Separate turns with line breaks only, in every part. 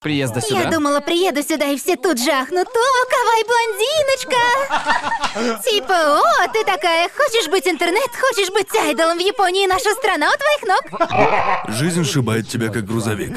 приезда сюда?
Я думала, приеду сюда, и все тут жахнут. О, кавай блондиночка! Типа, о, ты такая, хочешь быть интернет, хочешь быть айдолом в Японии, наша страна у твоих ног.
Жизнь шибает тебя как грузовик.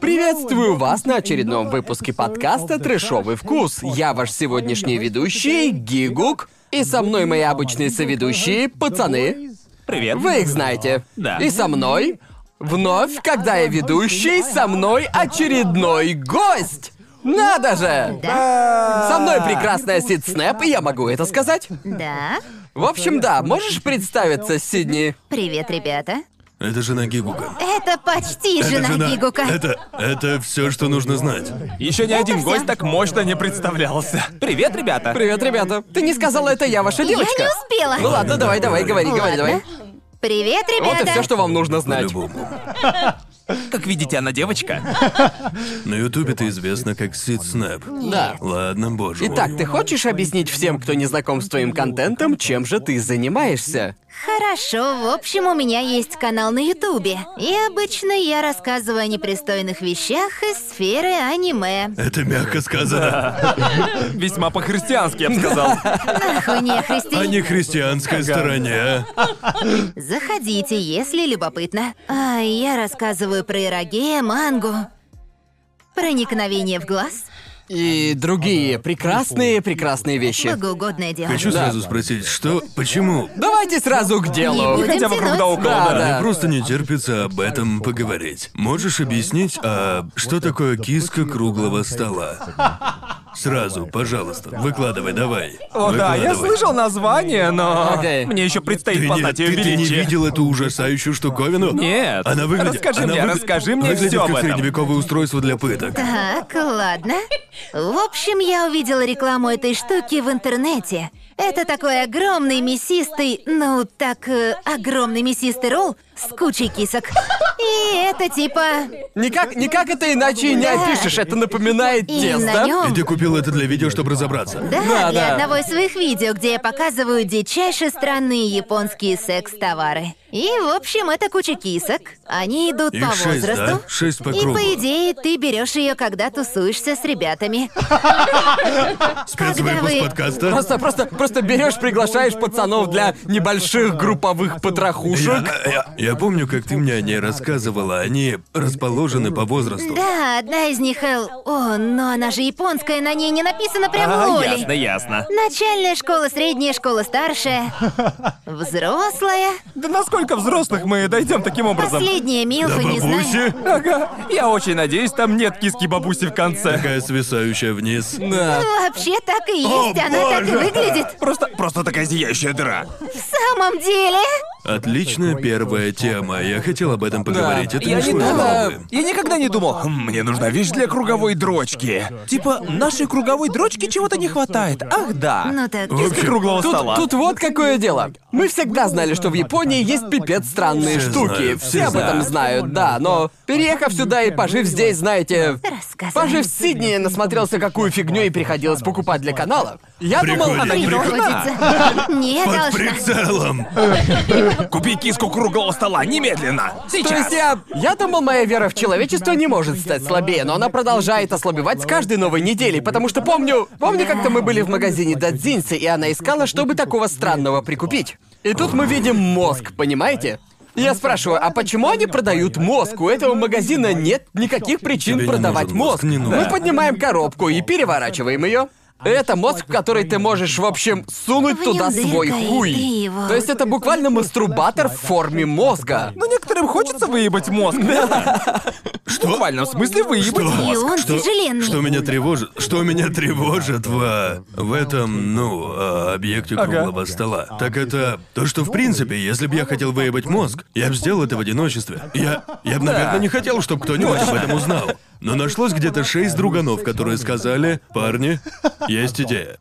Приветствую вас на очередном выпуске подкаста «Трэшовый вкус». Я ваш сегодняшний ведущий Гигук, и со мной мои обычные соведущие пацаны.
Привет.
Вы их знаете.
Да.
И со мной вновь, когда я ведущий, со мной очередной гость. Надо же!
А?
Со мной прекрасная Сид Снэп, и я могу это сказать.
Да.
В общем, да, можешь представиться, Сидни?
Привет, ребята.
Это жена Гигука.
Это почти
Это
жена
жена-
Гигука.
Это, это все, что нужно знать.
Еще ни один
всё.
гость так мощно не представлялся. Привет, ребята.
Привет, ребята. Ты не сказала, это я ваша девочка?
Я не успела.
Ну ладно, давай, давай, говори, говори, давай.
Ладно. Привет,
Вот
ребята.
и все, что вам нужно знать.
По-любому.
Как видите, она девочка.
На Ютубе ты известна как Сид Снэп.
Да.
Ладно, боже мой.
Итак, ты хочешь объяснить всем, кто не знаком с твоим контентом, чем же ты занимаешься?
Хорошо, в общем, у меня есть канал на Ютубе. И обычно я рассказываю о непристойных вещах из сферы аниме.
Это мягко сказано.
Весьма по-христиански, я бы сказал.
Нахуй не
А
христиане.
не христианской стороне, а?
Заходите, если любопытно. А я рассказываю про эрогея, мангу, проникновение в глаз,
И другие прекрасные, прекрасные вещи.
богоугодное дело.
Хочу сразу спросить, что, почему?
Давайте сразу к делу.
Не будем
Хотя вокруг да
тянуть.
около,
Да, да.
да.
Мне просто не терпится об этом поговорить. Можешь объяснить, а что такое киска круглого стола? Сразу, пожалуйста, выкладывай, давай.
О, да, я
Выкладывай.
слышал название, но...
Окей.
Мне еще
Ты
предстоит
не,
познать ее
ты- ты не
величие.
видел эту ужасающую штуковину?
Нет.
Она выглядит.
Расскажи
она
мне,
выгля-
расскажи мне
выглядит
все
как
об этом.
средневековое устройство для пыток.
Так, ладно. В общем, я увидела рекламу этой штуки в интернете. Это такой огромный мясистый, ну так, э, огромный мясистый ролл с кучей кисок. И это типа...
Никак, никак это иначе и не
Да.
опишешь. Это напоминает
И на
тесто.
И
нем...
ты купил это для видео, чтобы разобраться.
Да,
Ну, а
Да,
для
да.
одного из своих видео, где я показываю дичайше странные японские секс-товары. И, в общем, это куча кисок. Они идут
Их
по
шесть,
возрасту.
да? Шесть по
и,
кругу.
по идее, ты берешь ее, когда тусуешься с ребятами.
Спецвыпуск
вы-
подкаста.
Просто, просто, просто берешь, приглашаешь пацанов для небольших групповых
Я,
потрохушек.
я- я помню, как ты мне о ней рассказывала. Они расположены по возрасту.
Да, одна из них Эл. О, но она же японская, на ней не написано прямо
А,
Оли.
ясно, ясно.
Начальная школа, средняя школа, старшая. Взрослая.
Да насколько взрослых мы дойдем таким образом?
Последняя
Да
Милфа, не знаю.
бабуси,
Ага. Я очень надеюсь, там нет киски бабуси в конце.
такая свисающая вниз.
Да.
Вообще так и есть,
О,
она так и
боже!
выглядит.
Просто, просто такая зияющая дыра.
В самом деле.
Отличная первая тема. Я хотел об этом поговорить. Это не
Я не
шло из
думал,
головы.
я никогда не думал, «Хм, мне нужна вещь для круговой дрочки. Типа, нашей круговой дрочки чего-то не хватает. Ах да.
Ну так.
В
Киска круглого
Тут,
стола.
тут вот какое дело. Мы всегда знали, что в Японии есть пипец странные
Все
штуки.
знают,
все,
все
об этом
знают.
знают, да. Но переехав сюда и пожив здесь, знаете,
Рассказывай.
пожив в Сиднее, насмотрелся, какую фигню и приходилось покупать для канала. Я думал, она не
Приходит.
должна.
Приходится. Не
Под
должна.
прицелом.
Купи киску круглого стола немедленно.
То есть я... Я думал, моя вера в человечество не может стать слабее, но она продолжает ослабевать с каждой новой неделей, потому что помню... Помню, как-то мы были в магазине Дадзинси, и она искала, чтобы такого странного прикупить. И тут мы видим мозг, понимаете? И Я спрашиваю, а почему они продают мозг? У этого магазина нет никаких причин
Тебе не
продавать
нужен
мозг.
мозг, не нужен.
Мы поднимаем коробку и переворачиваем ее. Это мозг, в который ты можешь, в общем, сунуть
В
туда
нем
свой
дырка, и
хуй.
ты его-
То есть это буквально мастурбатор в форме мозга.
Ну, некоторым хочется выебать мозг, да? Что? В буквальном смысле выебать
Что?
И
мозг.
он тяжеленный.
Что меня тревожит? Что меня тревожит в в этом, ну, э, объекте круглого стола? Так это то, что в принципе, если бы я хотел выебать мозг, я бы сделал это в одиночестве. Я, я бы, наверное, не хотел, чтобы кто-нибудь об этом узнал. Но нашлось где-то шесть друганов, которые сказали, парни, есть идея.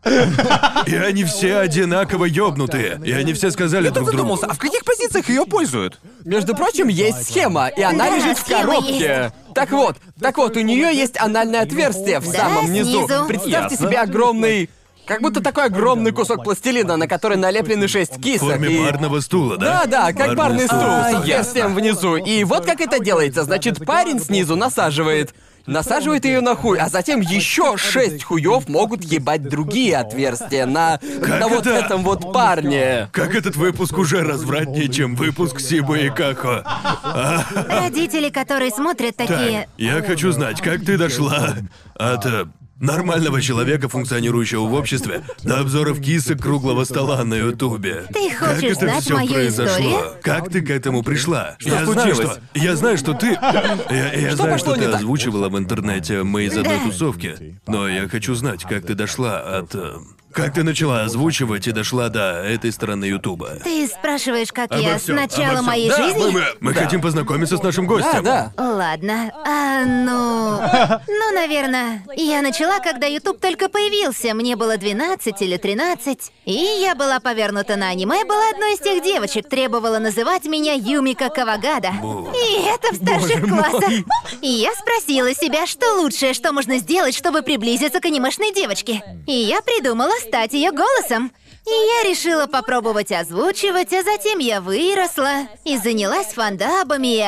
И они все одинаково ёбнутые. И они все сказали
Я тут
друг другу.
задумался, а в каких позициях ее пользуют?
Между прочим, есть схема, и она
Да,
лежит в
схема
коробке. Так вот, так вот, у нее есть анальное отверстие в
Да,
самом низу.
снизу.
Представьте
Ясно.
себе огромный Как будто такой огромный кусок пластилина, на который налеплены шесть
В
кисок.
форме
и-
барного стула, да?
Да, да, как барный стул
А,
с
ясно.
отверстием внизу. И вот как это делается. Значит, парень снизу насаживает. Насаживает ее на хуй, а затем еще шесть хуев могут ебать другие отверстия на, на вот
это?
этом вот парне.
Как этот выпуск уже развратнее, чем выпуск Сибы и Како.
Родители, которые смотрят такие...
Так, я хочу знать, как ты дошла от э, нормального человека, функционирующего в обществе, до обзоров кисок круглого стола на Ютубе.
Ты
Как
хочешь
это
знать
всё
мою
произошло?
историю?
Как ты к этому пришла? я знаю,
случилось?
что я знаю, что ты, я, я знаю,
пошло
что
не
ты
так?
озвучивала в интернете мы из одной
Да.
тусовки, но я хочу знать, как ты дошла от, э, как ты начала озвучивать и дошла до этой стороны Ютуба.
Ты спрашиваешь, как
Обо
я
всём,
с начала
обо всём.
моей
Да,
жизни?
Мы, мы хотим познакомиться с нашим гостем.
Да, да.
Ладно, а ну... Ну, наверное, я начала, когда YouTube только появился. Мне было 12 или 13. И я была повернута на аниме, была одной из тех девочек, требовала называть меня Юмика Кавагада. И это в старших классах. И я спросила себя, что лучшее, что можно сделать, чтобы приблизиться к анимешной девочке. И я придумала стать ее голосом. И я решила попробовать озвучивать, а затем я выросла и занялась фандабами и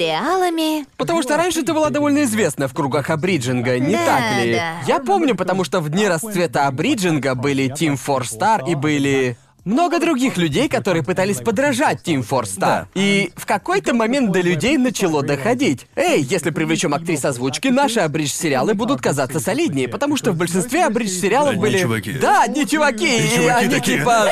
абридж-сериалами.
Потому что раньше ты была довольно известна в кругах абриджинга, не
Да,
так ли?
да.
Я помню, потому что в дни расцвета абриджинга были Тим Форстар и были много других людей, которые пытались подражать Тим Форстар. И в какой-то момент до людей начало доходить. Эй, если привлечем актрис
а
озвучки, наши абридж-сериалы будут казаться солиднее, потому что в большинстве абридж-сериалов
Одни
были...
чуваки.
Да, одни чуваки. И,
чуваки
они
такие.
типа...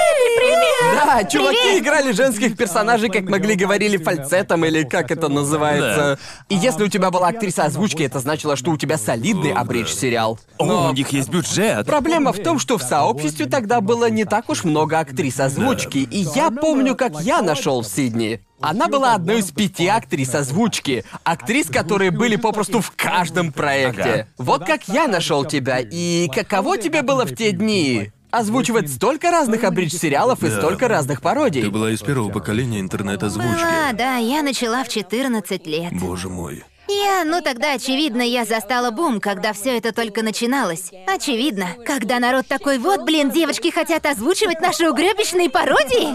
Да, чуваки играли женских персонажей, как могли, говорили фальцетом или как это называется. И если у тебя была актриса озвучки, это значило, что у тебя солидный абридж-сериал.
О,
Но
у них есть бюджет.
Проблема в том, что в сообществе тогда было не так уж много актрис озвучки, и я помню, как я нашел в Сидни. Она была одной из пяти актрис озвучки, актрис, которые были попросту в каждом проекте. Вот как я нашел тебя, и каково тебе было в те дни? Озвучивать столько разных абридж-сериалов и столько разных пародий.
Ты была из первого поколения интернет-озвучки.
Была, А, да, я начала в 14 лет.
Боже мой.
Я, ну тогда, очевидно, я застала бум, когда все это только начиналось. Очевидно. Когда народ такой, вот, блин, девочки хотят озвучивать наши угребищные пародии.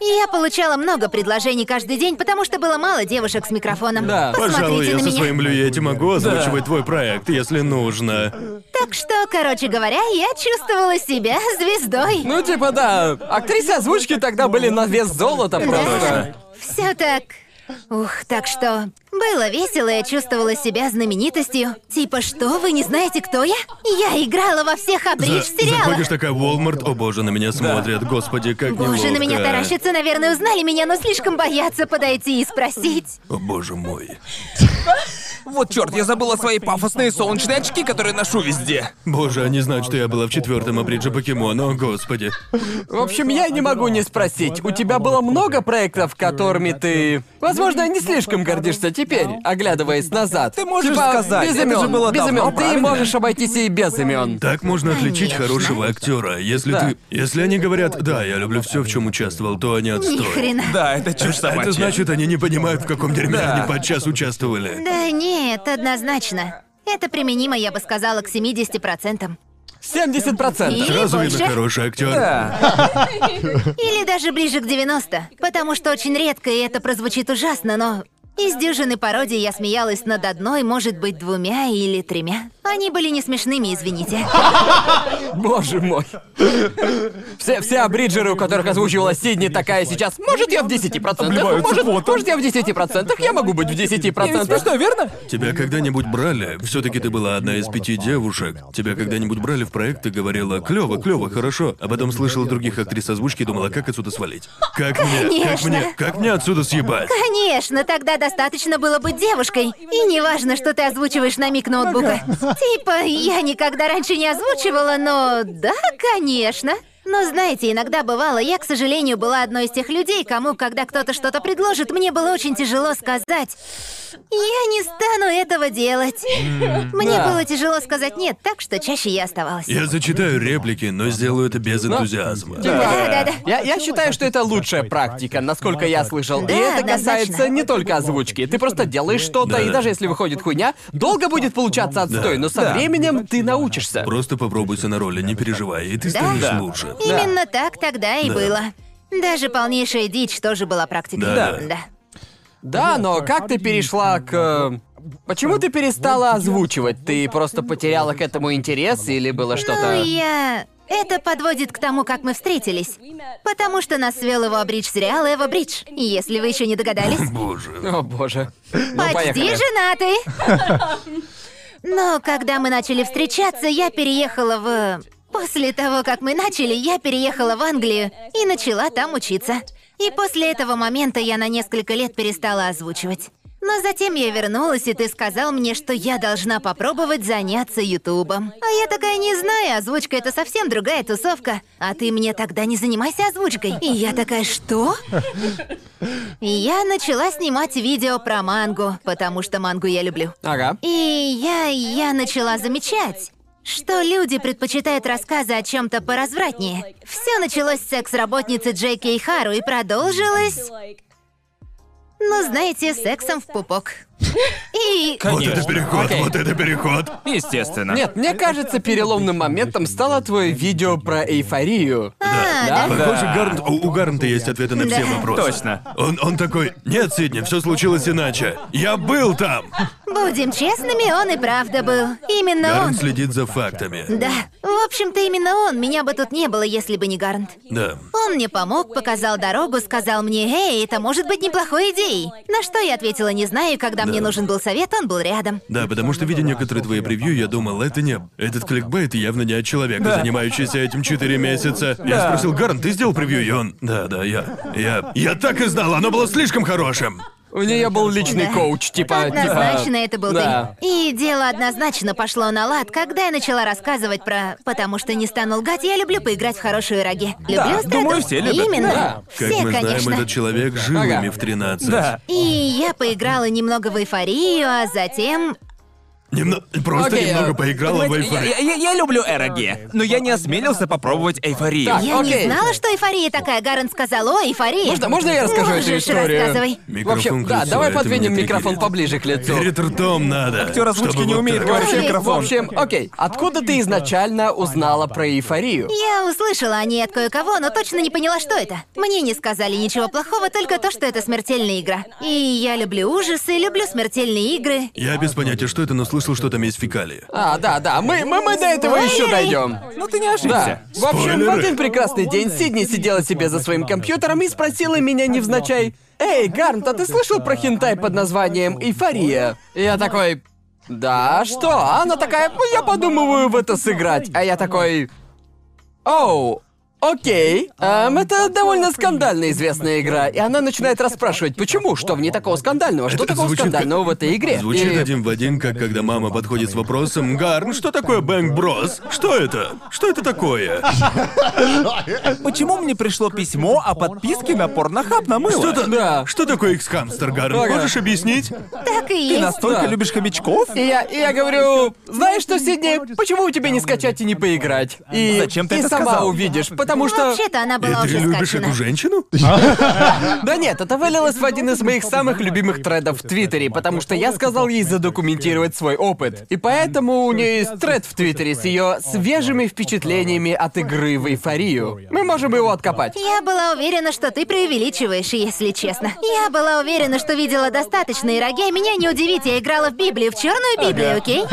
И Я получала много предложений каждый день, потому что было мало девушек с микрофоном.
Да.
Посмотрите
Пожалуй, я
на
со
меня.
своим люете могу озвучивать твой проект, если нужно.
Так что, короче говоря, я чувствовала себя звездой.
Ну, типа, да, актрисы озвучки тогда были на вес золота просто.
Все так. Ух, так что было весело, я чувствовала себя знаменитостью. Типа, что, вы не знаете, кто я? Я играла во всех
За-
абридж
Заходишь
сериалах.
такая в Walmart, о боже, на меня смотрят, господи, как
Боже, на
неловко.
меня таращатся, наверное, узнали меня, но слишком боятся подойти и спросить.
О боже мой.
Вот черт, я забыла свои пафосные солнечные очки, которые ношу везде.
Боже, они знают, что я была в четвертом абридже покемона, о господи.
В общем, я не могу не спросить. У тебя было много проектов, которыми ты, возможно, не слишком гордишься теперь, оглядываясь назад.
Ты можешь
Типа,
сказать,
без
это
имен,
же было
без
давно,
имен. Ты
правильно?
можешь обойтись и без имен.
Так можно отличить
Конечно.
хорошего актера. Если
Да.
ты. Если они говорят, да, я люблю все, в чем участвовал, то они
Ни
отстой. А
хрена.
Да, это чушь собачья.
Это значит, они не понимают, в каком дерьме
Да.
они подчас участвовали.
Да нет, однозначно. Это применимо, я бы сказала, к 70%.
70%.
И-
Сразу
больше.
видно, хороший актер.
Да.
Или даже ближе к 90, потому что очень редко, и это прозвучит ужасно, но... Из дюжины пародий я смеялась над одной, может быть, двумя или тремя. Они были не смешными, извините.
Боже мой. Все, все абриджеры, у которых озвучивала Сидни, такая сейчас. Может, я в 10%?
Обливаются
Может, может, я в 10%? Я могу быть в 10%.
Смешно, верно?
Тебя когда-нибудь брали? Все-таки ты была одна из пяти девушек. Тебя когда-нибудь брали в проект, ты говорила клево, клево, хорошо, а потом слышала других актрис озвучки и думала, как отсюда свалить. Как мне, как
Конечно.
мне, как мне отсюда съебать?
Конечно, тогда достаточно было быть девушкой. И неважно, что ты озвучиваешь на миг ноутбука. Типа, я никогда раньше не озвучивала, но да, конечно. Но знаете, иногда бывало, я, к сожалению, была одной из тех людей, кому, когда кто-то что-то предложит, мне было очень тяжело сказать. Я не стану этого делать. Мне
да.
было тяжело сказать нет, так что чаще я оставалась.
Я зачитаю реплики, но сделаю это без энтузиазма.
Да, да, да.
Я, я считаю, что это лучшая практика, насколько я слышал. И
Да,
это
однозначно.
касается не только озвучки. Ты просто делаешь что-то,
Да.
и даже если выходит хуйня, долго будет получаться отстой, но со временем ты научишься.
Просто попробуйся на роли, не переживай, и ты станешь лучше.
Именно так тогда и было. Даже полнейшая дичь тоже была практикой.
Да.
да.
Да, но как ты перешла к... э, Почему ты перестала озвучивать? Ты просто потеряла к этому интерес или было
Ну,
что-то...
я... Это подводит к тому, как мы встретились. Потому что нас свел его Бридж сериал Эва Бридж. Если вы еще не догадались.
Боже.
О боже. Ну,
Почти
поехали.
женаты. Но когда мы начали встречаться, я переехала в... После того, как мы начали, я переехала в Англию и начала там учиться. И после этого момента я на несколько лет перестала озвучивать. Но затем я вернулась, и ты сказал мне, что я должна попробовать заняться Ютубом. А я такая не знаю, озвучка это совсем другая тусовка. А ты мне тогда не занимайся озвучкой. И я такая, что? И я начала снимать видео про мангу, потому что мангу я люблю.
Ага.
И я, я начала замечать, что люди предпочитают рассказы о чем-то поразвратнее. Все началось с секс-работницы Джейки и Хару и продолжилось, ну знаете, сексом в пупок. И...
Вот это переход,
Окей.
вот это переход.
Естественно.
Нет, мне кажется, переломным моментом стало твое видео про эйфорию.
А,
Да?
Похоже, Гарнт- у, у Гарнта есть ответы на все
Да.
вопросы.
Точно.
Он, он такой, нет, Сидни, все случилось иначе. Я был там.
Будем честными, он и правда был. Именно
Гарнт
он.
следит за фактами.
Да, в общем-то именно он. Меня бы тут не было, если бы не Гарнт.
Да.
Он мне помог, показал дорогу, сказал мне, «Эй, это может быть неплохой идеей». На что я ответила «не знаю», и когда мне нужен был совет, он был рядом.
Да, потому что, видя некоторые твои превью, я думал, это не... Этот кликбейт явно не от человека, занимающегося этим 4 месяца. Я спросил, Гарн, ты сделал превью? И он... Да, да, я... Я... Я так и знал, оно было слишком хорошим.
У нее был личный
Да.
коуч, типа... типа-
Однозначно это был
Да.
ты. И дело однозначно пошло на лад, когда я начала рассказывать про... Потому что не стану лгать, я люблю поиграть в хорошие роги. Люблю
Да,
эстраду.
думаю, все любят.
Именно.
Да.
Как
Все,
мы знаем,
конечно.
этот человек жил ими
Ага.
в 13.
Да.
И я поиграла немного в эйфорию, а затем...
Немно- Просто
Окей,
немного
а,
поиграла в
Я,
Эйфорию.
я- я- я люблю эроги, но я не осмелился попробовать эйфорию.
Так.
Я
Окей.
не знала, что эйфория такая. Гарен сказал, о, эйфория.
Можно, можно я расскажу эту
Можешь,
историю?
рассказывай.
В общем,
Микрофон к
да,
лицу,
давай
это
подвинем
меня
микрофон
триггерит.
поближе к лицу.
Перед ртом надо.
Актер озвучки
чтобы
не
вот
умеет
так.
говорить в
Ой,
В
микрофон.
общем, окей, откуда ты изначально узнала про эйфорию?
Я услышала о ней от кое-кого, но точно не поняла, что это. Мне не сказали ничего плохого, только то, что это смертельная игра. И я люблю ужасы, люблю смертельные игры.
Я без понятия, что это, но слышал, что там есть фекалии.
А, да, да, мы, мы, мы до этого еще дойдем.
Ну ты не ошибся.
Да. В общем, в
Спойлеры.
один прекрасный день Сидни сидела себе за своим компьютером и спросила меня невзначай, «Эй, Гарнт, а ты слышал про хентай под названием «Эйфория»?» И Я такой, «Да, что?» А Она такая, «Ну, я подумываю в это сыграть». А я такой, «Оу, Окей, Эм, это довольно скандально известная игра, и она начинает расспрашивать, почему, что в ней такого скандального, что
Это
такого
звучит как-
скандального в этой игре.
Звучит
И-
один в один, как когда мама подходит с вопросом «Гарн, что такое Бэнк Брос? Что это? Что это такое?
Почему мне пришло письмо о подписке на порнохаб на мыло?
Что, та-
Да.
что такое X-хамстер, Гарн?
Ага.
Можешь объяснить?»
Так и
Ты
есть.
настолько
Да.
любишь хомячков?
И я, и я говорю, знаешь что, Сидни, почему у тебя не скачать и не поиграть? И
А Зачем ты
и
это
сама
сказал?
увидишь, потому что...
Вообще-то она
И
была
ты
уже
любишь
скачана.
эту женщину?
Да нет, это вылилось в один из моих самых любимых тредов в Твиттере, потому что я сказал ей задокументировать свой опыт. И поэтому у нее есть тред в Твиттере с ее свежими впечатлениями от игры в эйфорию. Мы можем его откопать.
Я была уверена, что ты преувеличиваешь, если честно. Я была уверена, что видела достаточно ирогей. Меня не удивить, я играла в Библию, в черную Библию, окей?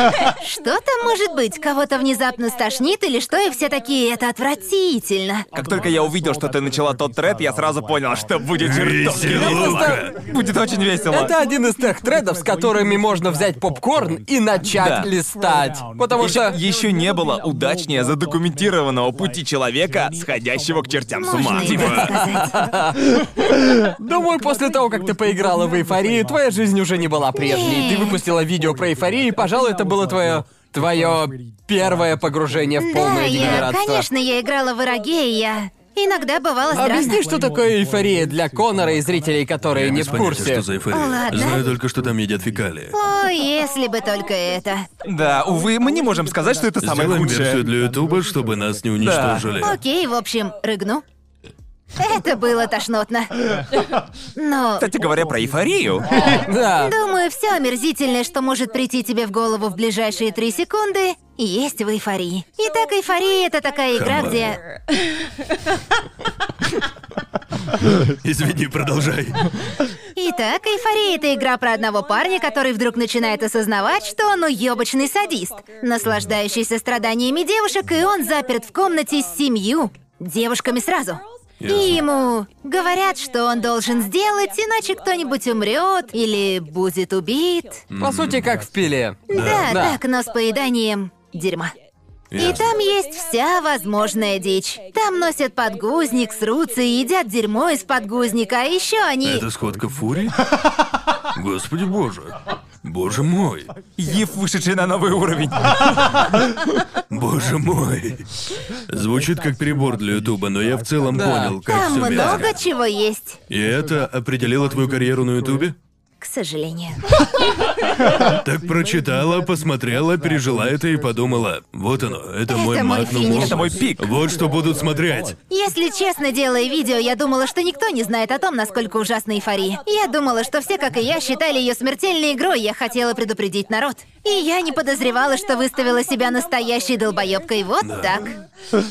Что там может быть? Кого-то внезапно стошнит или что, и все такие, это отвратительно.
Как только я увидел, что ты начала тот тред, я сразу понял, что будет чертовски.
Веселуха!
Будет очень весело.
Это один из тех тредов, с которыми можно взять попкорн и начать
Да.
листать. Потому что...
Еще не было удачнее задокументированного пути человека, сходящего к чертям с ума.
Можно и так сказать.
Думаю, после того, как ты поиграла в эйфорию, твоя жизнь уже не была прежней. Ты выпустила видео про эйфорию, и, пожалуй, это было твое Твое первое погружение в
Да,
полное
я,
дегенератство.
конечно, я играла в Ираге, и я иногда бывала
Объясни,
странно.
что такое эйфория для Конора и зрителей, которые не
Без
в
понятия,
курсе.
что за эйфория.
Ладно.
Знаю только, что там едят фекалии.
О, если бы только это.
Да, увы, мы не можем сказать, что это самое
Сделаем версию
лучшее.
для Ютуба, чтобы нас не уничтожили.
Окей, в общем, рыгну. Это было тошнотно. Но,
Кстати говоря, про эйфорию.
Да.
думаю, все омерзительное, что может прийти тебе в голову в ближайшие три секунды, есть в эйфории. Итак, эйфория — это такая игра, где...
Извини, продолжай.
Итак, эйфория — это игра про одного парня, который вдруг начинает осознавать, что он уёбочный садист, наслаждающийся страданиями девушек, и он заперт в комнате с семью девушками сразу. И ему говорят, что он должен сделать, иначе кто-нибудь умрет или будет убит.
По сути, как в пиле.
Да,
Да.
так, но с поеданием дерьма. И
Ясно.
там есть вся возможная дичь. Там носят подгузник, срутся и едят дерьмо из подгузника, а еще они...
Это сходка фури? Господи боже. Боже мой.
Ев, вышедший на новый уровень.
Боже мой. Звучит как перебор для Ютуба, но я в целом
Да.
понял, как
Там
все
много чего есть,
И это определило твою карьеру на Ютубе?
к сожалению.
Так прочитала, посмотрела, пережила это и подумала. Вот оно, это, мой
Это мой
магнум
финиш.
опус.
Это мой пик.
Вот что будут смотреть.
Если честно, делая видео, я думала, что никто не знает о том, насколько ужасна эйфория. Я думала, что все, как и я, считали ее смертельной игрой, я хотела предупредить народ. И я не подозревала, что выставила себя настоящей долбоебкой вот так.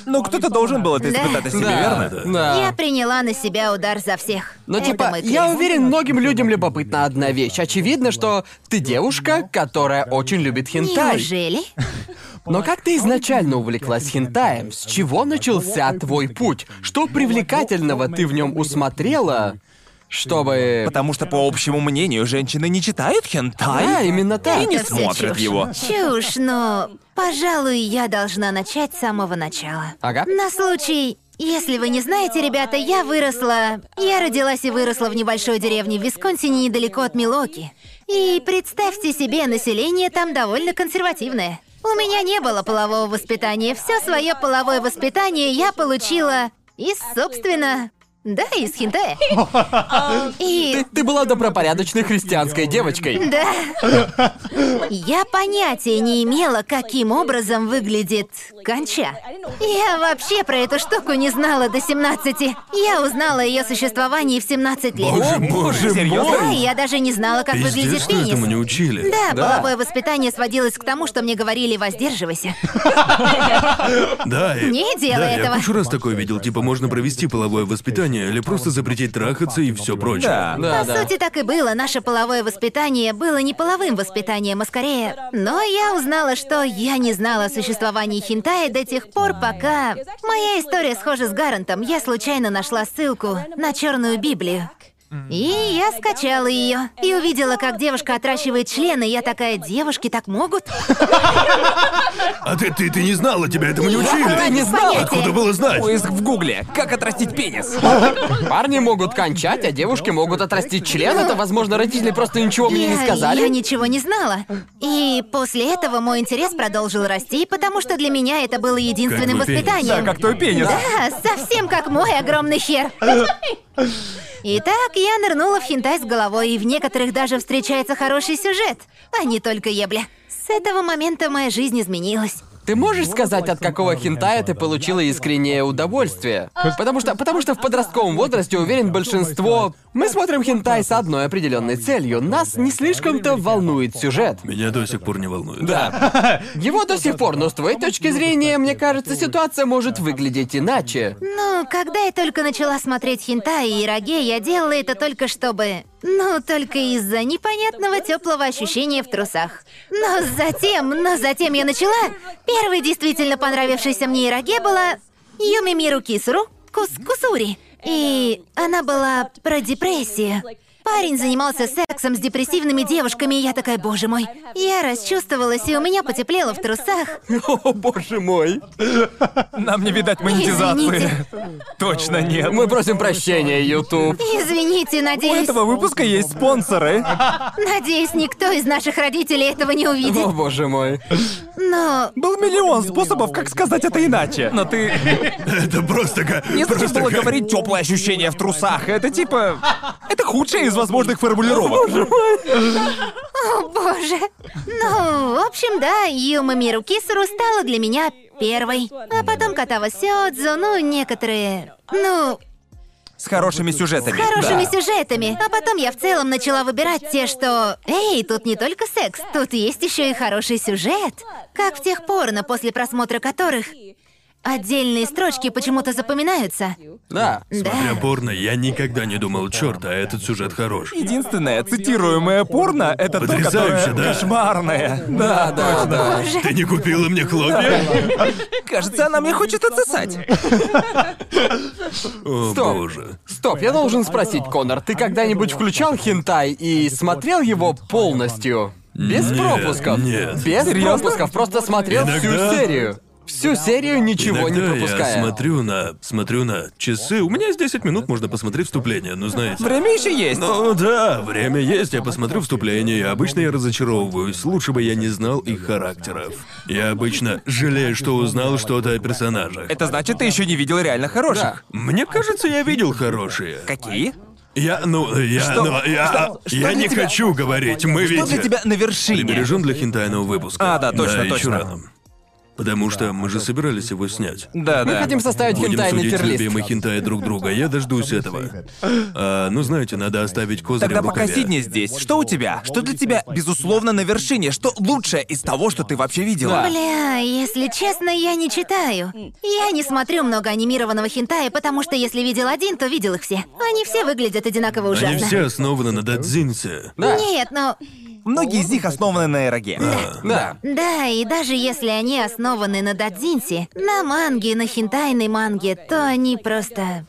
Ну, кто-то должен был это
Да.
испытать о себе,
Да,
верно?
Я
да.
приняла на себя удар за всех.
Но
Это
типа,
мой
я
крест.
уверен, многим людям любопытна одна вещь. Очевидно, что ты девушка, которая очень любит хентай.
Неужели?
Но как ты изначально увлеклась хентаем? С чего начался твой путь? Что привлекательного ты в нем усмотрела, чтобы...
Потому что, по общему мнению, женщины не читают
Да,
хентай.
именно так.
И не
Это всё
смотрят
чушь.
его.
Чушь, но, пожалуй, я должна начать с самого начала.
Ага.
На случай, если вы не знаете, ребята, я выросла... Я родилась и выросла в небольшой деревне в Висконсине недалеко от Милоки. И представьте себе, население там довольно консервативное. У меня не было полового воспитания. Все свое половое воспитание я получила из, собственно... Да, из хинтая. И...
Ты, ты была добропорядочной христианской девочкой.
Да. Я понятия не имела, каким образом выглядит конча. Я вообще про эту штуку не знала до 17. Я узнала о ее существовании в 17 лет.
Боже мой.
Да,
Серьезно?
я даже не знала, как
Пиздец,
выглядит
что этому не
пенис.
учили.
Да,
Да.
половое воспитание сводилось к тому, что мне говорили «воздерживайся».
Да, и...
Не делай
да,
этого.
я кучу раз такое видел. Типа, можно провести половое воспитание или просто запретить трахаться и все прочее.
Да.
Да,
По
да.
сути, так и было. Наше половое воспитание было не половым воспитанием, а скорее... Но я узнала, что я не знала о существовании хентая до тех пор, пока... Моя история схожа с Гарантом. Я случайно нашла ссылку на черную Библию. И я скачала ее и увидела, как девушка отращивает члены. Я такая, девушки так могут?
А ты, ты, ты не знала, тебя этому не учили.
Ты не знала?
Откуда было знать?
Поиск в гугле. Как отрастить пенис?
Парни могут кончать, а девушки могут отрастить член. Это, возможно, родители просто ничего мне не
Я-
сказали.
Я ничего не знала. И после этого мой интерес продолжил расти, потому что для меня это было единственным
Как бы пенис.
воспитанием.
Да, как твой пенис.
Да, совсем как мой огромный хер. Итак, я нырнула в хентай с головой, и в некоторых даже встречается хороший сюжет, а не только ебля. С этого момента моя жизнь изменилась.
Ты можешь сказать, от какого хентая ты получила искреннее удовольствие? Потому что, потому что в подростковом возрасте, уверен, большинство... Мы смотрим хентай с одной определенной целью. Нас не слишком-то волнует сюжет.
Меня до сих пор не волнует.
Да. Его до сих пор, но с твоей точки зрения, мне кажется, ситуация может выглядеть иначе.
Ну, когда я только начала смотреть хентай и ироге, я делала это только чтобы... Ну, только из-за непонятного теплого ощущения в трусах. Но затем, но затем я начала... Первой действительно понравившейся мне ироге была... Юми Миру Кисуру Кус Кусури. И она была про депрессию. Парень занимался сексом с депрессивными девушками, и я такая, боже мой. Я расчувствовалась, и у меня потеплело в трусах.
О, боже мой.
Нам не видать монетизации.
Извините.
Точно нет.
Мы просим прощения, YouTube.
Извините,
У
надеюсь...
этого выпуска есть спонсоры.
Надеюсь, никто из наших родителей этого не увидит.
О, боже мой.
Но
Был миллион способов, как сказать это иначе.
Но ты...
Это просто как...
Не зачем
просто
было
как-
говорить теплое ощущение в трусах. Это типа... Это худшая из возможных формулировок.
О, боже. Ну, в общем, да, Юма Миру Кисару стала для меня первой. А потом Катава Сёдзу, ну, некоторые... Ну,
С хорошими сюжетами.
хорошими
Да.
сюжетами. А потом я в целом начала выбирать те, что... Эй, тут не только секс, тут есть еще и хороший сюжет. Как в тех порно, после просмотра которых... Отдельные строчки почему-то запоминаются.
Да.
Смотря порно, я никогда не думал, черт, а этот сюжет хорош.
Единственное цитируемое порно — это то,
Потрясающе,
которое
да?
кошмарное. Да, да, да.
Ты не купила мне хлопья?
Кажется, она мне хочет отсосать.
О,
Стоп.
боже.
Стоп, я должен спросить, Конор, ты когда-нибудь включал хентай и смотрел его полностью? Без
Нет,
пропусков.
нет.
Без
Серьёзно?
пропусков, просто смотрел всю
Иногда-
серию. Всю серию ничего
Иногда
не пропуская.
я смотрю на... смотрю на часы. У меня есть 10 минут, можно посмотреть вступление, ну знаете.
Время еще есть.
Ну да, время есть, я посмотрю вступление, и обычно я разочаровываюсь, лучше бы я не знал их характеров. Я обычно жалею, что узнал что-то о персонажах.
Это значит, ты еще не видел реально хороших.
Мне кажется, я видел хорошие.
Какие?
Я, ну, я,
Что-
ну, я,
что- что
я
для
не
тебя-
хочу говорить, мы
Что
ведь...
для тебя на вершине?
Бережем для хентайного выпуска.
А, да, точно,
да,
точно.
Еще рано. Потому что мы же собирались его снять.
Да,
Мы
да.
хотим составить
Будем
хентайный
судить
тирлист.
любимые хентаи друг друга. Я дождусь этого. А, ну, знаете, надо оставить козырь
Тогда
в
пока
рукаве.
Сидни здесь, что у тебя? Что для тебя, безусловно, на вершине? Что лучшее из того, что ты вообще видела?
Бля, если честно, я не читаю. Я не смотрю много анимированного хентая, потому что если видел один, то видел их все. Они все выглядят одинаково
Они
ужасно.
все основаны на дадзинсе.
Да.
Нет, но...
Многие из них основаны на эроге.
Да.
Да, и даже если они основаны на дадзинсе, на манге, на хентайной манге, то они просто...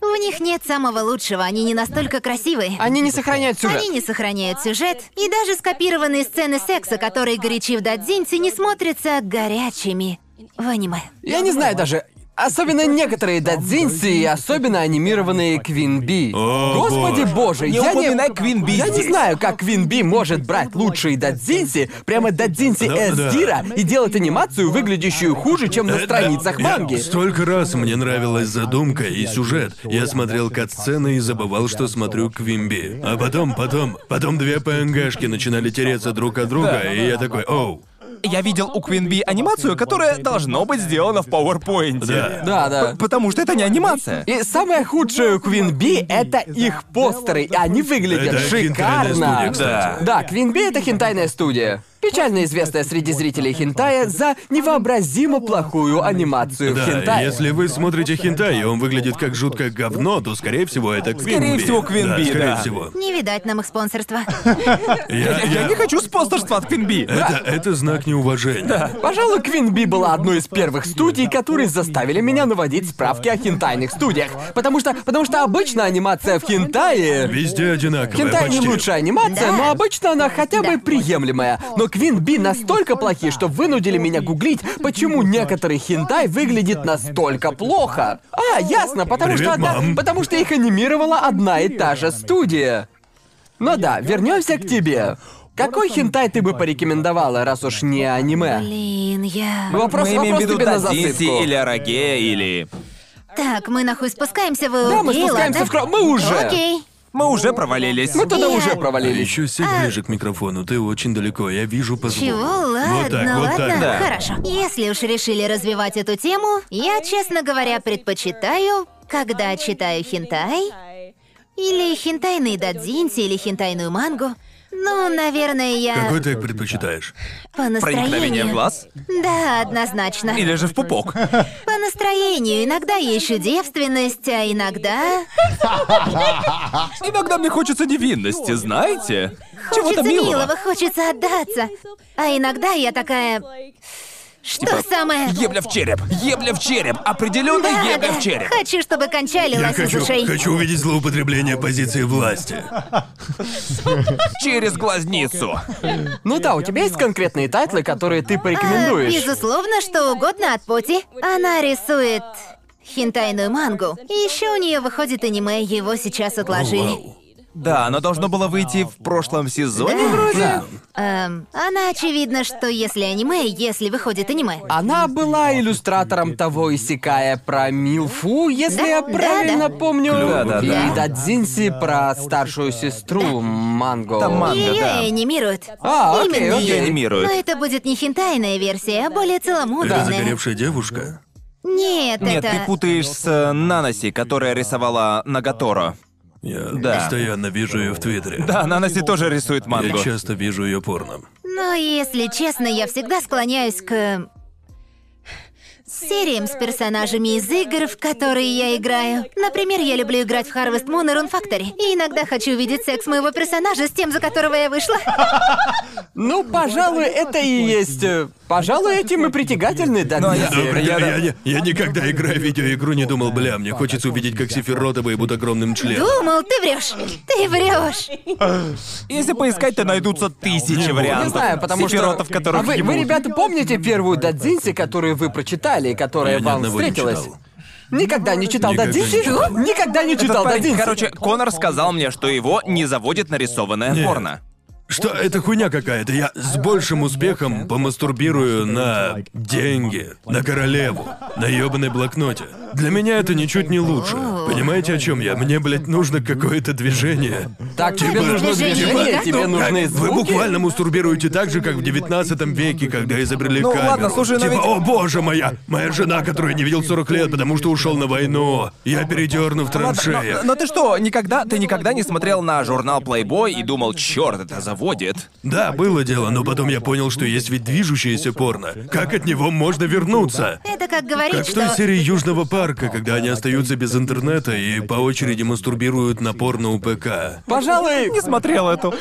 В них нет самого лучшего, они не настолько красивые.
Они не сохраняют сюжет.
Они не сохраняют сюжет, и даже скопированные сцены секса, которые горячи в дадзинсе, не смотрятся горячими в аниме.
Я не знаю даже. Особенно некоторые дадзинси и особенно анимированные Квин Би.
О,
Господи боже,
Не
я
упоминай
не...
Квин Би
Я не
здесь.
знаю, как Квин Би может брать лучшие дадзинси, прямо дадзинси
Да, да.
Эсдира, и делать анимацию, выглядящую хуже, чем на
Э,
страницах
да,
манги.
я- столько раз мне нравилась задумка и сюжет. Я смотрел кат-сцены и забывал, что смотрю Квимби. А потом, потом, потом две ПНГшки начинали тереться друг от друга, и я такой, оу,
Я видел у Квинби анимацию, которая должно быть сделана в PowerPoint.
да.
Да, да.
П- Потому что это не анимация.
И самое худшее у Квин Би — это их постеры, и они выглядят
Это хентайная
шикарно.
студия, кстати.
Да, Квин Би — это хентайная студия. Печально известная среди зрителей хентая за невообразимо плохую анимацию в
Да,
хентае.
если вы смотрите хентай, и он выглядит как жуткое говно, то, скорее всего, это Квинби.
всего, Квинби,
скорее
да.
всего.
Не видать нам их спонсорства.
Я,
Я
я-
не хочу спонсорства от Квинби.
Это, это знак неуважения.
Пожалуй, Квин Би была одной из первых студий, которые заставили меня наводить справки о хентайных студиях. Потому что, потому что обычно анимация в хентае...
Везде одинаковое,
Хентай не
почти.
лучшая анимация,
Да.
но обычно она хотя бы
Да.
приемлемая. Но Квин Би настолько плохи, что вынудили меня гуглить, почему некоторый хентай выглядит настолько плохо. А, ясно, потому
Привет,
что одна-
мам.
потому что их анимировала одна и та же студия. Ну да, вернемся к тебе. Какой хентай ты бы порекомендовала, раз уж не аниме?
Блин, я...
Вопрос,
Мы имеем в
вопрос
виду
тебе на
Дадзинси
засыпку.
или Араге, или...
Так, мы нахуй спускаемся, вы
Да, мы спускаемся в кро- мы уже.
Окей.
Мы уже провалились.
Мы туда
Я-
уже
А
провалились.
еще сядь ближе к микрофону, ты очень далеко, я вижу по звуку.
Чего? Ладно,
вот так, вот
ладно.
так.
Да.
Хорошо. Если уж решили развивать эту тему, я, честно говоря, предпочитаю, когда читаю хентай, или хентайный дадзинси, или хентайную мангу. Ну, наверное, я
Какой ты их предпочитаешь?
по настроению.
Проникновение в глаз?
Да, однозначно.
Или же в пупок?
По настроению. Иногда я ищу девственность, а иногда
Иногда мне хочется невинности, знаете?
хочется
Чего-то милого.
хочется отдаться. А иногда я такая... Что самое...
Ебля в череп, ебля в череп, определенно
Да,
ебля
да.
в череп.
Хочу, чтобы кончали у
Я
вас из
хочу,
ушей.
хочу увидеть злоупотребление позиции власти.
Через глазницу.
Ну да, у тебя есть конкретные тайтлы, которые ты
А,
порекомендуешь.
безусловно, что угодно от Поти. Она рисует хентайную мангу. И еще у нее выходит аниме, его сейчас отложили.
Вау.
Да, оно должно было выйти в прошлом сезоне вроде.
Эм, она очевидно, что если аниме, если выходит аниме.
А,
Она была иллюстратором того Исикая про Милфу, если
Да,
я
да,
правильно
да.
помню.
Да-да-да.
И Дадзинси про старшую сестру Манго.
Там Манго.
Ее
да.
анимируют.
А, окей,
Именно
окей.
её.
Анимируют.
Но это будет не хентайная версия, а более
Это
целомудренная.
загоревшая девушка?
Нет,
Нет,
это...
ты путаешь с э, Наноси, которая рисовала Нагатора.
Я
Да.
постоянно вижу ее в Твиттере.
Да, Наноси тоже рисует
Я
мангу.
часто вижу ее порно.
Но если честно, я всегда склоняюсь к сериям с персонажами из игр, в которые я играю. Например, я люблю играть в Harvest Moon и Rune Factory. И иногда хочу видеть секс моего персонажа с тем, за которого я вышла.
Ну, пожалуй, это и есть. э, Пожалуй, этим и притягательны
Да,
Дадзинси.
я-
блин, я,
да.
не- я никогда, играя в видеоигру, не думал, бля, мне хочется увидеть, как Сефирота будет огромным членом.
Думал, ты врешь. Ты врешь.
Если поискать, то найдутся тысячи
Не
вариантов.
знаю, потому
Сефиротов,
что...
которых
а вы,
ебут.
вы, ребята, помните первую Дадзинси, которую вы прочитали, и которая
Я ни
вам
одного не
встретилась?
читал.
Никогда не читал
Никогда не
Дадзинси?
читал.
Никогда не
Этот
читал
парень-
Дадзинси.
Короче, Конор сказал мне, что его не заводит нарисованное порно.
Что это хуйня какая-то? Я с большим успехом помастурбирую на деньги, на королеву, на ёбаной блокноте. Для меня это ничуть не лучше. Понимаете, о чем я? Мне, блядь, нужно какое-то движение.
Так, тебе
Типа-
нужно
Движение,
движение,
да?
тебе
Ну,
нужны
как, Вы
звуки.
буквально мастурбируете так же, как в 19 веке, когда изобрели
Ну,
камеру.
ладно, слушай, но
типа,
ведь-
о боже моя, моя жена, которую я не видел 40 лет, потому что ушел на войну. Я передерну в
Но,
траншеях.
но ты что, никогда, ты никогда не смотрел на журнал Playboy и думал, черт, это заводит?
Да, было дело, но потом я понял, что есть ведь движущееся порно. Как от него можно вернуться?
Это как говорить,
Как в той
что...
серии Южного парка, когда они остаются без интернета и по очереди мастурбируют на порно у ПК.
Пожалуй,
Смотрел эту.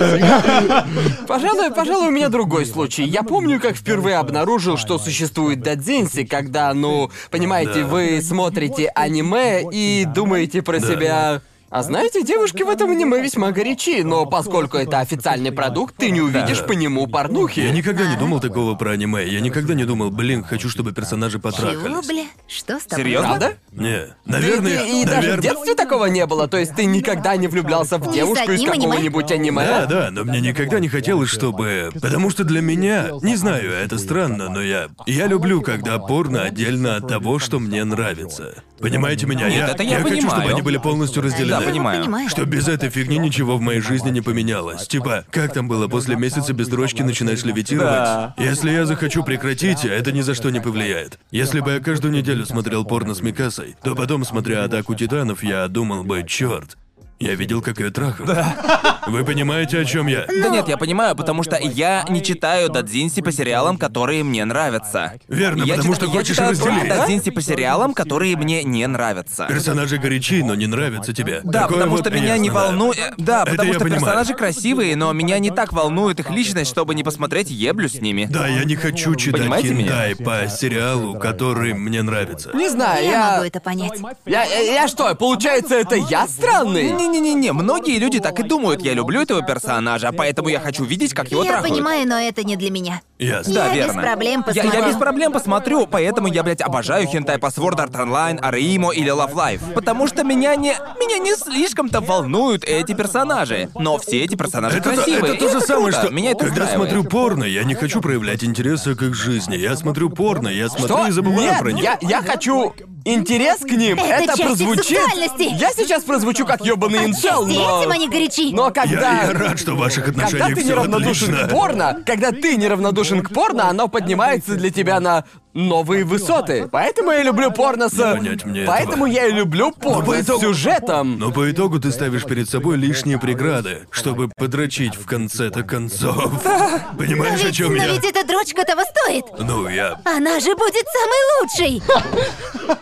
Пожалуй, пожалуй, у меня другой случай. Я помню, как впервые обнаружил, что существует дадзинси, когда, ну, понимаете, вы смотрите аниме и думаете про себя... А знаете, девушки в этом аниме весьма горячи, но поскольку это официальный продукт, ты не увидишь по нему
Я
порнухи.
никогда не думал такого про аниме. Я никогда не думал, блин, хочу, чтобы персонажи
Чего,
потрахались.
бля? Что с тобой?
Серьезно?
Правда?
Не,
И,
наверное,
ты- и даже в
наверное-
детстве такого не было, то есть ты никогда не влюблялся в
Ни с
девушку из
одним аниме?
какого-нибудь аниме?
Да, да, но мне никогда не хотелось, чтобы... Потому что для меня... Не знаю, это странно, но я... Я люблю, когда порно отдельно от того, что мне нравится. Понимаете меня?
Нет,
я
это я
хочу, чтобы
понимаю.
они были полностью разделены.
Да, понимаю.
Что без этой фигни ничего в моей жизни не поменялось. Типа, как там было, после месяца без дрочки начинаешь левитировать?
Да.
Если я захочу прекратить, это ни за что не повлияет. Если бы я каждую неделю смотрел порно с Микасой, то потом, смотря атаку титанов, я думал бы, черт, я видел, как ее трахают. Вы понимаете, о чем я?
Да нет, я понимаю, потому что я не читаю дадзинси по сериалам, которые мне нравятся.
Верно,
я
потому что
чита- я
хочешь
читаю
разделить.
только дадзинси по сериалам, которые мне не нравятся.
Персонажи горячи, но не нравятся тебе.
Да,
Такое
потому
вот
что меня не
ясно, да.
волнует. Да,
Это
потому
я
что
понимаю.
персонажи красивые, но меня не так волнует их личность, чтобы не посмотреть еблю с ними.
Да, я не хочу читать
Понимаете меня?
хентай по сериалу, который мне нравится.
Не знаю,
Я могу
я...
это понять.
Я, я,
а
я что, получается, это я странный?
ну, Не-не-не-не, многие люди так и думают, я люблю этого персонажа, поэтому я хочу видеть, как его
Я
трахают.
понимаю, но это не для меня.
Ясно.
Да,
Я без
верно.
проблем
Я, я
посмотрю.
без проблем посмотрю, поэтому я, блядь, обожаю хентай по Sword Art Online, Араимо или Love Life. Потому что меня не... Меня не слишком-то волнуют эти персонажи. Но все эти персонажи
Это, то-
красивые.
это то
и
же самое,
круто,
что
Меня это
когда
устраивает.
смотрю порно, я не хочу проявлять интереса к их жизни. Я смотрю порно, я смотрю
Что?
и забываю
Нет,
про них.
я, я хочу интерес к ним.
Это
Это,
часть их
прозвучит.
сексуальности.
Я сейчас прозвучу как ёбаный инсел,
Отчасти
но...
этим они горячи.
Но
Я-
когда...
я рад, что в ваших
Когда
отношениях
ты
все
неравнодушен
отлично.
к порно, когда ты неравнодушен к порно, оно поднимается для тебя на новые высоты. Поэтому я люблю порно с...
понять мне
Поэтому
этого.
я и люблю порно с
итогу-
сюжетом.
Но по итогу ты ставишь перед собой лишние преграды, чтобы подрочить в конце-то концов.
Но
Понимаешь, о
А ведь,
чем
но
я?
ведь эта дрочка того стоит.
Ну, я...
Она же будет самой лучшей.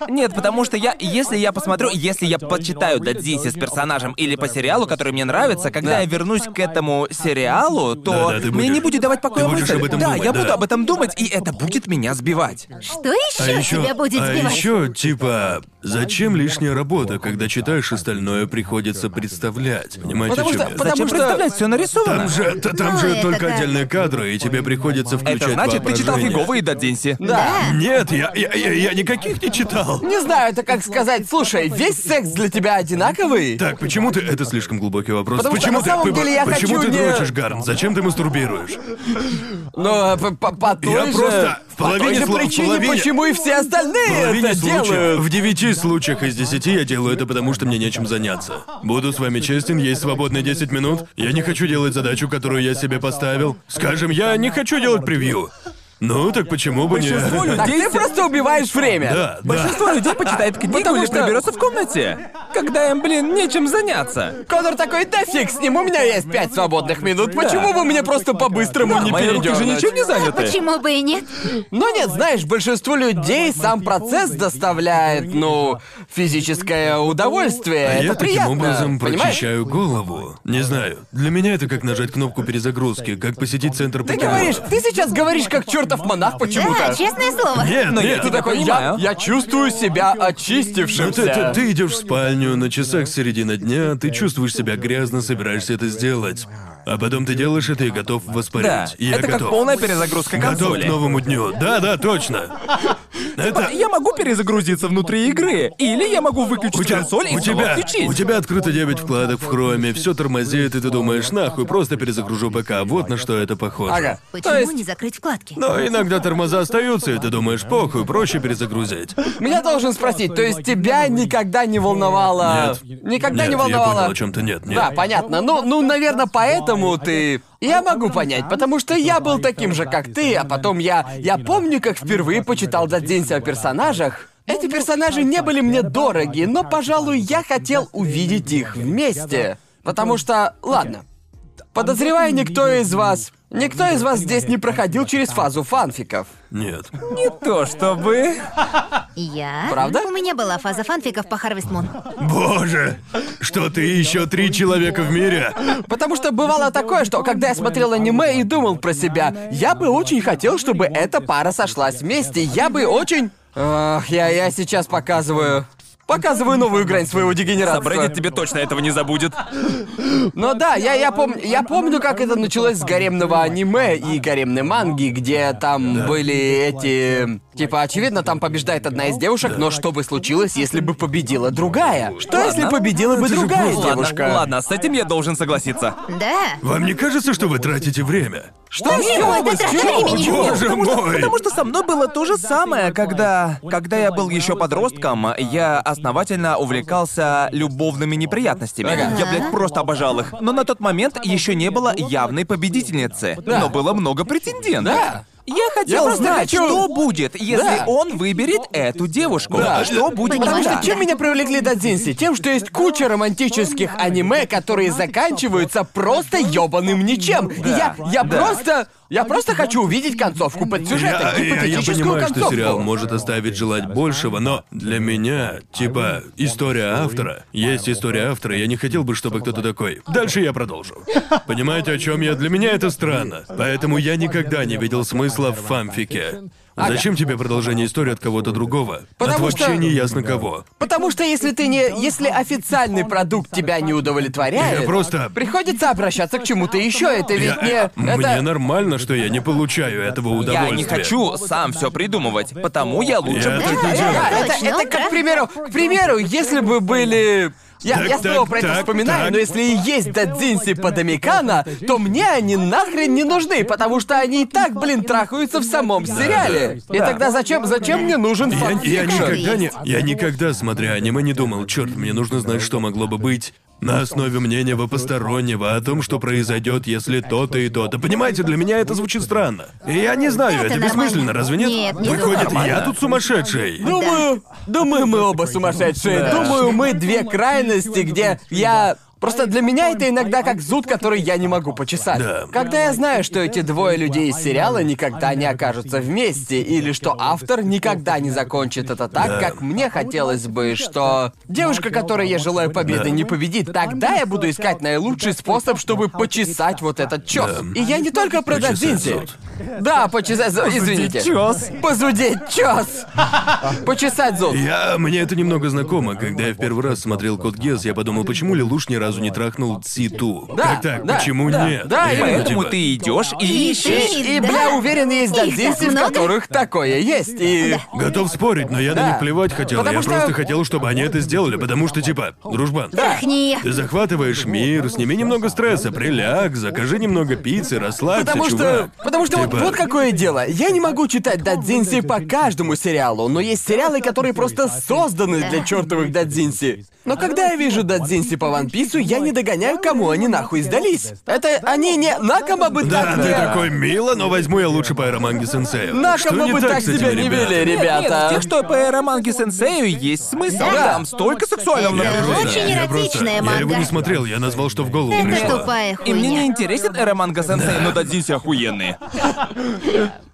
Нет, потому что я, если я посмотрю, если я почитаю Дадзиси с персонажем или по сериалу, который мне нравится, когда я вернусь к этому сериалу, то
Да-да, ты
мне
будешь-
не будет давать покоя
ты будешь
мысль.
об этом
да,
думать,
я
да.
буду об этом думать, и это будет меня сбивать. сбивать.
Что еще
А еще,
тебя будет
а
сбивать?
еще, типа, зачем лишняя работа, когда читаешь остальное, приходится представлять. Понимаете,
Потому
о чем
что-
я?
потому
Зачем
что-
представлять? Все нарисовано.
Там же, та- там
Ну,
же
это
только
да.
отдельные кадры, и тебе приходится включать
Это значит, ты читал
воображение.
фиговые дадзинси.
Да.
Нет, я, я, я, я никаких не читал.
Не знаю, это как сказать, слушай, весь секс для тебя одинаковый?
Так, почему ты... Это слишком глубокий вопрос.
Потому что
почему
на
ты...
самом деле я
почему
хочу не-
ты дрочишь, Гарн? Зачем ты мастурбируешь?
Но э, по, по- по той
Я
же...
просто в
по той
половине
же
слов- в
причине,
половине-
почему и все
В
остальные
половине
это
случаев-
делают.
В девяти случаях из десяти я делаю это, потому что мне нечем заняться. Буду с вами честен, есть свободные 10 минут. Я не хочу делать задачу, которую я себе поставил. Скажем, я не хочу делать превью. Ну, так почему бы не...
Большинство людей-
Так ты просто убиваешь время.
Да, да.
Большинство людей почитает книгу
Потому
или
что-
приберется в комнате, когда им, блин, нечем заняться.
Конор такой, да фиг с ним, у меня есть пять свободных минут, почему бы мне просто по-быстрому
Да,
не
мои руки же
передёрнуть?»
ничем не заняты.
Почему бы и нет?
Но нет, знаешь, большинству людей сам процесс доставляет, ну, физическое удовольствие.
А
это
я таким
приятно,
образом
понимаешь?
прочищаю голову. Не знаю. Для меня это как нажать кнопку перезагрузки, как посетить центр
Ты
Покемона.
говоришь, ты сейчас говоришь как чертов монах почему-то.
Да, честное слово.
Нет,
Но я
нет,
Ты
тебя
такой, я,
понимаю.
я чувствую себя
Ну,
очистившимся.
ты, ты- ты идешь в спальню, на часах середина дня, ты чувствуешь себя грязно, собираешься это сделать. А потом ты делаешь это и готов воспарить.
Да,
Я
это
готов.
как полная перезагрузка
Готов к
консоли.
новому дню. Да, да, точно. Это
Я могу перезагрузиться внутри игры, или я могу выключить консоль и
у тебя,
снова включить.
у тебя открыто 9 вкладок в хроме, все тормозит, и ты думаешь, нахуй, просто перезагружу ПК. Вот на что это похоже.
Ага.
Почему
То есть,
не закрыть вкладки?
Но иногда тормоза остаются, и ты думаешь, похуй, проще перезагрузить.
меня должен спросить, то есть тебя никогда не волновало...
Нет.
Никогда
Нет,
не
Я понял,
волновало...
о чем-то нет. нет.
Да, понятно. Ну, ну, наверное, поэтому ты... А Я могу понять, потому что я был таким же, как ты, а потом я... Я помню, как впервые почитал Дадзинси о персонажах. Эти персонажи не были мне дороги, но, пожалуй, я хотел увидеть их вместе. Потому что... Ладно. Подозреваю, никто из вас... Никто из вас здесь не проходил через фазу фанфиков.
Нет.
То, чтобы...
Я?
Правда?
У меня была фаза фанфиков по Харвест Мун.
Боже, что ты еще три человека в мире?
Потому что бывало такое, что когда я смотрел аниме и думал про себя, я бы очень хотел, чтобы эта пара сошлась вместе. Я бы очень... Ах, я, я сейчас показываю... Показываю новую грань своего
Брэдди
дегенератства.
тебе точно этого не забудет.
Но да, я, я, помню, я помню, как это началось с гаремного аниме и гаремной манги, где там были эти... Типа, очевидно, там побеждает одна из девушек, но что бы случилось, если бы победила другая? Что, если победила бы
Это же
другая
просто-
девушка?
Ладно, ладно, с этим я должен согласиться.
Да.
Вам не кажется, что вы тратите время?
Что? с чего
Ой,
бы?
да
С
трата
чего?
времени.
Боже мой!
Потому что со мной было то же самое, когда... Когда я был еще подростком, я основательно увлекался любовными неприятностями. Я, блядь, просто обожал их. Но на тот момент еще не было явной победительницы. Но было много претендентов.
Да.
Я
Я
хотел
просто
знать,
хочу-
что будет, если
Да.
он выберет эту девушку.
Да.
Что будет
Потому
тогда?
что чем меня привлекли Дадзинси? Тем, что есть куча романтических аниме, которые заканчиваются просто ёбаным ничем. И я, я просто... Я просто хочу увидеть концовку под сюжетом,
Я, я- я
гипотетическую
понимаю,
концовку.
что сериал может оставить желать большего, но для меня, типа, история автора. Есть история автора, я не хотел бы, чтобы кто-то такой. Дальше я продолжу. Понимаете, о чем я? Для меня это странно. Поэтому я никогда не видел смысла в фанфике. Зачем тебе продолжение истории от кого-то другого?
Потому
от
что-
вообще не ясно кого.
Потому что если ты не... Если официальный продукт тебя не удовлетворяет,
Я просто-
приходится обращаться к чему-то еще. Это ведь
Я-
не...
э, Мне
это...
нормально, что я не получаю этого удовольствия.
Я не хочу сам все придумывать, потому я лучше
Я
буду
так
Да,
не делаю.
это,
Точно,
это как,
да.
к примеру, к примеру, если бы были... Я,
Так,
я снова
так,
про это
так,
вспоминаю,
так.
но если и есть дадзинси под Амикана, то мне они нахрен не нужны, потому что они и так, блин, трахаются в самом сериале. И
Да.
тогда зачем, зачем мне нужен
Я, я
фанфикшн?
никогда не. Я никогда, смотря аниме, не думал, черт, мне нужно знать, что могло бы быть. На основе мнения постороннего о том, что произойдет, если то-то и то-то. Понимаете, для меня это звучит странно. И я не знаю,
Это
это,
нормально.
бессмысленно, разве нет?
Нет, нет,
Выходит,
нормально.
я тут сумасшедший.
Думаю, думаю, мы оба сумасшедшие. Думаю, мы две крайности, где я... Просто для меня это иногда как зуд, который я не могу почесать.
Да.
Когда я знаю, что эти двое людей из сериала никогда не окажутся вместе, или что автор никогда не закончит это так,
Да.
как мне хотелось бы, что девушка, которой я желаю победы,
Да.
не победит, тогда я буду искать наилучший способ, чтобы почесать вот этот чёс.
Да.
И я не только про
Почесать
Дадзинси.
зуд.
Да, почесать... за- Извините.
чёс.
Позудеть чёс. Почесать зуб.
Я... Мне это немного знакомо. Когда я в первый раз смотрел Код Гес, я подумал, почему Лелуш ни разу не трахнул Циту?
Да,
как так?
да,
почему
да,
нет?
да,
Именно,
Поэтому
типа,
ты идешь и
И
ищешь.
ты-
И, и,
да.
бля, уверен, есть
Их так
дадзинси, в
много.
которых такое есть. И...
Готов спорить, но я на
Да.
них плевать хотел.
Потому
я
что-
просто хотел, чтобы они это сделали, потому что, типа, дружбан,
Трахни.
ты захватываешь мир, сними немного стресса, приляг, закажи немного пиццы, расслабься,
Потому что,
чувак.
потому что вот,
Типа,
вот какое дело. Я не могу читать дадзинси по каждому сериалу, но есть сериалы, которые просто созданы для чертовых дадзинси. Но когда я вижу дадзинси по Ван Пису, я не догоняю, кому они нахуй сдались. Это они не... Накома бы
Да,
так
ты
не-
такой мило, но возьму я лучше по Романги Сенсею. что
Накома
не
бы
так,
так
с этими
себя не
ребятами?
вели,
Нет,
ребята.
в тех, что по Романге Сенсею есть смысл.
Да.
Там столько сексуального
Да.
напряжения.
Очень
я просто-
эротичная
Я его
манга.
не смотрел, я назвал, что в голову
Это
пришло.
тупая
И мне не
хуйня.
интересен Романга Сенсей, но дадзинси охуенные.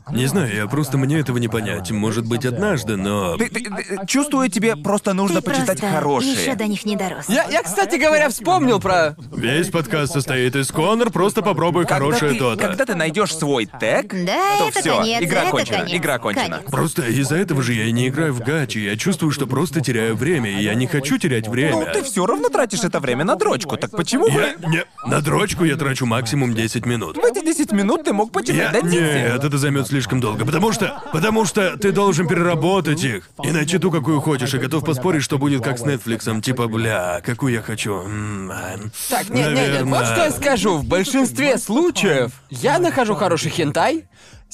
Не знаю, я просто мне этого не понять. Может быть, однажды, но...
Ты- ты- ты- чувствую, тебе просто нужно
Ты
почитать
просто еще
хорошие.
до них не дорос.
Я, я, кстати говоря, вспомнил про...
Весь подкаст состоит из Конор, просто попробуй
Когда
хорошее
ты,
то-то.
когда ты найдешь свой тег,
Да,
то
это
все,
конец,
Ну, игра
это
кончена.
конец.
Игра кончена.
Конец.
Просто из-за этого же я и не играю в гачи. Я чувствую, что просто теряю время, и я не хочу терять
Ну,
время.
ты все равно тратишь это время на дрочку, так почему
Я...
бы...
Не... На дрочку я трачу максимум 10 минут.
В эти 10 минут ты мог
Я...
почитать дадзинси.
Нет, это займет слишком долго. Потому что... Потому что ты должен переработать их. И найти ту, какую хочешь. И готов поспорить, что будет как с Нетфликсом. Типа, бля, какую я хочу. М, а,
Так, нет, нет, нет, вот
наверное.
что я скажу. В большинстве случаев я нахожу хороший хентай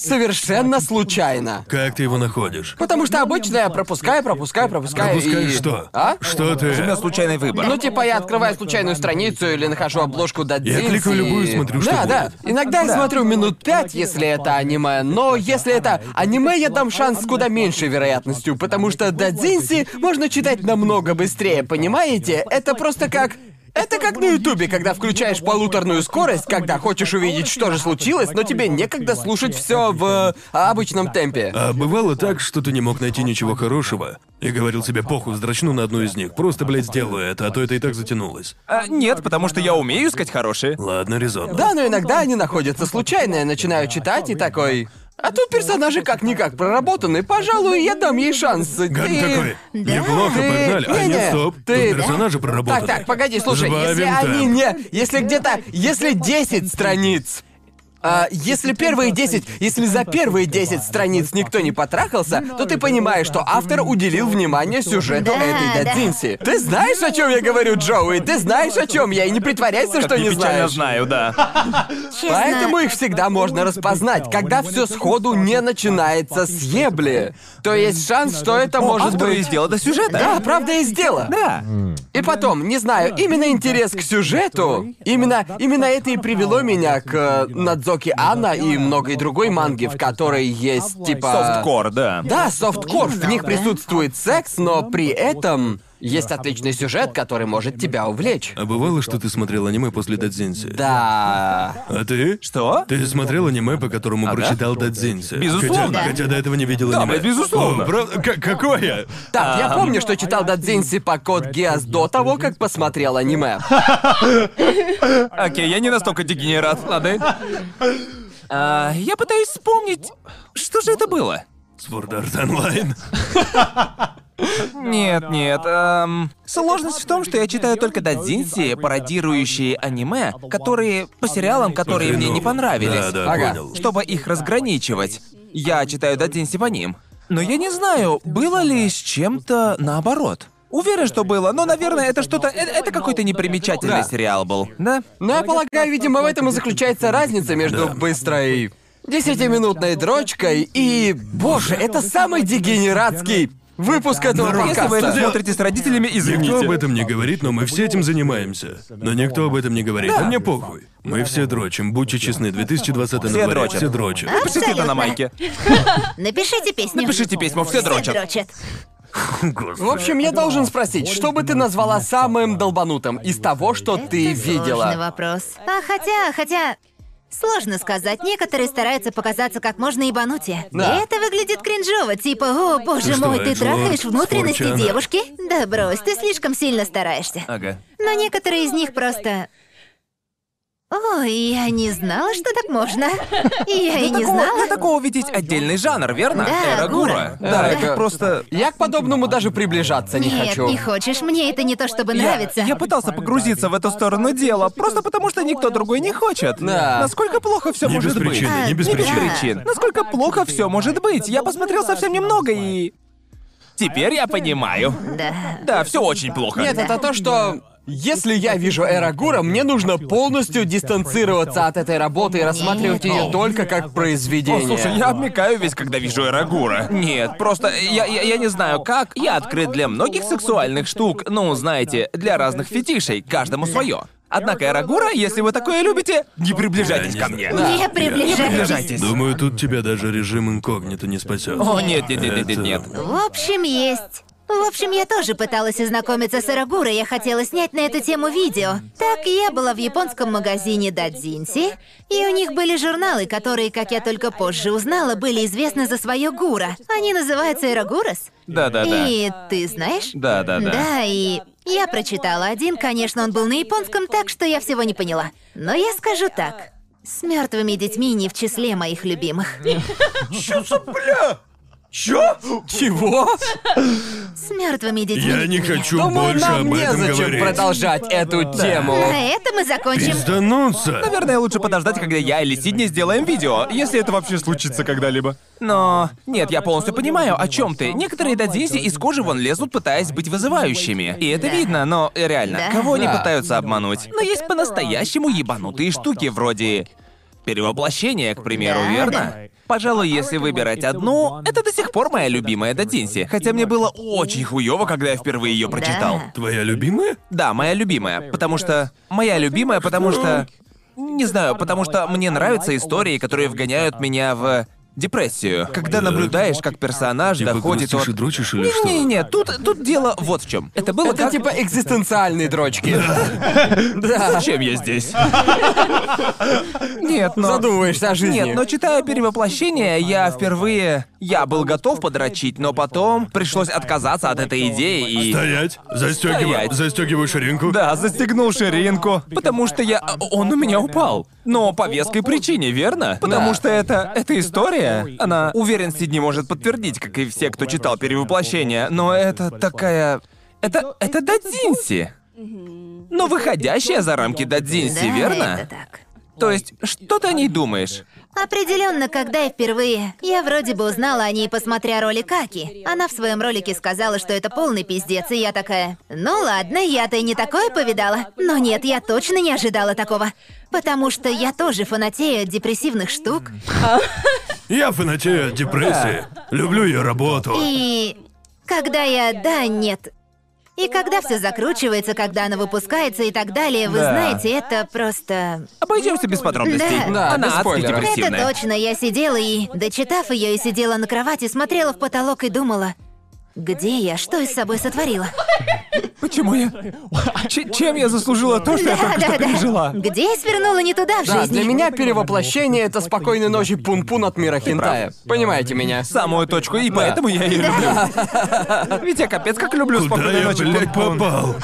совершенно случайно.
Как ты его находишь?
Потому что обычно я пропускаю, пропускаю, пропускаю
Пропускаешь
и...
что?
А?
Что ты...
У меня случайный выбор.
Ну, типа, я открываю случайную страницу или нахожу обложку дадзинси.
Я кликаю любую, смотрю, что
Да,
будет.
да. Иногда я
Да.
смотрю минут пять, если это аниме, но если это аниме, я дам шанс с куда меньшей вероятностью, потому что дадзинси можно читать намного быстрее, понимаете? Это просто как... Это как на Ютубе, когда включаешь полуторную скорость, когда хочешь увидеть, что же случилось, но тебе некогда слушать все в э, обычном темпе.
А бывало так, что ты не мог найти ничего хорошего? И говорил себе, похуй, вздрочну на одну из них. Просто, блядь, сделаю это, а то это и так затянулось.
А, нет, потому что я умею искать хорошие.
Ладно, резонно.
Да, ну, но иногда они находятся случайно, я начинаю читать и такой... А тут персонажи как-никак проработаны, пожалуй, я дам ей шанс.
Гад
Ты-
такой.
Да.
Неплохо,
Ты-
погнали. А
не-не,
нет, стоп.
ты-
Тут персонажи
Так,
проработаны.
так, погоди, слушай, если
Сбавим
они
темп.
не... Если где-то... Если 10 страниц... а, если первые 10, если за первые 10 страниц никто не потрахался, то ты понимаешь, что автор уделил внимание сюжету
Да,
этой
да.
дадзинси. Ты знаешь, о чем я говорю, Джоуи? Ты знаешь, о чем я? И не притворяйся, что
Как я
не
печально
знаешь.
знаю, да.
Честно,
Поэтому их всегда можно распознать, когда все сходу не начинается с ебли. То есть шанс, что это может
Автору
быть...
из дела до сюжета.
Да, правда, есть дело.
Да.
И потом, не знаю, именно интерес к сюжету, именно, именно это и привело меня к э, Надзоки Анна и многой другой манге, в которой есть типа...
Софткор, да.
Да, софткор, в них
Да.
присутствует секс, но при этом есть отличный сюжет, который может тебя увлечь.
А бывало, что ты смотрел аниме после Дадзинси?
Да.
А ты?
Что?
Ты смотрел аниме, по которому прочитал Дадзинси?
А, Безусловно.
Хотя, хотя до этого не видел
Да,
аниме.
блядь, безусловно.
О, правда? К- какое?
Так,
А,
я помню, что читал Дадзинси по код Гиас до того, как посмотрел аниме.
Окей, я не настолько дегенерат, ладно? А, я пытаюсь вспомнить, что же это было?
Sword Art Online.
Нет, нет. эм, Сложность в том, что я читаю только дадзинси, пародирующие аниме, которые по сериалам, которые мне не
Хреново.
понравились.
ну,
А,
Да, да,
Ага.
понял.
Чтобы их разграничивать, я читаю дадзинси по ним. Но я не знаю, было ли с чем-то наоборот. Уверен, что было, но, наверное, это что-то... э- Это какой-то непримечательный
Да.
сериал был. Да?
Но Ну, я полагаю, видимо, в этом и заключается разница между быстрой десятиминутной дрочкой и... Боже, это самый дегенератский выпуск этого
Если вы это
подкаста.
смотрите с родителями,
Никто об
извините.
этом не говорит, но мы все этим занимаемся. Но никто об этом не говорит. Да. мне похуй. Мы все дрочим, будьте честны, 2020 на
Все
дворе.
дрочат.
Все дрочат.
Напишите это на
Абсолютно.
майке.
Напишите песню.
Напишите письмо, все
Все
дрочат.
дрочат.
В общем, я должен спросить, что бы ты назвала самым долбанутым из того, что ты
Это Сложный
видела?
вопрос. А хотя, хотя... Сложно сказать. Некоторые стараются показаться как можно ебанутее.
Да.
И это выглядит кринжово, типа, о, боже
Ты
мой,
что,
ты
Эджелон
трахаешь внутренности
Форчана?
девушки? Да брось, ты слишком сильно стараешься.
Ага.
Но некоторые из них просто... Ой, я не знала, что так можно. Я
Ну,
и не
Для такого- Для
знала.
такого ведь есть отдельный жанр, верно?
Да,
Эра
гура.
Гура. Да,
Эра.
это просто...
Я к подобному даже приближаться не
Нет,
хочу.
не хочешь, мне это не то чтобы нравится.
Я пытался погрузиться в эту сторону дела, просто потому что никто другой не хочет.
Да.
Насколько плохо все
Не без
может быть?
причины, не без
А, не
причины.
да.
причин. Насколько плохо все может быть? Я посмотрел совсем немного и... Теперь я понимаю.
Да.
Да, все очень плохо.
Нет, это то, что... Если я вижу Эрагура, мне нужно полностью дистанцироваться от этой работы и рассматривать ее только как произведение.
Слушай, я обмикаю весь, когда вижу Эрагура. Нет, просто я, я, я не знаю как. Я открыт для многих сексуальных штук, ну, знаете, для разных фетишей, каждому свое. Однако Эрагура, если вы такое любите, не приближайтесь ко мне.
Не приближайтесь.
Приближайтесь.
Думаю, тут тебя даже режим инкогнито не спасет.
О, нет, нет, нет, нет, нет, нет.
В общем, есть. В общем, я тоже пыталась ознакомиться с Эрагурой, я хотела снять на эту тему видео. Так, я была в японском магазине Дадзинси, и у них были журналы, которые, как я только позже узнала, были известны за свое гура. Они называются Эрагурас.
Да-да-да.
И ты знаешь?
Да-да-да.
Да, и я прочитала один, конечно, он был на японском, так что я всего не поняла. Но я скажу так. С мертвыми детьми не в числе моих любимых.
Чего?
С мертвыми детьми.
Я не хочу
Думаю,
больше
нам
об этом
незачем
говорить.
продолжать эту тему.
На этом мы закончим.
Пиздануться!
Наверное, лучше подождать, когда я или Сидни сделаем видео, если это вообще случится когда-либо. Но нет, я полностью понимаю, о чем ты. Некоторые дадзинси из кожи вон лезут, пытаясь быть вызывающими. И это видно, но э, реально,
Да.
кого они
Да.
пытаются обмануть? Но есть по-настоящему ебанутые штуки вроде перевоплощения, к примеру,
Да,
верно?
да.
Пожалуй, если выбирать одну, это до сих пор моя любимая дадзинси. Хотя мне было очень хуёво, когда я впервые ее прочитал.
Да.
Твоя любимая?
Да, моя любимая, потому что... Моя любимая, потому что... Не знаю, потому что мне нравятся истории, которые вгоняют меня в депрессию. Когда наблюдаешь, как персонаж
Типа
доходит
грустишь и
от...
дрочишь или что?
Не-не-не, тут, тут дело вот в чем. Это было
Это
как-
типа экзистенциальные дрочки. Да.
Зачем я здесь? Нет, но...
Задумываешься о жизни.
Нет, но читая перевоплощение, я впервые... Я был готов подрочить, но потом пришлось отказаться от этой идеи и...
Стоять! Застегивай!
Стоять.
Застегивай ширинку.
Да, застегнул ширинку. А Потому что я... а, Он у меня упал. Но по веской причине, верно? Потому что это... Эта история, она... Уверен, Сидни может подтвердить, как и все, кто читал «Перевоплощение», но это такая... Это... Это Дадзинси. Но выходящая за рамки Дадзинси,
Да,
верно?
это так.
То есть, что ты о ней думаешь?
Определенно, когда я впервые. Я вроде бы узнала о ней, посмотря ролик Аки. Она в своем ролике сказала, что это полный пиздец, и я такая. Ну ладно, я-то и не такое повидала. Но нет, я точно не ожидала такого. Потому что я тоже фанатею от депрессивных штук.
Я фанатею от депрессии. Люблю ее работу.
И когда я да, нет. И когда все закручивается, когда она выпускается и так далее, вы
Да.
знаете, это просто.
Обойдемся без подробностей.
Да,
Да.
без
Она адски
спойлеров.
депрессивная.
Это точно, я сидела и, дочитав ее, и сидела на кровати, смотрела в потолок и думала, где я, что из собой сотворила?
Почему я... Ч- чем я заслужила то, что я только что пережила?
Где я свернула не туда в
Да,
жизни?
для меня перевоплощение это спокойной ночи пун-пун от мира хентая. Понимаете меня?
Самую точку, и поэтому я ее люблю. Ведь я капец как люблю
Куда
спокойной
я,
ночи.
блядь,
Пон-пон.
попал?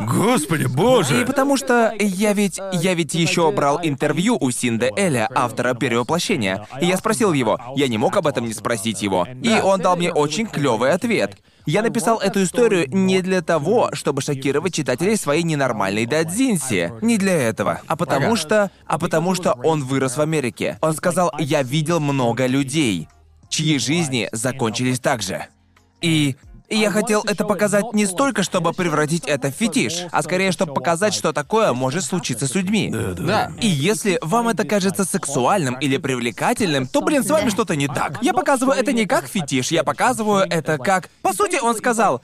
Господи, боже!
И потому что я ведь я ведь еще брал интервью у Синда Эля, автора перевоплощения. И я спросил его, я не мог об этом не спросить его. И он дал мне очень клевый ответ. Я написал эту историю не для того, чтобы шокировать читателей своей ненормальной дадзинси. Не для этого, а потому
Ага.
что, а потому что он вырос в Америке. Он сказал, я видел много людей, чьи жизни закончились так же. И и я хотел это показать не столько, чтобы превратить это в фетиш, а скорее, чтобы показать, что такое может случиться с людьми.
Да.
И если вам это кажется сексуальным или привлекательным, то, блин, с вами что-то не так. Я показываю это не как фетиш, я показываю это как... По сути, он сказал,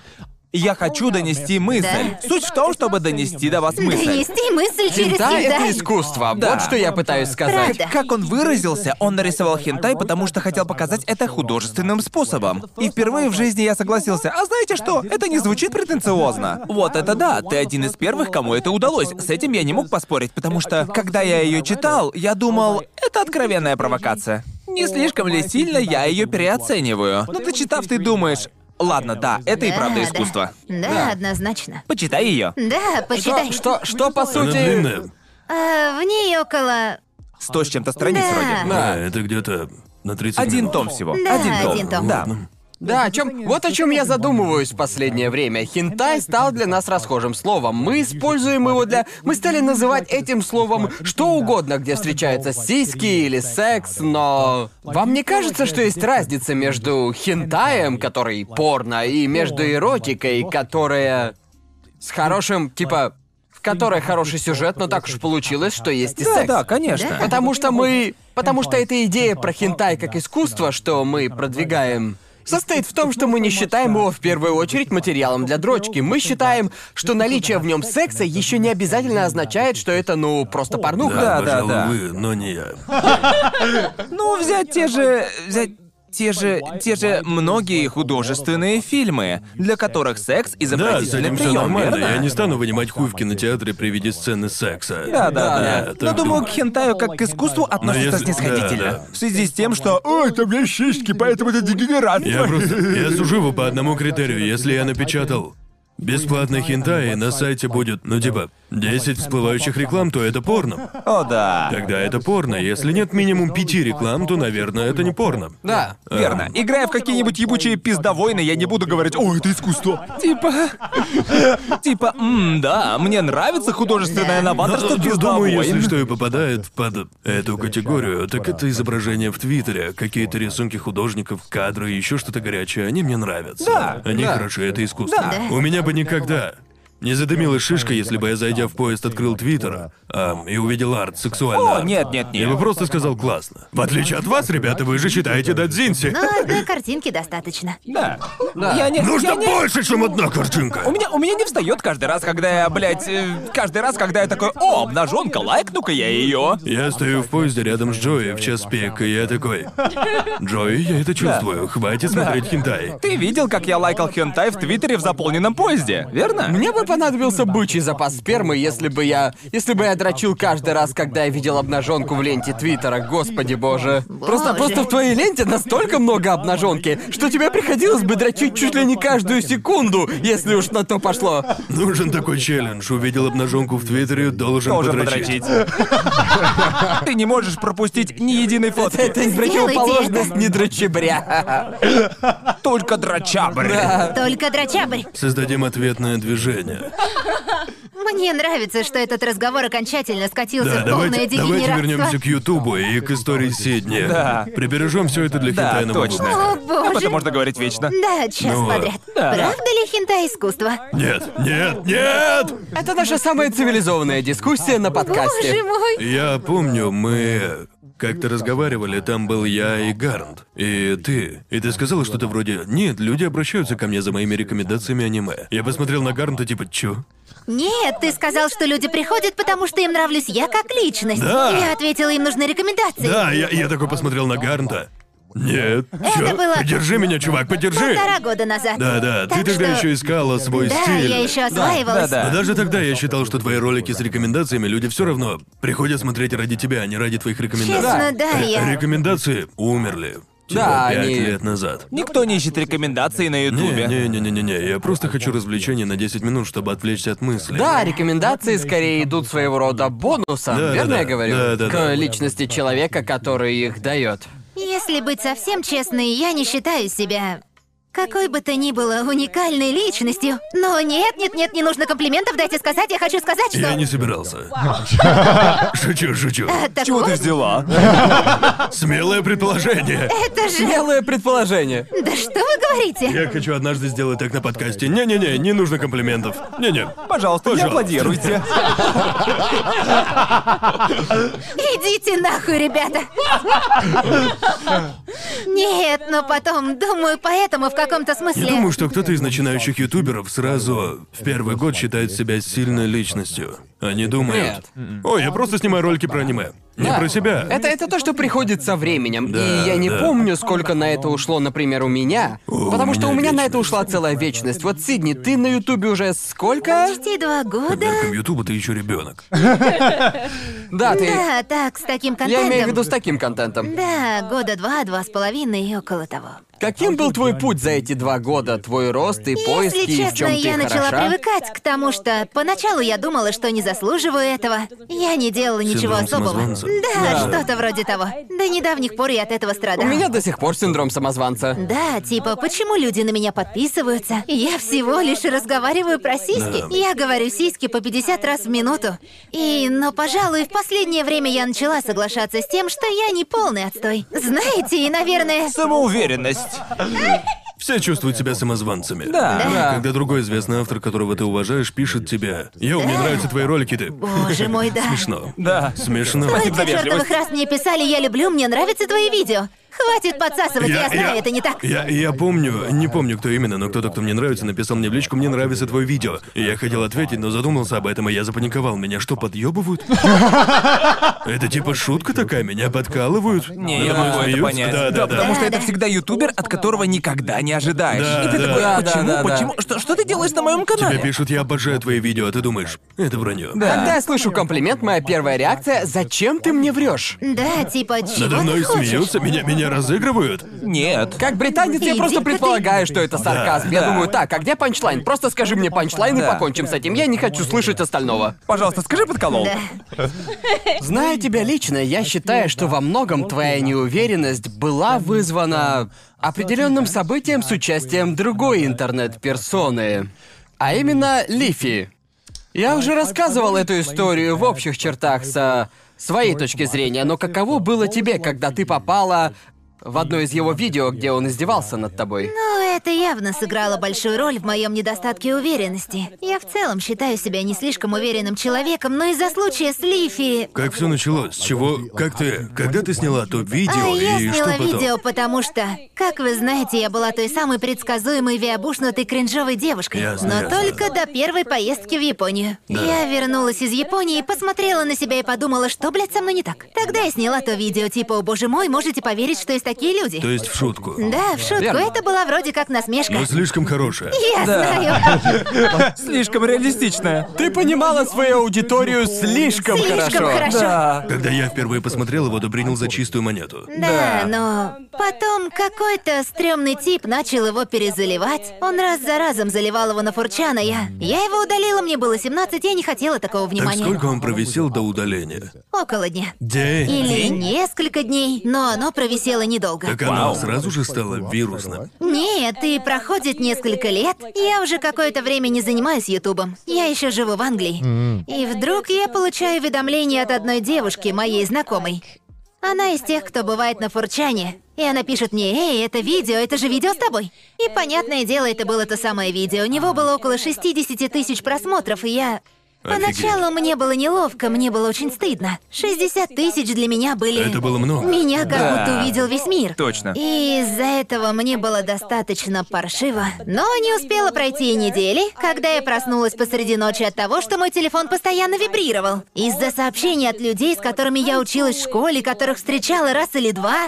я хочу донести мысль. Суть в том, чтобы донести до вас мысль.
Донести мысль через
Хентай это
хентай.
искусство.
Да.
Вот что я пытаюсь сказать.
Правда.
Как он выразился, он нарисовал хентай, потому что хотел показать это художественным способом. И впервые в жизни я согласился. А знаете что? Это не звучит претенциозно. Вот это да, ты один из первых, кому это удалось. С этим я не мог поспорить, потому что, когда я ее читал, я думал, это откровенная провокация. Не слишком ли сильно я ее переоцениваю? Но дочитав, ты думаешь, ладно, да, это и правда
Да,
искусство.
Да, однозначно.
Почитай ее.
Да,
Что,
почитай.
что, что по
Она
сути...
длинная.
А, в ней около...
Сто с чем-то страниц
Да.
вроде.
Да, э, это где-то на 30
Один
минут.
том всего.
Да,
один том.
один том.
Да.
Да, о чем. Вот о чем я задумываюсь в последнее время. Хинтай стал для нас расхожим словом. Мы используем его для. Мы стали называть этим словом что угодно, где встречаются сиськи или секс, но. Вам не кажется, что есть разница между хентаем, который порно, и между эротикой, которая. с хорошим, типа. в которой хороший сюжет, но так уж получилось, что есть и
Да,
секс.
да, конечно.
Потому что мы... Потому что эта идея про хентай как искусство, что мы продвигаем, состоит в том, что мы не считаем его в первую очередь материалом для дрочки. Мы считаем, что наличие в нем секса еще не обязательно означает, что это, ну, просто порнуха.
Да, да,
пожалуй,
да.
вы, но не я.
Ну, взять те же... Взять те же, те же многие художественные фильмы, для которых секс
Да, с
изобразительный
этим все
прием,
нормально.
верно?
Я не стану вынимать хуй в кинотеатре при виде сцены секса.
Да, да, да.
Я
Но
так
думаю, к хентаю как к искусству относятся
Ну, если-
снисходительно.
да, да.
В связи с тем, что «Ой, там есть шишки, поэтому это дегенерат».
Я просто... Я сужу его по одному критерию. Если я напечатал бесплатный хентай, и на сайте будет, ну типа, 10 всплывающих реклам, то это порно.
О, да.
Тогда это порно. Если нет минимум пяти реклам, то, наверное, это не порно.
Да.
А, ну,
Верно. Играя в какие-нибудь ебучие пиздовойны, я не буду говорить «О, это искусство». Типа... Типа, «М, да, мне нравится художественное новаторство
Ну, я думаю, если
пиздовойн».
что и попадает под эту категорию, так это изображения в Твиттере, какие-то рисунки художников, кадры и еще что-то горячее, они мне нравятся.
Да,
Они
да.
хороши, это искусство.
Да.
У меня бы никогда не задымилась шишка, если бы я, зайдя в поезд, открыл Твиттер ам, и увидел арт сексуальный.
О,
арт.
нет, нет,
Я бы
нет.
просто сказал классно. В отличие от вас, ребята, вы же читаете Дадзинси.
Но Ну, одной картинки достаточно.
Да. Я не...
Нужно
я не-
больше, чем одна картинка.
У меня, у меня не встает каждый раз, когда я, блядь, э, каждый раз, когда я такой, о, обнаженка, лайкну-ка я ее.
Я стою в поезде рядом с Джои в час пик, и я такой... Джои, я это чувствую, хватит смотреть хентай.
Ты видел, как я лайкал хентай в Твиттере в заполненном поезде, верно?
Мне бы понадобился бычий запас спермы, если бы я... Если бы я дрочил каждый раз, когда я видел обнаженку в ленте Твиттера, господи боже. Просто, просто в твоей ленте настолько много обнаженки, что тебе приходилось бы дрочить чуть ли не каждую секунду, если уж на то пошло.
Нужен такой челлендж. Увидел обнаженку в Твиттере, должен,
Должен
подрочить.
подрочить. Ты не можешь пропустить ни единой
Это,
фотки.
это противоположность не дрочебря.
Только дрочабрь.
Только драчабрь.
Создадим ответное движение.
Мне нравится, что этот разговор окончательно скатился
Да,
в полное
давайте, давайте
дегенератство.
вернемся к Ютубу и к истории Сидни.
Да.
Прибережем все это для
Да,
хентайного
точно.
выпуска.
О
Об
боже.
этом можно говорить вечно.
Да, час
Ну,
подряд. Правда ли хентай искусство?
Нет, нет, нет!
Это наша самая цивилизованная дискуссия на
Боже
подкасте.
мой.
Я помню, мы как-то разговаривали, там был я и Гарнт, и ты. И ты сказала что-то вроде «Нет, люди обращаются ко мне за моими рекомендациями аниме». Я посмотрел на Гарнта типа «Чё?»
Нет, ты сказал, что люди приходят, потому что им нравлюсь я как личность.
Да.
Я ответила, им нужны рекомендации.
Да, я, я такой посмотрел на Гарнта. Нет,
Э, Это
чё?
было-
Поддержи меня, чувак, поддержи!
Полтора года назад.
Да-да,
Так
ты тогда
что-
еще искала свой
Да,
стиль.
я еще осваивалась.
да,
Но даже тогда я считал, что твои ролики с рекомендациями люди все равно приходят смотреть ради тебя, а не ради твоих рекомендаций.
Честно, да,
Р-
я-
Рекомендации умерли. Типа,
Да,
пять
они-
лет назад.
Никто не ищет рекомендаций на
Ну,
Ютубе.
Не-не-не-не-не, я просто хочу развлечений на 10 минут, чтобы отвлечься от мыслей.
Да, рекомендации скорее идут своего рода бонусом,
Да,
верно
да,
я
да.
говорю?
Да, да,
К
да.
личности человека, который их дает.
Если быть совсем честной, я не считаю себя какой бы то ни было уникальной личностью. Но нет, нет, нет, не нужно комплиментов, дайте сказать, я хочу сказать, что...
Я не собирался. Шучу, шучу.
А, так
Чего ты
вот,
взяла?
Смелое предположение.
это же...
Смелое предположение.
Да что вы говорите?
Я хочу однажды сделать так на подкасте. Не-не-не, не нужно комплиментов. Не-не.
Пожалуйста, не
Пожалуйста.
аплодируйте.
Идите нахуй, ребята! Нет, но потом, думаю, поэтому в каком-то
Не
смысле...
думаю, что кто-то из начинающих ютуберов сразу в первый год считает себя сильной личностью. Они думают... Ой, я просто снимаю ролики про аниме. Не
Да.
про себя.
Это, это то, что приходит со временем.
Да,
и я не
да.
помню, сколько на это ушло, например, у меня. потому что у меня
меня
на это ушла целая вечность. Вот, Сидни, ты на Ютубе уже сколько?
Почти два года.
Меркам Ютуба ты еще ребенок.
Да, А ты.
Да, так, с таким контентом.
Я имею в виду с таким контентом.
Да, года два, два с половиной и около того.
Каким был твой путь за эти два года? Твой рост и поиски,
Если
и в
честно,
чем ты
я начала
хороша?
привыкать к тому, что поначалу я думала, что не заслуживаю этого. Я не делала ничего
Синдром
особого.
самозванца.
Да, что-то вроде того. До недавних пор я от этого
У
страдала.
меня до сих пор синдром самозванца.
Да, типа, почему люди на меня подписываются? Я всего лишь разговариваю про сиськи. Я говорю сиськи по 50 раз в минуту. И, но, пожалуй, в последнее время я начала соглашаться с тем, что я не полный отстой. Знаете, и, наверное...
Самоуверенность.
Все чувствуют себя самозванцами.
Да.
Да.
Когда другой известный автор, которого ты уважаешь, пишет тебе «Йоу, мне нравятся твои ролики, ты...»
Боже мой, да.
Смешно.
Да.
Смешно.
Спасибо. за
Сколько чертовых
вежливость.
раз мне писали «Я люблю, мне нравятся твои видео». Хватит подсасывать, я, знаю, это не так.
Я, я помню, не помню, кто именно, но кто-то, кто мне нравится, написал мне в личку «Мне нравится твое видео». И я хотел ответить, но задумался об этом, и я запаниковал. Меня что, подъебывают? Это типа шутка такая, меня подкалывают?
Не,
Надо мной
я могу это
смеются?
понять.
Да, да,
Потому
да.
что это всегда ютубер, от которого никогда не ожидаешь.
Да,
И ты
да.
такой, «А,
Да, да,
почему,
да, да.
почему? Что, что ты делаешь на моем канале?
Тебе пишут «Я обожаю твои видео», а ты думаешь, это вранье.
Когда я слышу комплимент, моя первая реакция «Зачем ты мне врешь?»
Да, типа,
Надо
чего ты
мной
хочешь?
смеются, меня, меня разыгрывают.
Нет.
Как британец, я
Иди-ка
просто
ты.
предполагаю, что это сарказм. Я
Да.
думаю, так, а где панчлайн? Просто скажи мне панчлайн и
Да.
покончим с этим. Я не хочу слышать остального.
Пожалуйста, скажи подколол.
Да.
Зная тебя лично, я считаю, что во многом твоя неуверенность была вызвана определенным событием с участием другой интернет-персоны, а именно Лифи. Я уже рассказывал эту историю в общих чертах со своей точки зрения, но каково было тебе, когда ты попала в одно из его видео, где он издевался над тобой?
Ну, это явно сыграло большую роль в моем недостатке уверенности. Я в целом считаю себя не слишком уверенным человеком, но из-за случая с Лифи...
Как все началось? С чего? Как ты? Когда ты сняла то
А
видео
я
и что
сняла
потом?
видео, потому что, как вы знаете, я была той самой предсказуемой виабушнутой кринжовой девушкой.
Ясно,
но
ясно.
только до первой поездки в Японию. Я вернулась из Японии, посмотрела на себя и подумала, что, блядь, со мной не так. Тогда я сняла то видео, типа, о боже мой, можете поверить, что есть такие люди.
То есть в шутку.
Да, в шутку,
Верно.
это была вроде как насмешка.
Но слишком хорошее.
Я знаю.
Слишком реалистичная.
Ты понимала свою аудиторию слишком,
Слишком хорошо.
Да.
Когда я впервые посмотрел его, то принял за чистую монету.
Да, но потом какой-то стрёмный тип начал его перезаливать. Он раз за разом заливал его на Фурчана, я... Я его удалила, мне было 17, я не хотела такого
Так
внимания.
сколько он провисел до удаления?
Около дня.
День.
Или несколько дней, но оно провисело недолго.
Так оно сразу же стало вирусным.
Нет, и проходит несколько лет. Я уже какое-то время не занимаюсь Ютубом. Я еще живу в Англии. И вдруг я получаю уведомление от одной девушки, моей знакомой. Она из тех, кто бывает на Фурчане. И она пишет мне, «Эй, это видео, это же видео с тобой». И понятное дело, это было то самое видео. У него было около 60 тысяч просмотров, и я...
Офигеть.
Поначалу мне было неловко, мне было очень стыдно. 60 тысяч для меня были...
Это было много.
Меня как
Да.
будто увидел весь мир.
Точно.
И из-за этого мне было достаточно паршиво. Но не успела пройти и недели, когда я проснулась посреди ночи от того, что мой телефон постоянно вибрировал. Из-за сообщений от людей, с которыми я училась в школе, которых встречала раз или два.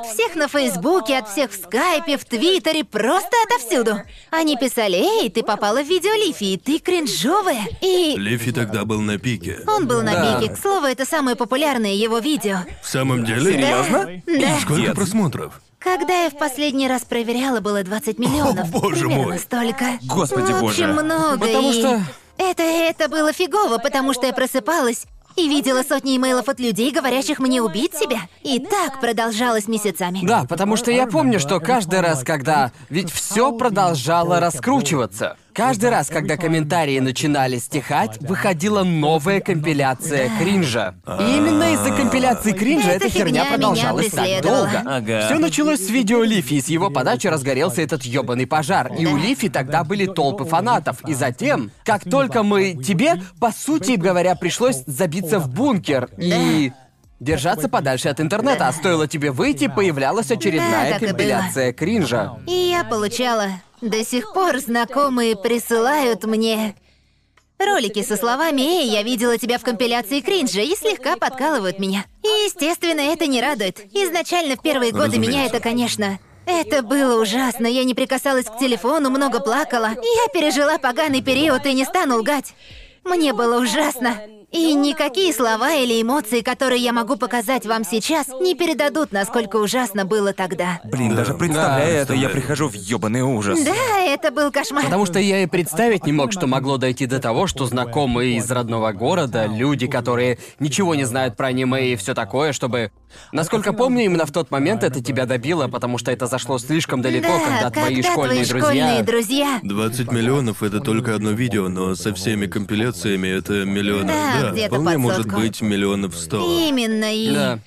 От всех на Фейсбуке, от всех в Скайпе, в Твиттере, просто отовсюду. Они писали, «Эй, ты попала в видео Лифи, и ты кринжовая». И
Лифи тогда был на пике.
он был на
Да.
пике. К слову, это самое популярное его видео.
В самом деле?
Серьезно?
Да.
Сколько
Пиздец.
просмотров?
Когда я в последний раз проверяла, было 20 миллионов.
боже
Примерно
мой.
столько.
Господи
В общем,
боже.
много.
Потому
и
что-
Это, это было фигово, потому что я просыпалась и видела сотни имейлов от людей, говорящих мне убить себя. И так продолжалось месяцами.
Да, потому что я помню, что каждый раз, когда... Ведь все продолжало раскручиваться. Каждый раз, когда комментарии начинали стихать, выходила новая компиляция кринжа. И именно из-за компиляции кринжа
Эта
эта херня
фигня
продолжалась
меня
так
преследовала.
долго.
Ага.
Все началось с видео Лифи, и с его подачи разгорелся этот ёбаный пожар. И у Лифи тогда были толпы фанатов. И затем, как только мы... Тебе, по сути говоря, пришлось забиться в бункер и... Держаться подальше от интернета, а стоило тебе выйти, появлялась
Да,
очередная
так и было.
компиляция кринжа.
И я получала. До сих пор знакомые присылают мне ролики со словами «Эй, я видела тебя в компиляции кринжа» и слегка подкалывают меня. И, естественно, это не радует. Изначально в первые годы меня
Разумеется.
это, конечно... Это было ужасно, я не прикасалась к телефону, много плакала. Я пережила поганый период и не стану лгать. Мне было ужасно. И никакие слова или эмоции, которые я могу показать вам сейчас, не передадут, насколько ужасно было тогда.
Блин,
Да,
даже представляя
да,
это, я
представляю.
прихожу в ёбаный ужас.
Да, это был кошмар.
Потому что я и представить не мог, что могло дойти до того, что знакомые из родного города, люди, которые ничего не знают про аниме и все такое, чтобы... Насколько помню, именно в тот момент это тебя добило, потому что это зашло слишком далеко, когда,
да,
твои школьные друзья...
школьные друзья.
20 миллионов это только одно видео, но со всеми компиляциями это миллионов.
Да,
Да,
где-то
вполне
под
может
сотку.
быть миллионов сто.
Именно и.
Да.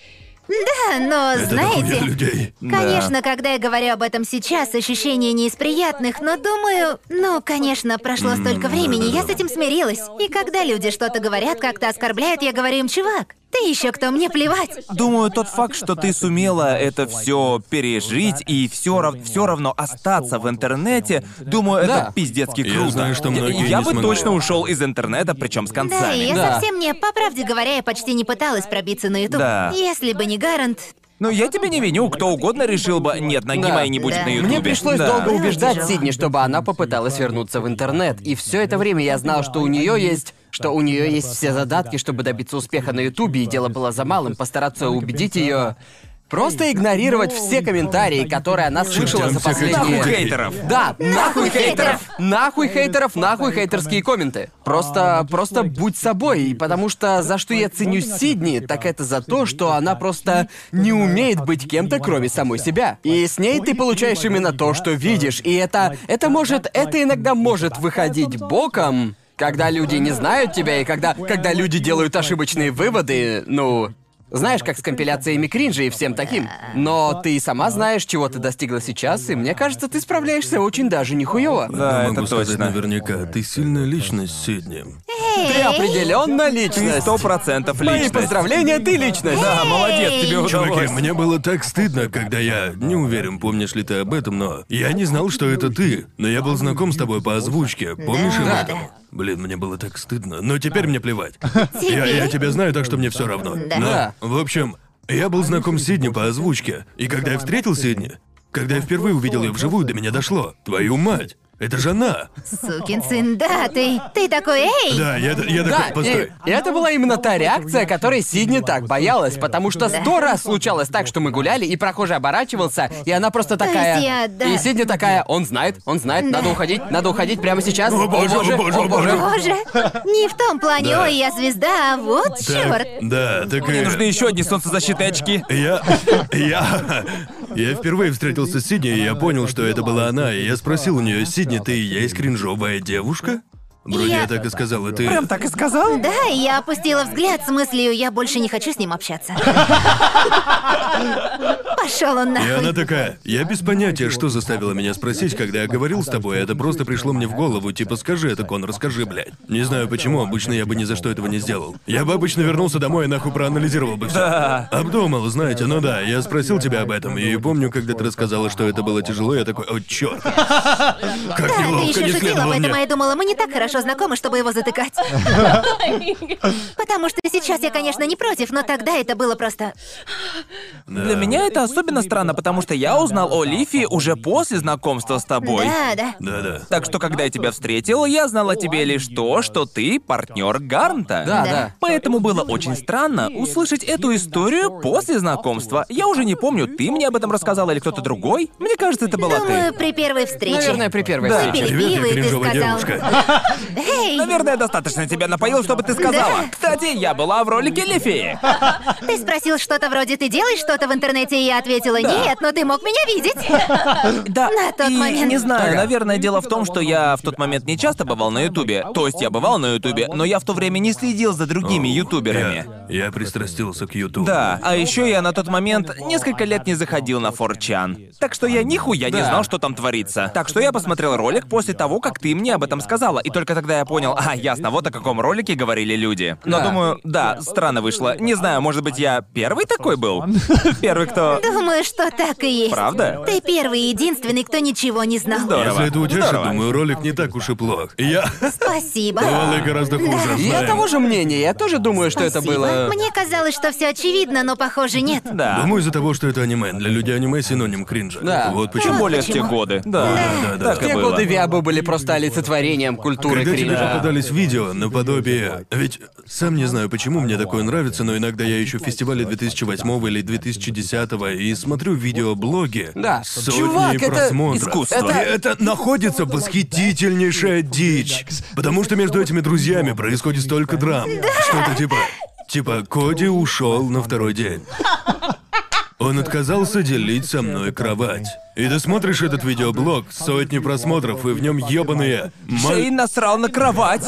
Да, но
Это дохуя
знаете.
людей.
Конечно, когда я говорю об этом сейчас, ощущение не из приятных, но думаю, ну, конечно, прошло столько времени, я с этим смирилась. И когда люди что-то говорят, как-то оскорбляют, я говорю им, чувак, ты еще кто, мне плевать.
Думаю, тот факт, что ты сумела это все пережить и все, все равно остаться в интернете, думаю, это
Да.
пиздецки
Я
круто.
знаю, что многие
я
не
бы
смогли.
точно ушел из интернета, причем с
Да,
концами.
и я
Да.
совсем не, по правде говоря, я почти не пыталась пробиться на YouTube.
Да.
Если бы не Гарант,
Но я тебя не виню, кто угодно решил бы, нет, ноги
Да.
моей не будет
Да.
на ютубе.
Мне пришлось
Да.
долго убеждать
Тяжело.
Сидни, чтобы она попыталась вернуться в интернет. И все это время я знал, что у нее есть что у нее есть все задатки, чтобы добиться успеха на Ютубе, и дело было за малым постараться убедить ее просто игнорировать все комментарии, которые она слышала
там
за
всех этих
Нахуй
последние.
хейтеров.
Да, нахуй
хейтеров!
хейтеров! Нахуй хейтеров, А, нахуй хейтерские комменты. Просто, просто будь собой. И потому что за что я ценю ну, типа, Сидни, а так это за то, что она просто не умеет быть кем-то, кроме самой себя. И с ней ты получаешь именно то, что видишь. И это, это может, это иногда может выходить боком, когда люди не знают тебя и когда, когда люди делают ошибочные выводы, ну, знаешь, как с компиляциями кринжа и всем таким. Но ты и сама знаешь, чего ты достигла сейчас, и мне кажется, ты справляешься очень даже нихуево.
Да,
Я
это
могу сказать
точно.
наверняка, ты сильная личность, Сидни.
Ты определенно
Ты
личность.
сто процентов
Мои
личность.
поздравления, ты личность.
Да, молодец, тебе удалось.
Чуваки, мне было так стыдно, когда я... Не уверен, помнишь ли ты об этом, но... Я не знал, что это ты, но я был знаком с тобой по озвучке. Помнишь об
Да.
этом? Блин, мне было так стыдно, но теперь мне плевать. Я,
Теперь?
я тебя знаю, так что мне все равно.
Да.
Да.
Но, в общем, я был знаком с Сидни по озвучке, и когда я встретил Сидни, когда я впервые увидел ее вживую, до меня дошло. Твою мать! Это же она!
сукин сын, да, ты, ты такой, эй,
Да, я, я
Да,
э,
такой, постой.
и, и это была именно та реакция, которой Сидни так боялась, потому что сто раз случалось так, что мы гуляли, и прохожий оборачивался, и она просто
есть
такая...
я, да.
И Сидни такая, он знает, он знает, надо уходить, надо уходить прямо сейчас.
О, боже, о, боже, о, боже».
боже, не в том плане,
Да.
ой, я звезда, а вот
Так,
черт.
да, так и...
Мне нужны еще одни солнцезащитные очки.
Я... Я... Я впервые встретился с Сидни, и я понял, что это была она, и я спросил у нее, Сидни, ты и есть кринжовая девушка? Вроде
Я-
я так и сказал, и ты...
Прям Эм, так и сказал?
Да, и я опустила взгляд с мыслью, я больше не хочу с ним общаться. Пошел он
И она
нахуй.
такая, я без понятия, что заставило меня спросить, когда я говорил с тобой, это просто пришло мне в голову, типа, скажи это, Конор, скажи, блядь. Не знаю почему, обычно я бы ни за что этого не сделал. Я бы обычно вернулся домой и нахуй проанализировал бы все. Обдумал, знаете, ну да, я спросил тебя об этом, и помню, когда ты рассказала, что это было тяжело, я такой, о, черт. Как
Да, ты
неловко,
еще
не
шутила об
следовало
этом, а я
мне.
думала, мы не так хорошо знакомы, чтобы его затыкать. Потому что сейчас я, конечно, не против, но тогда это было просто...
Для меня это особенно странно, потому что я узнал о Лифи уже после знакомства с тобой.
Да, да.
Да-да.
Так что, когда я тебя встретил, я знал о тебе лишь то, что ты партнер Гарнта.
Да, да.
Поэтому было очень странно услышать эту историю после знакомства. Я уже не помню, ты мне об этом рассказала или кто-то другой. Мне кажется, это была
Думаю,
ты.
при первой встрече.
Наверное, при первой
Да.
встрече.
Перебила,
Привет,
и
я
ты
кринжовая
сказал.
девушка.
Эй,
Наверное, достаточно тебя напоил, чтобы ты сказала. Кстати, я была в ролике Лифи.
ты спросил что-то вроде «ты делаешь что-то в интернете?» И я ответила «нет, но ты мог меня видеть».
Да,
На тот
и
момент.
не знаю, наверное, дело в том, что я в тот момент не часто бывал на Ютубе. То есть я бывал на Ютубе, но я в то время не следил за другими ютуберами.
Я, я пристрастился к Ютубу.
Да, а еще я на тот момент несколько лет не заходил на 4chan. Так что я нихуя не
Да.
знал, что там творится. Так что я посмотрел ролик после того, как ты мне об этом сказала. И только тогда я понял, а, ясно, вот о каком ролике говорили люди. Но
Да.
думаю, да, странно вышло. Не знаю, может быть, я первый такой был? Первый, кто...
Думаю, что так и есть.
Правда?
Ты первый и единственный, кто ничего не знал.
Здорово.
Если это утешит,
Здорово.
думаю, ролик не так уж и плох. Я...
Спасибо.
Бывало и гораздо хуже.
Я
знаем.
того же мнения, я тоже думаю, что это
Спасибо.
было...
Мне казалось, что все очевидно, но похоже нет.
Да.
Думаю, из-за того, что это аниме. Для людей аниме синоним кринжа.
Да.
Вот почему.
Тем более в те
почему?
годы.
Да, да, да.
Так и
Те
было.
годы Виабы были просто олицетворением культуры
Когда тебе
кринжа.
попадались видео наподобие... Ведь сам не знаю, почему мне такое нравится, но иногда я ищу фестивали 2008 или 2010 и смотрю видеоблоги.
Да.
Сотни
Чувак, это
просмотров.
искусство.
И это находится восхитительнейшая дичь. Потому что между этими друзьями происходит столько драм. Что-то типа... Типа, Коди ушел на второй день. Он отказался делить со мной кровать. И ты смотришь этот видеоблог, сотни просмотров, и в нем ебаные...
Шейн насрал на кровать.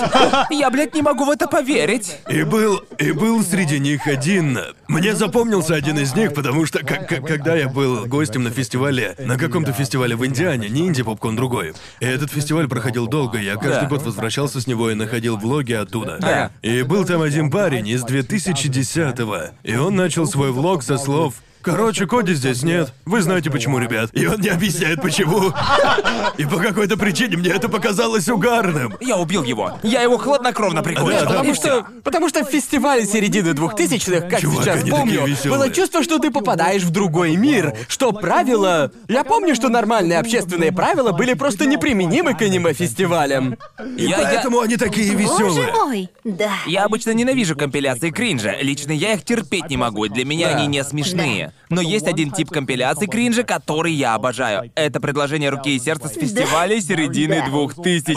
Я, блядь, не могу в это поверить.
И был, и был среди них один. Мне запомнился один из них, потому что как- как- когда я был гостем на фестивале, на каком-то фестивале в Индиане, не инди попкорн другой. И этот фестиваль проходил долго, я каждый
Да.
год возвращался с него и находил влоги оттуда.
Да.
И был там один парень из 2010-го, и он начал свой влог со слов Короче, Коди здесь нет. Вы знаете почему, ребят. И он не объясняет почему. И по какой-то причине мне это показалось угарным.
Я убил его. Я его хладнокровно
Да, да.
прикончил. И
Потому
всё.
что, потому что в фестивале середины двухтысячных, как
Чувак,
сейчас
они
помню,
такие весёлые.
было чувство, что ты попадаешь в другой мир, что правила... Я помню, что нормальные общественные правила были просто неприменимы к аниме-фестивалям.
И
Я- я-
поэтому они такие
Боже
веселые.
мой! Да.
Я обычно ненавижу компиляции кринжа. Лично я их терпеть не могу, для меня
Да.
они не смешные. Но есть один тип компиляции кринжа, который я обожаю. Это предложение руки и сердца с фестиваля середины
Да.
О,
2000-х.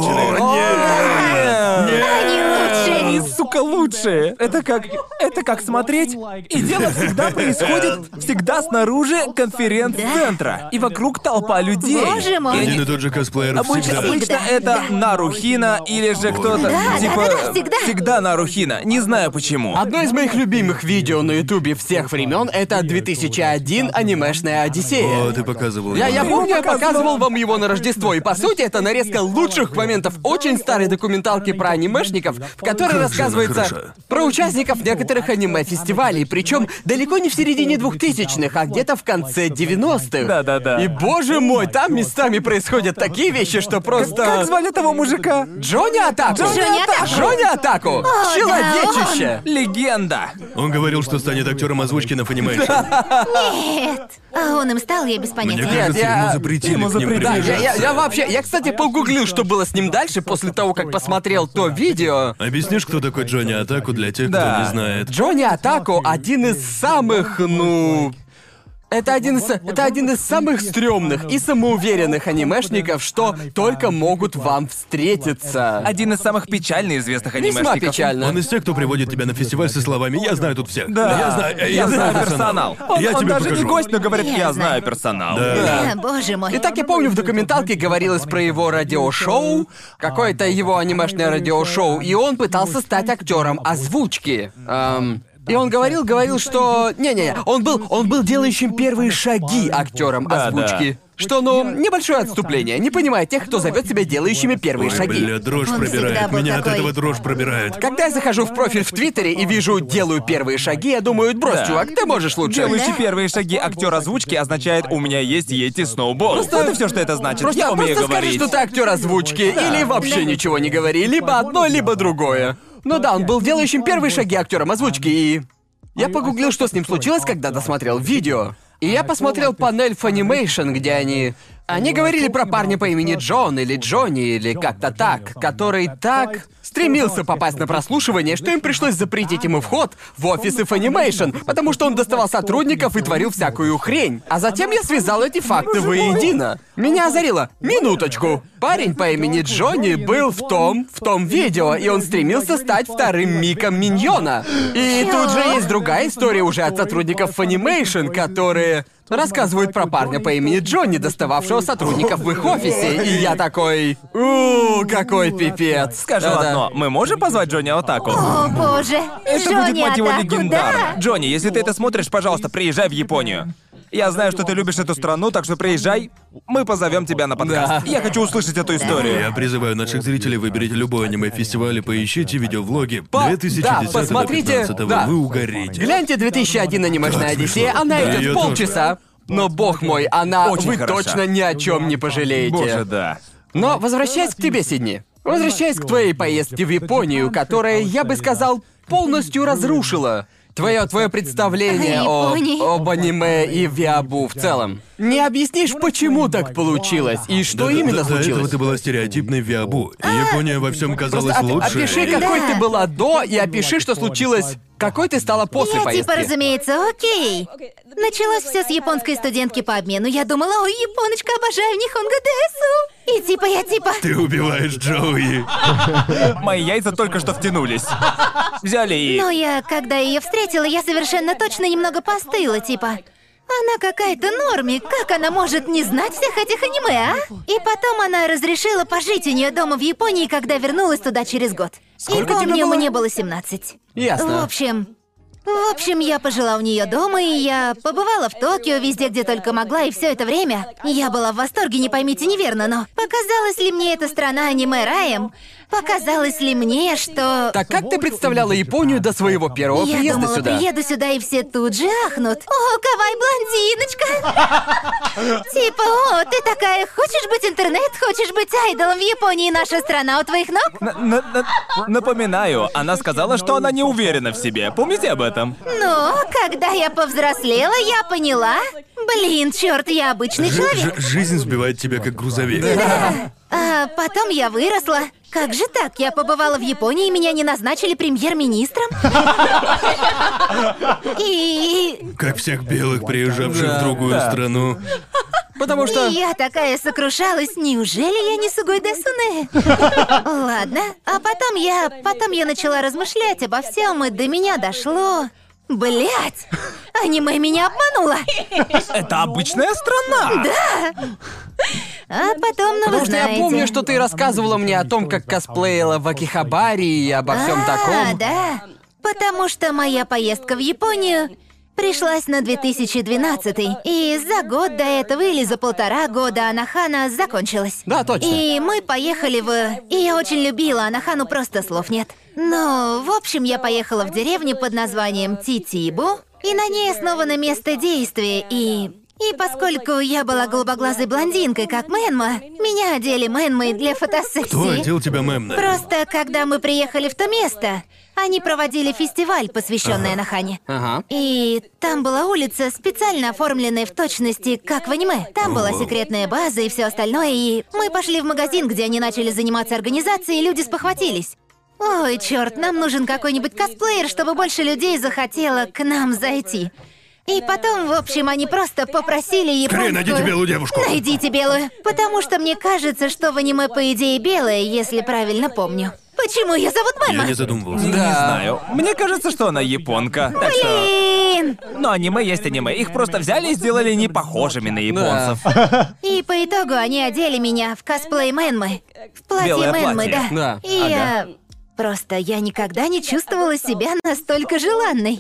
нет!
Они
Они,
Э,
лучшие!
сука, лучшие. Это как... Это как смотреть. И дело всегда происходит всегда снаружи конференц-центра. И вокруг толпа людей.
Боже
А
мой.
И они-
Один и тот же косплеер
Обычно,
всегда.
обычно
Всегда,
это
да.
Нарухина или же кто-то...
да,
типа,
да, всегда.
Нарухина. Не знаю почему.
А,
Одно из моих любимых видео на Ютубе всех времен это 2001 анимешная Одиссея.
О, ты показывал.
Я, я
его.
помню, я показывал вам его на Рождество, и по сути это нарезка лучших моментов очень старой документалки про анимешников, в которой
Как же она хороша.
рассказывается про участников некоторых аниме-фестивалей, причем далеко не в середине 2000-х, а где-то в конце 90-х.
Да-да-да.
И боже мой, там местами происходят такие вещи, что просто...
Как звали того мужика?
Джонни Атаку!
Джонни Атаку!
Джонни Атаку!
да,
Человечище!
Легенда.
Он говорил, что станет актером озвучки на Funimation.
А он им стал, я без
Мне
понятия.
кажется,
я-
ему запретили
ему
к ним
запретили.
Да, я, я- я
приближаться.
вообще... А Я, кстати, погуглил, что было с ним дальше после того, как посмотрел то видео.
Объяснишь, кто такой Джонни Атаку для тех, кто
Да.
не знает?
Джонни Атако один из самых, ну... Это один, из, это один из самых стрёмных и самоуверенных анимешников, что только могут вам встретиться.
Один из самых печально известных
Весьма
анимешников.
печально.
Он из тех, кто приводит тебя на фестиваль со словами «Я знаю тут всех».
Да.
Я знаю, э, я,
Я знаю персонал.
персонал.
Он,
я
он
тебе
даже
покажу.
не гость, но говорит,
Я
я
знаю».
знаю персонал.
Да.
А, Боже мой.
Итак, я помню, в документалке говорилось про его радиошоу, какое-то его анимешное радиошоу, и он пытался стать актером озвучки. Эм, и он говорил, говорил, что... Не-не, он был, он был делающим первые шаги актером
Да,
озвучки. Что, ну, небольшое отступление, не понимая тех, кто зовет себя делающими первые
Ой,
шаги.
бля, дрожь
Он всегда
пробирает.
был
Меня
такой.
от этого дрожь пробирает.
Когда я захожу в профиль в Твиттере и вижу «делаю первые шаги», я думаю, брось,
Да.
чувак, ты можешь лучше.
Делающий
Да.
первые шаги актер озвучки означает «У меня есть Йети Сноубол». Вот и все, что это значит.
Просто,
я умею
просто скажи,
говорить.
что ты актер озвучки, или вообще ничего не говори, либо одно, либо другое. Ну да, он был делающим первые шаги актером озвучки, и... Я погуглил, что с ним случилось, когда досмотрел видео. И я посмотрел панель Funimation, где они... Они говорили про парня по имени Джон или Джонни, или как-то так, который так стремился попасть на прослушивание, что им пришлось запретить ему вход в офисы Funimation, потому что он доставал сотрудников и творил всякую хрень. А затем я связал эти факты воедино. Меня озарило. Минуточку. Парень по имени Джонни был в том, в том видео, и он стремился стать вторым Миком Миньона. И тут же есть другая история уже от сотрудников Funimation, которые рассказывают про парня по имени Джонни, достававшего сотрудников в их офисе. И я такой... у какой пипец.
Скажу
Да-да.
одно. Мы можем позвать Джонни Атаку?
О, боже.
Это будет,
Джонни а
мать его,
Атаку,
легендарно.
да.
Джонни, если ты это смотришь, пожалуйста, приезжай в Японию. Я знаю, что ты любишь эту страну, так что приезжай. Мы позовем тебя на подкаст.
Да.
Я хочу услышать эту историю.
Я призываю наших зрителей выберите любой аниме-фестиваль и поищите видеоблоги
По-
2010
да, посмотрите,
15
да.
Вы угорите.
Гляньте 2001 анимешная
Так смешно.
Одиссея, она
Да,
идет
её
полчаса. но бог мой, она...
Очень
Вы
хороша.
точно ни о чем не пожалеете.
Боже, да.
Но возвращаясь к тебе, Сидни, возвращаясь к твоей поездке в Японию, которая, я бы сказал, полностью разрушила твое твое представление
О
о,
Японии.
об аниме и виабу в целом. Не объяснишь, почему так получилось и что
Да-да,
именно
до этого
случилось?
ты была стереотипной виабу, и Япония во всем казалась
Оп-
лучше.
Опиши,
и-
какой
Да.
ты была до, и опиши, что случилось, какой ты стала после
Я
поездки.
типа, разумеется, окей. Началось все с японской студентки по обмену. Я думала, ой, японочка, обожаю Нихонго Дэсу. И типа, я типа...
Ты убиваешь Джоуи.
А
Мои яйца только что втянулись. Взяли и...
Но я, когда ее встретила, я совершенно точно немного постыла, типа. Она какая-то нормик, как она может не знать всех этих аниме, а? И потом она разрешила пожить у нее дома в Японии, когда вернулась туда через год.
Сколько
и
тебе
помню,
было?
мне было 17.
Ясно.
В общем, в общем, я пожила у нее дома, и я побывала в Токио везде, где только могла, и все это время я была в восторге, не поймите неверно, но показалась ли мне эта страна аниме раем? Показалось ли мне, что...
Так как ты представляла Японию до своего первого
Я
приезда
думала,
сюда?
приеду сюда, и все тут же ахнут. О, кавай блондиночка! Типа, о, ты такая, хочешь быть интернет, хочешь быть айдолом в Японии, наша страна у твоих ног?
На- на- на- Напоминаю, она сказала, что она не уверена в себе. Помните об этом?
Но когда я повзрослела, я поняла. Блин, черт, я обычный
Жи-
человек.
жи- жизнь сбивает тебя как грузовик.
А потом я выросла. Как же так? Я побывала в Японии, и меня не назначили премьер-министром. И
Как всех белых, приезжавших в другую страну.
Потому что...
И я такая сокрушалась, неужели я не Сугой Дасуне? Ладно, а потом я, потом я начала размышлять обо всем, и до меня дошло. Блять! Аниме меня обмануло!
Это обычная страна!
А потом, ну вы
Потому что я
знаете...
помню, что ты рассказывала мне о том, как косплеила в Акихабаре и обо всем
А,
таком.
да. Потому что моя поездка в Японию пришлась на 2012 и за год до этого или за полтора года Анахана закончилась.
Да, точно.
И мы поехали в... И я очень любила Анахану, просто слов нет. Но, в общем, я поехала в деревню под названием Титибу, и на ней основано место действия, и... И поскольку я была голубоглазой блондинкой, как Мэнма, меня одели Мэнмой для фотосессии.
Кто одел тебя мемной?
Просто когда мы приехали в то место, они проводили фестиваль, посвященный Анахане.
Ага.
И там была улица, специально оформленная в точности, как в аниме. Там была секретная база и все остальное, и мы пошли в магазин, где они начали заниматься организацией, и люди спохватились. Ой, черт, нам нужен какой-нибудь косплеер, чтобы больше людей захотело к нам зайти. И потом, в общем, они просто попросили японскую...
Скорее найдите белую девушку.
Найдите белую. Потому что мне кажется, что в аниме, по идее, белая, если правильно помню. Почему ее зовут
Я
Мэнма?
не задумывался.
Не знаю. Мне кажется, что она японка. Так что...
Блин!
Но аниме есть аниме. Их просто взяли и сделали не похожими на японцев.
И по итогу они одели меня в косплей Мэнмы. В платье
Белое
Мэнмы,
платье.
Да,
да. И я... Просто я никогда не чувствовала себя настолько желанной.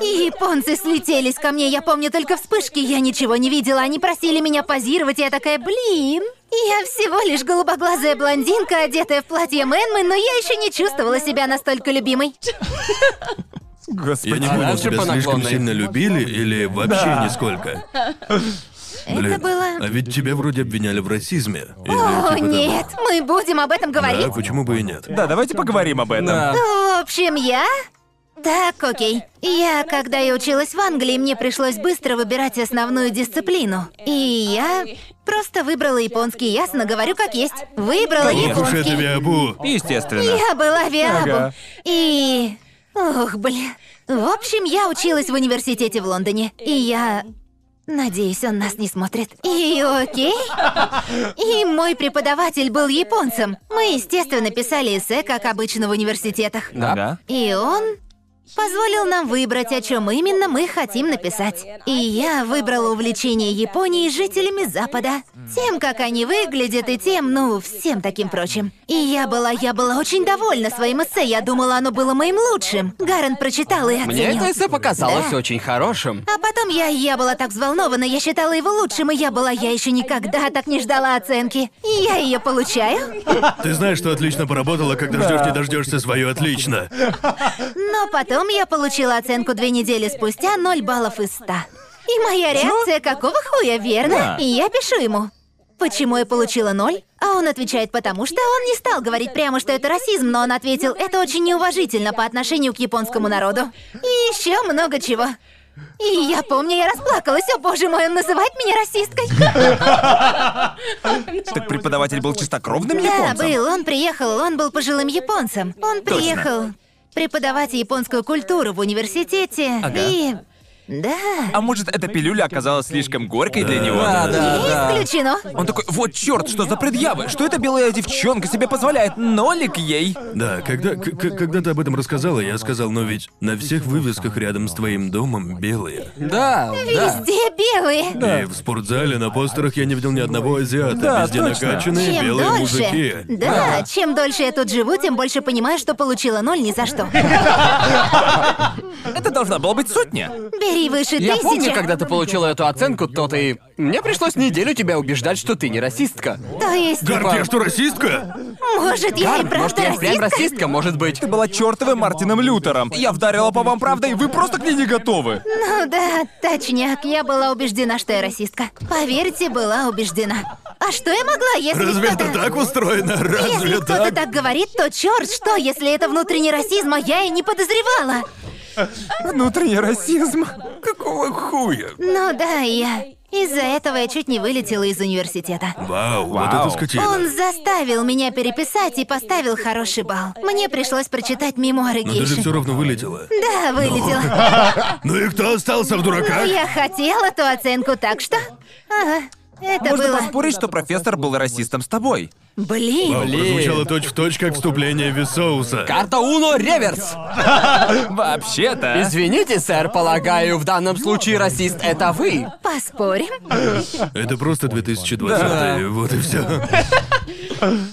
И японцы слетелись ко мне, я помню только вспышки, я ничего не видела, они просили меня позировать, и я такая, блин, я всего лишь голубоглазая блондинка, одетая в платье Мэнмы, но я еще не чувствовала себя настолько любимой.
Я
Господи.
не понял,
Дальше
тебя
по
слишком
наклонной.
сильно любили или вообще нисколько? Блин,
Это было...
а ведь тебя вроде обвиняли в расизме. Или
О,
типа того.
нет, мы будем об этом
Да,
говорить.
почему бы и нет?
Да, давайте поговорим об этом.
Да.
В общем, я... Так, окей. Я, когда я училась в Англии, мне пришлось быстро выбирать основную дисциплину. И я просто выбрала японский, ясно говорю, как есть. Выбрала
Конечно.
Уж это
японский.
Виабу.
Естественно.
Я была Виабу.
Ага.
И... Ох, бля. В общем, я училась в университете в Лондоне. И я... Надеюсь, он нас не смотрит. И окей. И мой преподаватель был японцем. Мы, естественно, писали эссе, как обычно в университетах.
Ага.
И он позволил нам выбрать, о чем именно мы хотим написать. И я выбрала увлечение Японии жителями Запада. Тем, как они выглядят, и тем, ну, всем таким прочим. И я была, я была очень довольна своим эссе, я думала, оно было моим лучшим. Гарен прочитал и
Мне
оценил.
это эссе показалось
Да.
очень хорошим.
А потом я, я была так взволнована, я считала его лучшим, и я была, я еще никогда так не ждала оценки. И я ее получаю.
Ты знаешь, что отлично поработала, когда ждешь не дождешься свое отлично.
Но Потом я получила оценку две недели спустя 0 баллов из 100. И моя реакция какого хуя, верно?
Да.
И я пишу ему. Почему я получила ноль? А он отвечает, потому что он не стал говорить прямо, что это расизм, но он ответил, это очень неуважительно по отношению к японскому народу. И еще много чего. И я помню, я расплакалась. О боже мой, он называет меня расисткой.
Так преподаватель был чистокровным
Да,
японцем?
был. Он приехал, он был пожилым японцем. Он приехал преподавать японскую культуру в университете. И... Да.
А может, эта пилюля оказалась слишком горькой для него?
Да, да,
Не
да.
исключено.
Он такой, вот черт, что за предъявы? Что эта белая девчонка себе позволяет? Нолик ей.
Да, когда, к- к- когда ты об этом рассказала, я сказал, но ведь на всех вывесках рядом с твоим домом белые.
Да, да.
Везде белые.
И в спортзале на постерах я не видел ни одного азиата.
Да,
Везде
точно.
Ну
накачанные
Чем
белые
дольше,
мужики.
да, чем дольше я тут живу, тем больше понимаю, что получила ноль ни за что.
Это должна была быть сотня.
Бери выше
Я
тысячи.
помню, когда ты получила эту оценку, то ты... Мне пришлось неделю тебя убеждать, что ты не расистка.
То есть,
Гард, я что, расистка?
может, я и
Гарн, может,
правда
я и
расистка?
впрямь расистка, может быть.
Ты была чертовым Мартином Лютером. Я вдарила по вам правдой, вы просто к ней не готовы.
Ну да, точняк, я была убеждена, что я расистка. Поверьте, была убеждена. А что я могла, если
Разве
кто-то...
это так устроено?
Если
Разве
кто-то
так?
так говорит, то черт, что, если это внутренний расизм, а я и не подозревала.
Внутренний расизм.
Какого хуя?
Ну да, я... Из-за этого я чуть не вылетела из университета.
Вау, вот
Вау.
это скотина.
Он заставил меня переписать и поставил хороший балл. Мне пришлось прочитать мемуары
Но Ну, ты же
Гейши.
все равно вылетела.
Да, вылетела.
Ну и кто остался в
Но
дураках?
я хотела ту оценку, так что... Ага, это
Можно
было...
поспорить, что профессор был расистом с тобой.
Блин,
Вау, прозвучало точь в точь, как вступление Висоуса.
Карта Уно Реверс!
Вообще-то.
Извините, сэр, полагаю, в данном случае расист — это вы.
поспорим?
Это просто 2020 вот и все.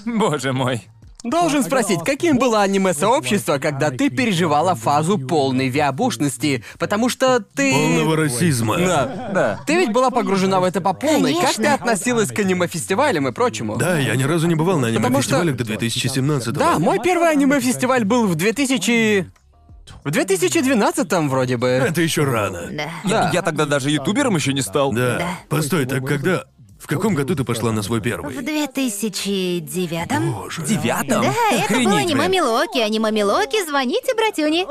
Боже мой.
Должен спросить, каким было аниме-сообщество, когда ты переживала фазу полной виабушности? Потому что ты...
Полного расизма.
Да.
Да.
Ты ведь была погружена в это по полной. Как ты
Конечно.
относилась к аниме-фестивалям и прочему?
Да, я ни разу не бывал на
Потому что-
аниме-фестивалях до 2017
Да, мой первый аниме-фестиваль был в 2000... В 2012 вроде бы.
Это еще рано.
Да.
Да.
Я тогда даже ютубером еще не стал.
Да. Постой, так когда... В каком году ты пошла на свой
В
первый?
2009
Боже.
Девятом?
Да, это было
Охренеть,
аниме
блин.
Милоки, аниме Милоки, звоните, братюни.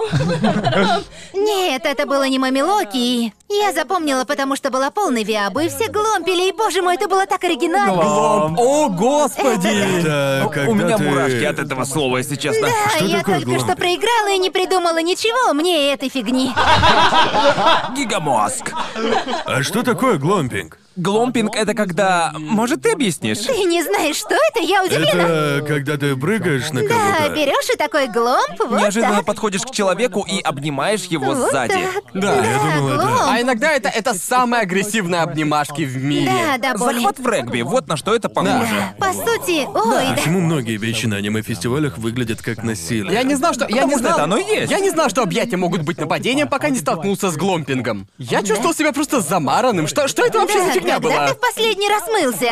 Нет, это было аниме Милоки, и я запомнила, потому что была полной виабы, и все гломпили, и боже мой, это было так оригинально.
Глоб. О, господи!
Это когда
У меня
ты-
мурашки от этого слова, если честно.
Да,
Что
я
такое
только
гломпи?
что проиграла и не придумала ничего мне этой фигни.
Гигамозг.
А что такое гломпинг?
Гломпинг — это когда... Может, ты объяснишь?
Ты не знаешь, что это, я удивлена.
Это когда ты прыгаешь на
Да,
кого-то.
берешь и такой гломп, вот
Неожиданно
так.
подходишь к человеку и обнимаешь его
Вот
сзади.
так.
Да, я
думал, это-
гломп.
А иногда это, это самые агрессивные обнимашки в
Да,
мире.
да, боли.
Захват в регби, вот на что это похоже.
Да, по сути, ой, да.
Почему многие вещи на аниме-фестивалях выглядят как насилие?
Я не знал, что... Я не
что
знал...
это оно и есть.
Я не знал, что объятия могут быть нападением, пока не столкнулся с гломпингом. Я чувствовал себя просто замаранным. Что, что это вообще за
Да,
фигня
когда
была?
ты в последний раз мылся,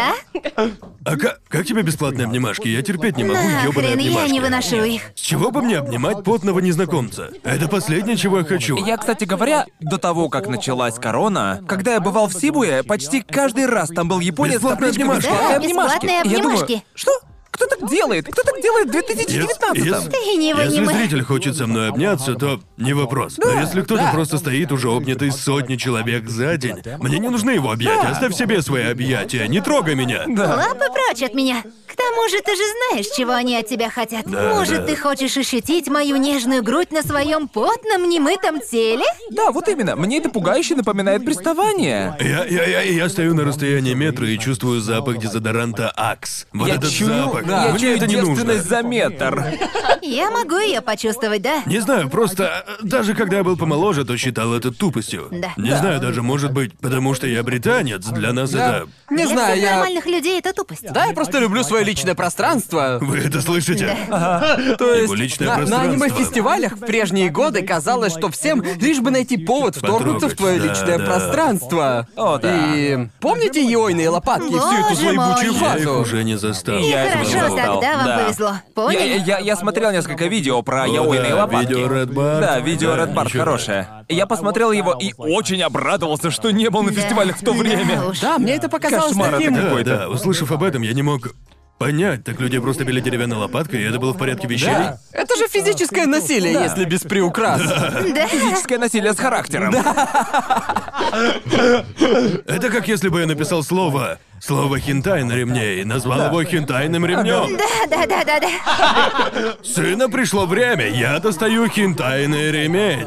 а?
А ка- как тебе бесплатные обнимашки? Я терпеть не могу, ёбаные
Нахрен, я
обнимашки.
не выношу их.
С чего бы мне обнимать потного незнакомца? Это последнее, чего я хочу.
Я, кстати говоря, до того, как началась корона, когда я бывал в Сибуе, почти каждый раз там был японец с
Бесплатные
табличкой
обнимашки.
«Бесплатные
Да,
обнимашки».
бесплатные
И я думаю,
обнимашки.
что? Кто так делает? Кто так делает в
Ес-
2019
ес-
Ты не
если
понимаешь.
зритель хочет со мной обняться, то не вопрос. Но если кто-то
да.
просто стоит уже обнятый сотни человек за день, мне не нужны его объятия. Оставь себе свои объятия, не трогай меня.
Лапы прочь от меня. К тому же ты же знаешь, чего они от тебя хотят.
Да,
Может,
да.
ты хочешь ощутить мою нежную грудь на своем потном немытом теле?
Да, вот именно. Мне это пугающе напоминает приставание.
Я, я, я, я стою на расстоянии метра и чувствую запах дезодоранта Акс. Вот
Я
этот
чую,
запах.
я
Мне
чую
это не нужно.
девственность за метр.
Я могу ее почувствовать, да?
Не знаю, просто э, даже когда я был помоложе, то считал это тупостью.
Да.
Не знаю, даже может быть, потому что я британец, для нас это.
Не
Для
знаю,
всех
я...
нормальных людей это тупость.
Да, я просто люблю свое личное пространство.
Вы это слышите?
То есть
Его личное
на, на
пространство.
аниме-фестивалях в прежние годы казалось, что всем лишь бы найти повод вторгнуться в твое
Потрогать, да,
личное
да.
пространство.
О, да.
И помните йойные лопатки и всю эту
Боже мой.
злоебучую
Я их
фазу?
уже не застал.
Я
Хорошо,
тоже
Хорошо,
стал.
тогда вам
да.
повезло.
Я,
Поняли?
я, я смотрел несколько видео про
О,
яойные
да,
лопатки.
видео Red Bar.
Да, видео
Да,
Red Bar
ничего.
хорошее. Я посмотрел его и очень обрадовался, что не был на фестивалях в то
Да
время.
уж.
Да, мне это показалось
Кошмар это
таким...
Да,
какой. какой-то.
да, услышав об этом, я не мог понять, так люди просто били деревянной лопаткой, и это было в порядке вещей.
Да. Это же физическое насилие, если без приукрас.
Да.
Физическое насилие с характером.
Это как если бы я написал слово слово хентай на ремне и назвал его хентайным ремнем.
Да, да, да, да, да.
Сына пришло время, я достаю хентайный ремень.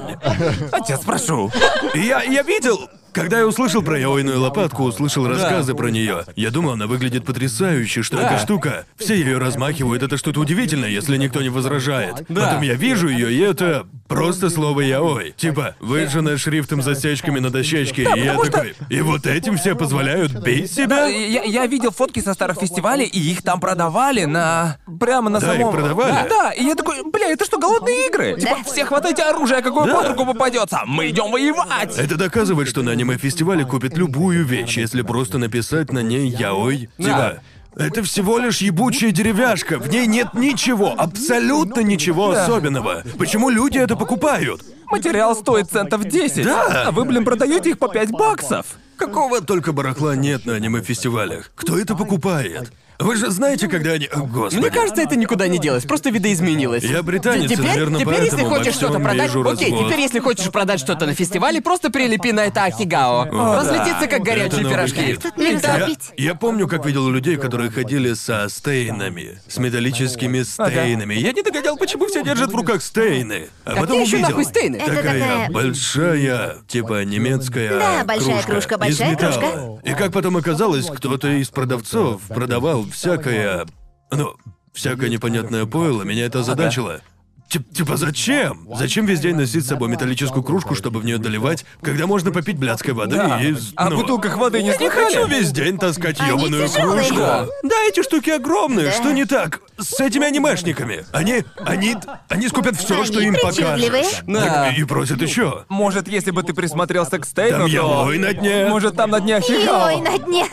Отец, прошу.
И я, я видел. Когда я услышал про яойную лопатку, услышал рассказы про нее. Я думал, она выглядит потрясающе, что эта штука. Все ее размахивают, это что-то удивительное, если никто не возражает. Потом я вижу ее, и это просто слово яой. Типа, выжженное шрифтом засечками на дощечке. и я такой. И вот этим все позволяют бить себя.
Да, я, я видел фотки со старых фестивалей, и их там продавали на... Прямо на
Да,
самом...
их продавали.
Да, да, и я такой, бля, это что, голодные игры? Типа, все хватайте оружие, какое под руку попадется. а Мы идем воевать.
Это доказывает, что на аниме-фестивале купят любую вещь, если просто написать на ней «Яой». Типа, это всего лишь ебучая деревяшка, в ней нет ничего, абсолютно ничего особенного. Почему люди это покупают?
Материал стоит центов 10.
Да.
А вы, блин, продаете их по 5 баксов.
Какого только барахла нет на аниме-фестивалях? Кто это покупает? Вы же знаете, когда они... О, Господи.
Мне кажется, это никуда не делось, просто видоизменилось.
Я британец,
Т- теперь,
наверное,
теперь если
поэтому во
хочешь
всем
что-то продать,
вижу
окей,
развод.
теперь если хочешь продать что-то на фестивале, просто прилепи на это ахигао. Разлетится как горячие
новый
пирожки.
хит.
Тут мир
Да.
забить.
Я помню, как видел людей, которые ходили со стейнами, с металлическими стейнами. Я не догадал, почему все держат в руках стейны. А потом
еще
увидел.
нахуй стейны?
Это такая-
большая, типа немецкая
Да, большая кружка, большая
из металла. И как потом оказалось, кто-то из продавцов продавал всякое... Ну, всякое непонятное пойло. Меня это озадачило. Тип- Типа зачем? Зачем весь день носить с собой металлическую кружку, чтобы в нее доливать, когда можно попить блядской воды и...
А в
ну,
бутылках воды не
я не
слыхали?
хочу весь день таскать
Они
ёбаную
тяжёлые.
кружку.
Да.
Да, эти штуки огромные.
Да.
Что не так с этими анимешниками? Они, они, они скупят все,
Они
что им
причудливые.
покажешь.
Да.
Так, и просят еще.
Может, если бы ты присмотрелся к стейну,
Там
то...
яой на дне.
Может, там на дне
Ой,
ахигао?
на дне.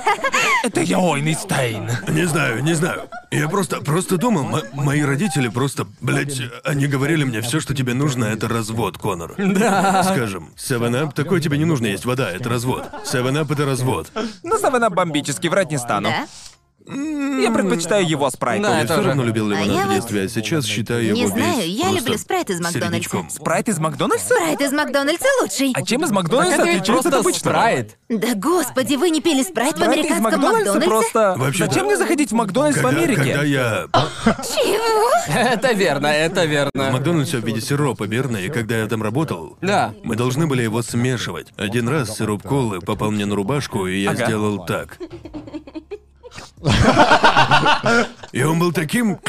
Это яойный стейн.
Не знаю, не знаю. Я просто, просто думал, м- мои родители просто, блядь, они говорили мне, все, что тебе нужно, это развод, Конор. Да. Скажем, 7-Up, такое тебе не нужно есть вода, это развод. 7-Up это развод.
Ну, Савена бомбический, врать не стану.
Да.
Я предпочитаю его спрайту.
Да,
Я
это
все
же-
равно любил
А
лимонад
я
в
вот-
детстве, а сейчас считаю его
Не
весь
знаю, я
просто
люблю спрайт из Макдональдса.
середнячком.
Спрайт из Макдональдса?
Спрайт из Макдональдса лучший.
А чем из Макдональдса
Это ведь
отличается от
просто
обычного?
спрайт.
Да господи, вы не пили спрайт в
Спрайт из
американском
Макдональдса,
Макдональдсе?
просто...
Вообще-то-
Зачем мне заходить в Макдональдс в
Когда-
Америке?
когда
А
я
Чего?
Это верно, это
В
верно.
Макдональдсе в виде сиропа, верно? И когда я там работал,
Да.
мы должны были его смешивать. Один раз сироп колы попал мне на рубашку, и я
Ага.
сделал так. И он был таким...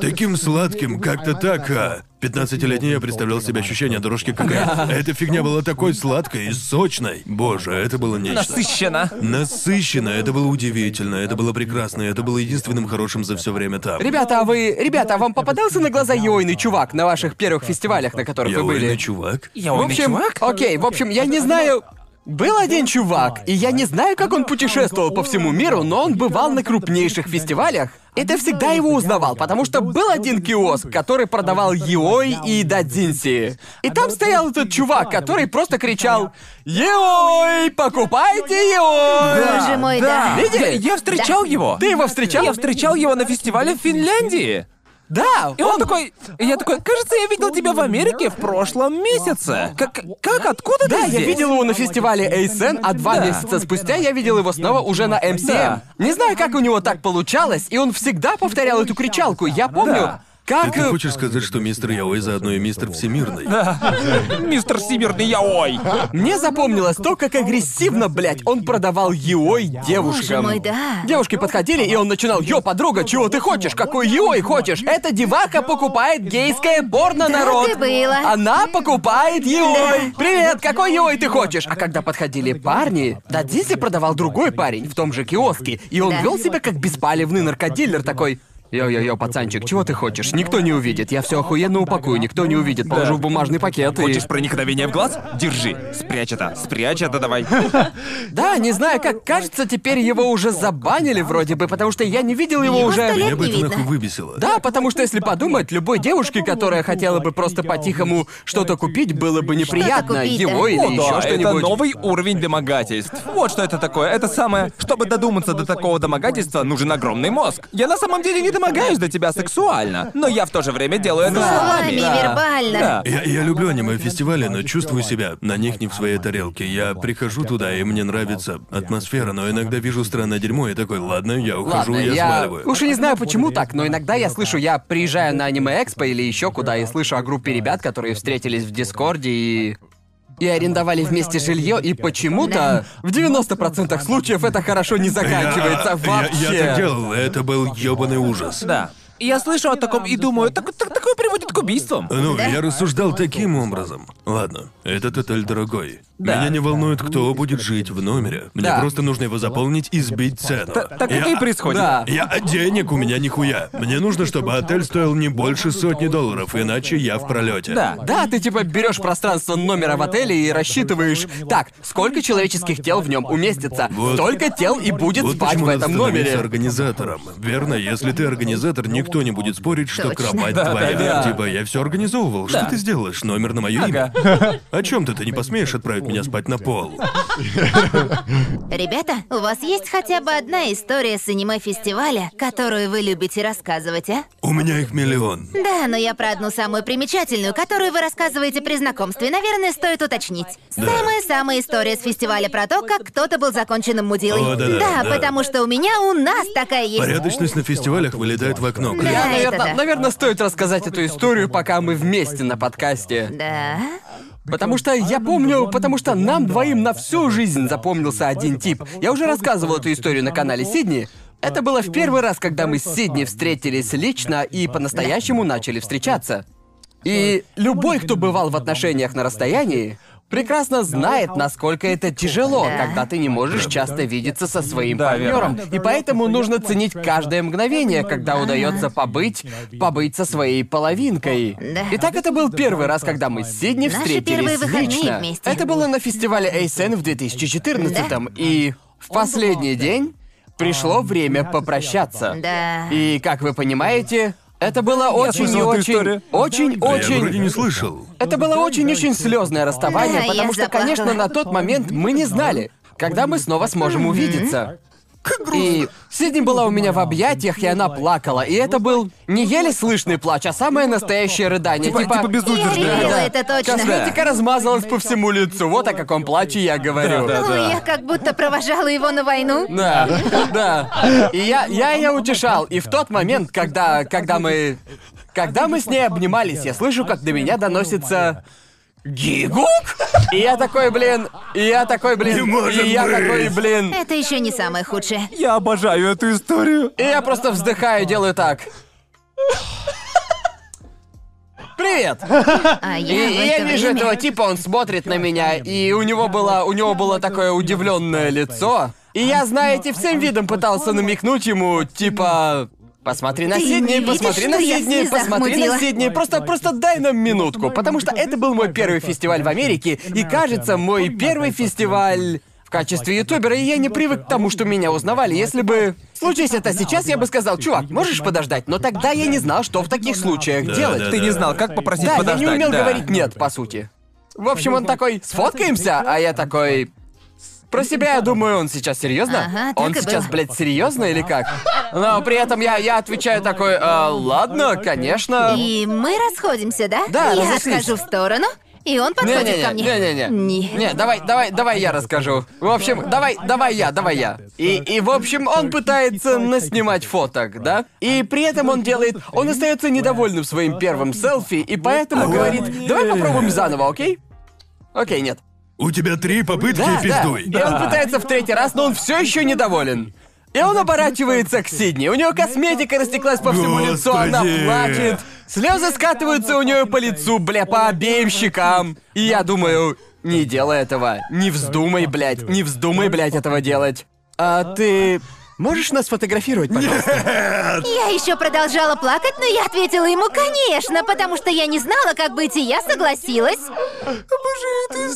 таким сладким, как-то так, а... 15-летний я представлял себе ощущение дорожки какая. Эта фигня была такой сладкой и сочной. Боже, это было нечто.
Насыщенно.
Насыщенно, это было удивительно, это было прекрасно, и это было единственным хорошим за все время там.
Ребята, а вы... Ребята, а вам попадался на глаза йойный чувак на ваших первых фестивалях, на которых
я
вы были?
уверенный чувак.
Я
В общем, окей, в общем, я не знаю... Был один чувак, и я не знаю, как он путешествовал по всему миру, но он бывал на крупнейших фестивалях, и ты всегда его узнавал, потому что был один киоск, который продавал Йой и Дадзинси. И там стоял этот чувак, который просто кричал «Йой, покупайте Йой!»
Боже мой,
да.
да.
Я, я встречал его.
Ты его встречал?
Я встречал его на фестивале в Финляндии.
Да,
И он, такой... и я такой, кажется, я видел тебя в Америке в прошлом месяце. Как, как откуда
Да,
ты
я
здесь?
видел его на фестивале ASN, а два
Да.
месяца спустя я видел его снова уже на MCM.
Да.
Не знаю, как у него так получалось, и он всегда повторял эту кричалку. Я помню,
Да.
как...
Ты
э,
хочешь сказать, что мистер Яой заодно и мистер Всемирный?
Мистер Северный Яой.
Мне запомнилось то, как агрессивно, блядь, он продавал Йой девушкам.
мой, да.
Девушки подходили, и он начинал, «Йо, подруга, чего ты хочешь? Какой Йой хочешь? Эта девака покупает гейское порно, народ!»
ты была.
Она покупает Йой! Привет, какой Йой ты хочешь? А когда подходили парни, Дадзиси продавал другой парень в том же киоске, и он
Да.
вел себя как беспалевный наркодилер такой... Йо-йо-йо, пацанчик, чего ты хочешь? Никто не увидит. Я все охуенно упакую, никто не увидит. Положу в бумажный пакет и...
Хочешь проникновение в глаз? Держи. Спрячь это. Спрячь это давай.
Да, не знаю, как кажется, теперь его уже забанили вроде бы, потому что я не видел его
Его
уже.
сто лет
Меня бы
не
это нахуй
видно.
выбесило.
Да, потому что если подумать,
А
любой девушке, которая хотела бы просто по-тихому что-то купить, было бы неприятно
купить, да?
его или
О, да,
еще
это
что-нибудь.
новый уровень домогательств. Вот что это такое. Это самое. Чтобы додуматься до такого домогательства, нужен огромный мозг. Я на самом деле не домогаюсь до тебя сексуально, но я в то же время делаю это
Словами,
словами. Да.
вербально.
Да.
Я, я люблю аниме-фестивали, но чувствую себя на них не в своей тарелке. Я прихожу туда, и мне нравится атмосфера, но иногда вижу странное дерьмо и такой, ладно, я ухожу,
Ладно,
я,
я
сваливаю.
уж и не знаю почему так, но иногда
Ну
я слышу, я приезжаю на аниме-экспо или еще куда, и слышу о группе ребят, которые встретились в Дискорде и... И арендовали вместе жилье, и почему-то в 90% случаев это хорошо не заканчивается
я,
вообще.
я так делал, это был ёбаный ужас.
Да. И Я слышу о таком и думаю, так, так- такое приводит к убийствам.
Ну, я рассуждал таким образом. Ладно, этот отель дорогой.
Да.
Меня не волнует, кто будет жить в номере. Мне
Да.
просто нужно его заполнить и сбить цену.
Так это
Я-
и происходит.
Да.
Я денег у меня нихуя. Мне нужно, чтобы отель стоил не больше сотни долларов, иначе я в пролете.
Да.
Да, ты типа берешь пространство номера в отеле и рассчитываешь, так, сколько человеческих тел в нем уместится,
Вот.
столько тел и будет
Вот
спать
почему
в этом
надо становиться
номере.
организатором. Верно, если ты организатор, никто не будет спорить, что
Точно.
кровать твоя. Типа, я все организовывал. Что
Да.
ты сделаешь? Номер на мое имя. О чем ты? Ты не посмеешь отправить меня спать на пол.
Ребята, у вас есть хотя бы одна история с аниме-фестиваля, которую вы любите рассказывать, а?
У меня их миллион.
Да, но я про одну самую примечательную, которую вы рассказываете при знакомстве, наверное, стоит уточнить. Самая-самая история с фестиваля про то, как кто-то был законченным мудилой.
О, да-да, да.
потому что у меня у нас такая есть.
Порядочность на фестивалях вылетает в окно.
Да,
Я,
это
наверное,
да.
наверное, стоит рассказать эту историю, пока мы вместе на подкасте.
Да.
Потому что я помню, потому что нам двоим на всю жизнь запомнился один тип. Я уже рассказывал эту историю на канале Сидни. Это было в первый раз, когда мы с Сидни встретились лично и по-настоящему начали встречаться. И любой, кто бывал в отношениях на расстоянии, прекрасно знает, насколько это тяжело,
Да.
когда ты не можешь часто видеться со своим
Да,
партнером.
верно.
И поэтому нужно ценить каждое мгновение, когда удается побыть, побыть со своей половинкой.
Да.
И так это был первый раз, когда мы с Сидни
Наши
встретились
первые выходные
лично.
вместе.
Это было на фестивале ASN в 2014 и в последний день пришло время попрощаться.
Да.
И, как вы понимаете, это было очень и
слышал эту
очень,
историю.
очень,
Да Я вроде не
очень...
слышал.
Это было очень-очень слезное расставание,
Да, я
потому что,
заплакала.
конечно, на тот момент мы не знали, когда мы снова сможем увидеться. И Сидни была у меня в объятиях, и она плакала. И это был не еле слышный плач, а самое настоящее рыдание.
Типа, типа
Я
безудержное.
ревела,
Да.
это точно.
Косметика размазалась по всему лицу. Вот о каком плаче я говорю.
Да,
Ой, я как будто провожала его на войну.
Да, да. И я, я ее утешал. И в тот момент, когда, когда мы... Когда мы с ней обнимались, я слышу, как до меня доносится... Гигук? И я такой, блин... И я такой, блин...
Не может
и я
быть.
такой, блин...
Это еще не самое худшее.
Я обожаю эту историю.
И я просто вздыхаю, делаю так. Привет!
А я
И,
в
и я
это
вижу
время-
этого типа, он смотрит на меня, и у него было, у него было такое удивленное лицо. И я, знаете, всем видом пытался намекнуть ему, типа. Посмотри на
Ты
Сидни,
не
посмотри
видишь,
на
что я в
Сидни,
слезах
посмотри на
мудила?
Сидни. Просто, просто дай нам минутку, потому что это был мой первый фестиваль в Америке, и кажется, мой первый фестиваль в качестве ютубера, и я не привык к тому, что меня узнавали. Если бы случись это сейчас, я бы сказал, чувак, можешь подождать, но тогда я не знал, что в таких случаях
Да,
делать.
да,
Ты не знал, как попросить
Да,
подождать.
я не умел
да.
говорить нет, по сути. В общем, он такой, сфоткаемся, а я такой. Про себя я думаю, он сейчас серьезно?
Ага, так
он
и
сейчас,
было.
блядь, серьезно или как? Но при этом я, я отвечаю такой, «А, ладно, конечно.
И мы расходимся, да?
Да,
Я
разошлись.
отхожу в сторону, и он подходит ко мне.
Не-не-не, не-не-не.
Нет.
Не, давай, давай, давай я расскажу. В общем, давай, давай я, давай я. И, и в общем, он пытается наснимать фоток, да? И при этом он делает... Он остается недовольным своим первым селфи, и поэтому говорит, давай попробуем заново, окей? Окей, нет.
У тебя три попытки
Да,
и пиздуй.
да. И он пытается в третий раз, но он все еще недоволен. И он оборачивается к Сидни. У нее косметика растеклась по всему лицу, она
Господи.
плачет. Слезы скатываются у нее по лицу, бля, по обеим щекам. И я думаю, не делай этого. Не вздумай, блядь, не вздумай, блядь, этого делать. А ты... Можешь нас фотографировать, пожалуйста?
Я еще продолжала плакать, но я ответила ему, конечно, потому что я не знала, как быть, и я согласилась.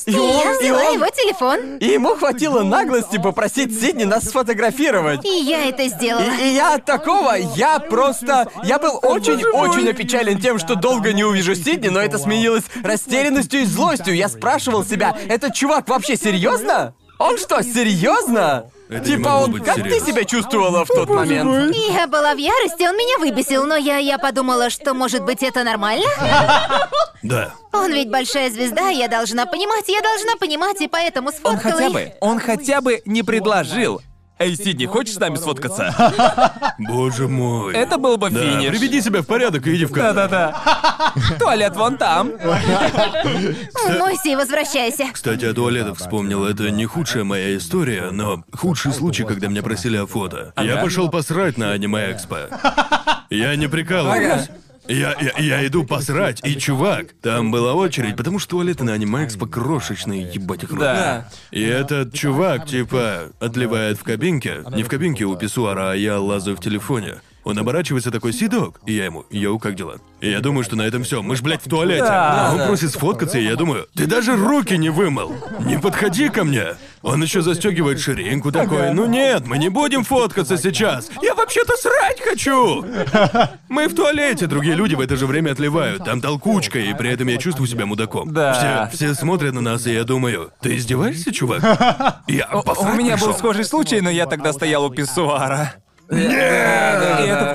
И
И я
он, и
взяла
он.
его телефон.
И ему хватило наглости попросить Сидни нас сфотографировать.
И я это сделала.
И, и я от такого, я просто... Я был очень-очень опечален тем, что долго не увижу Сидни, но это сменилось растерянностью и злостью. Я спрашивал себя, этот чувак вообще серьезно? Он что, серьезно?
Это не
типа
могло
он...
быть
Как ты
серьезно.
себя чувствовала в тот момент?
Я была в ярости, он меня выбесил, но я, я подумала, что, может быть, это нормально?
Да.
Он ведь большая звезда, я должна понимать, я должна понимать, и поэтому сфоткала
Он хотя
их.
бы, он хотя бы не предложил. Эй, Сидни, хочешь с нами сфоткаться?
Боже мой.
Это был бы
Да,
финиш.
приведи себя в порядок и иди в кадр.
Да-да-да. Туалет вон там.
Умойся и Ну, возвращайся.
Кстати, о туалетах вспомнил. Это не худшая моя история, но худший случай, когда меня просили о фото. Я пошел посрать на аниме экспо. Я не прикалываюсь. Я, я, я иду посрать, и чувак, там была очередь, потому что туалеты на аниме экспо крошечные, ебать их рот.
Да.
И этот чувак, типа, отливает в кабинке. Не в кабинке у писсуара, а я лазаю в телефоне. Он оборачивается такой, Сидок, и я ему, йоу, как дела? И я думаю, что на этом все, мы ж, блядь, в туалете.
Да.
А он просит сфоткаться, и я думаю, ты даже руки не вымыл. Не подходи ко мне. Он еще застегивает ширинку такой, ну нет, мы не будем фоткаться сейчас. Я вообще-то срать хочу. Мы в туалете, другие люди в это же время отливают. Там толкучка, и при этом я чувствую себя мудаком.
Да.
Все, все смотрят на нас, и я думаю, ты издеваешься, чувак? Я
У
посрать
меня был
пришёл.
схожий случай, но я тогда стоял у писсуара. И этот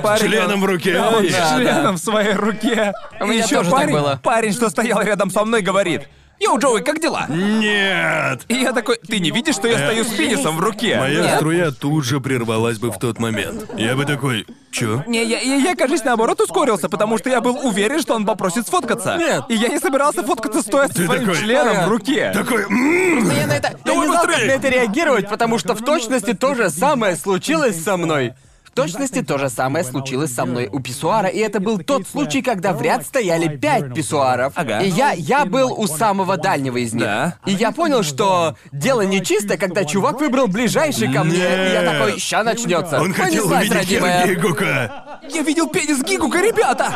С
парень...
членом в руке.
Да, он с
Да, да.
членом в своей руке.
У меня
Ещё
тоже так
парень,
было.
парень, что стоял рядом со мной, говорит. Йоу, Джоуи, как дела?
Нет!
И я такой, ты не видишь, что я стою с пенисом в руке?
Э, Моя
Нет.
струя тут же прервалась бы в тот момент. Я бы такой, чё?
Не, я, я, я, кажется, наоборот ускорился, потому что я был уверен, что он попросит сфоткаться.
Нет. «Э,
И я не собирался фоткаться, стоя со
Ты
своим
такой,
членом
«Ага».
в руке.
Такой, «М,
Я на это... Я не знал, как на это реагировать, потому что в точности то же самое случилось со мной. В точности то же самое случилось со мной у писсуара, и это был тот случай, когда в ряд стояли пять писсуаров.
Ага.
И я, я был у самого дальнего из них.
Да.
И я понял, что дело нечисто, когда чувак выбрал ближайший ко мне, и я такой, ща начнется.
Он хотел
Понеслась,
увидеть
родимая».
Хергигука.
Я видел пенис Гигука, ребята!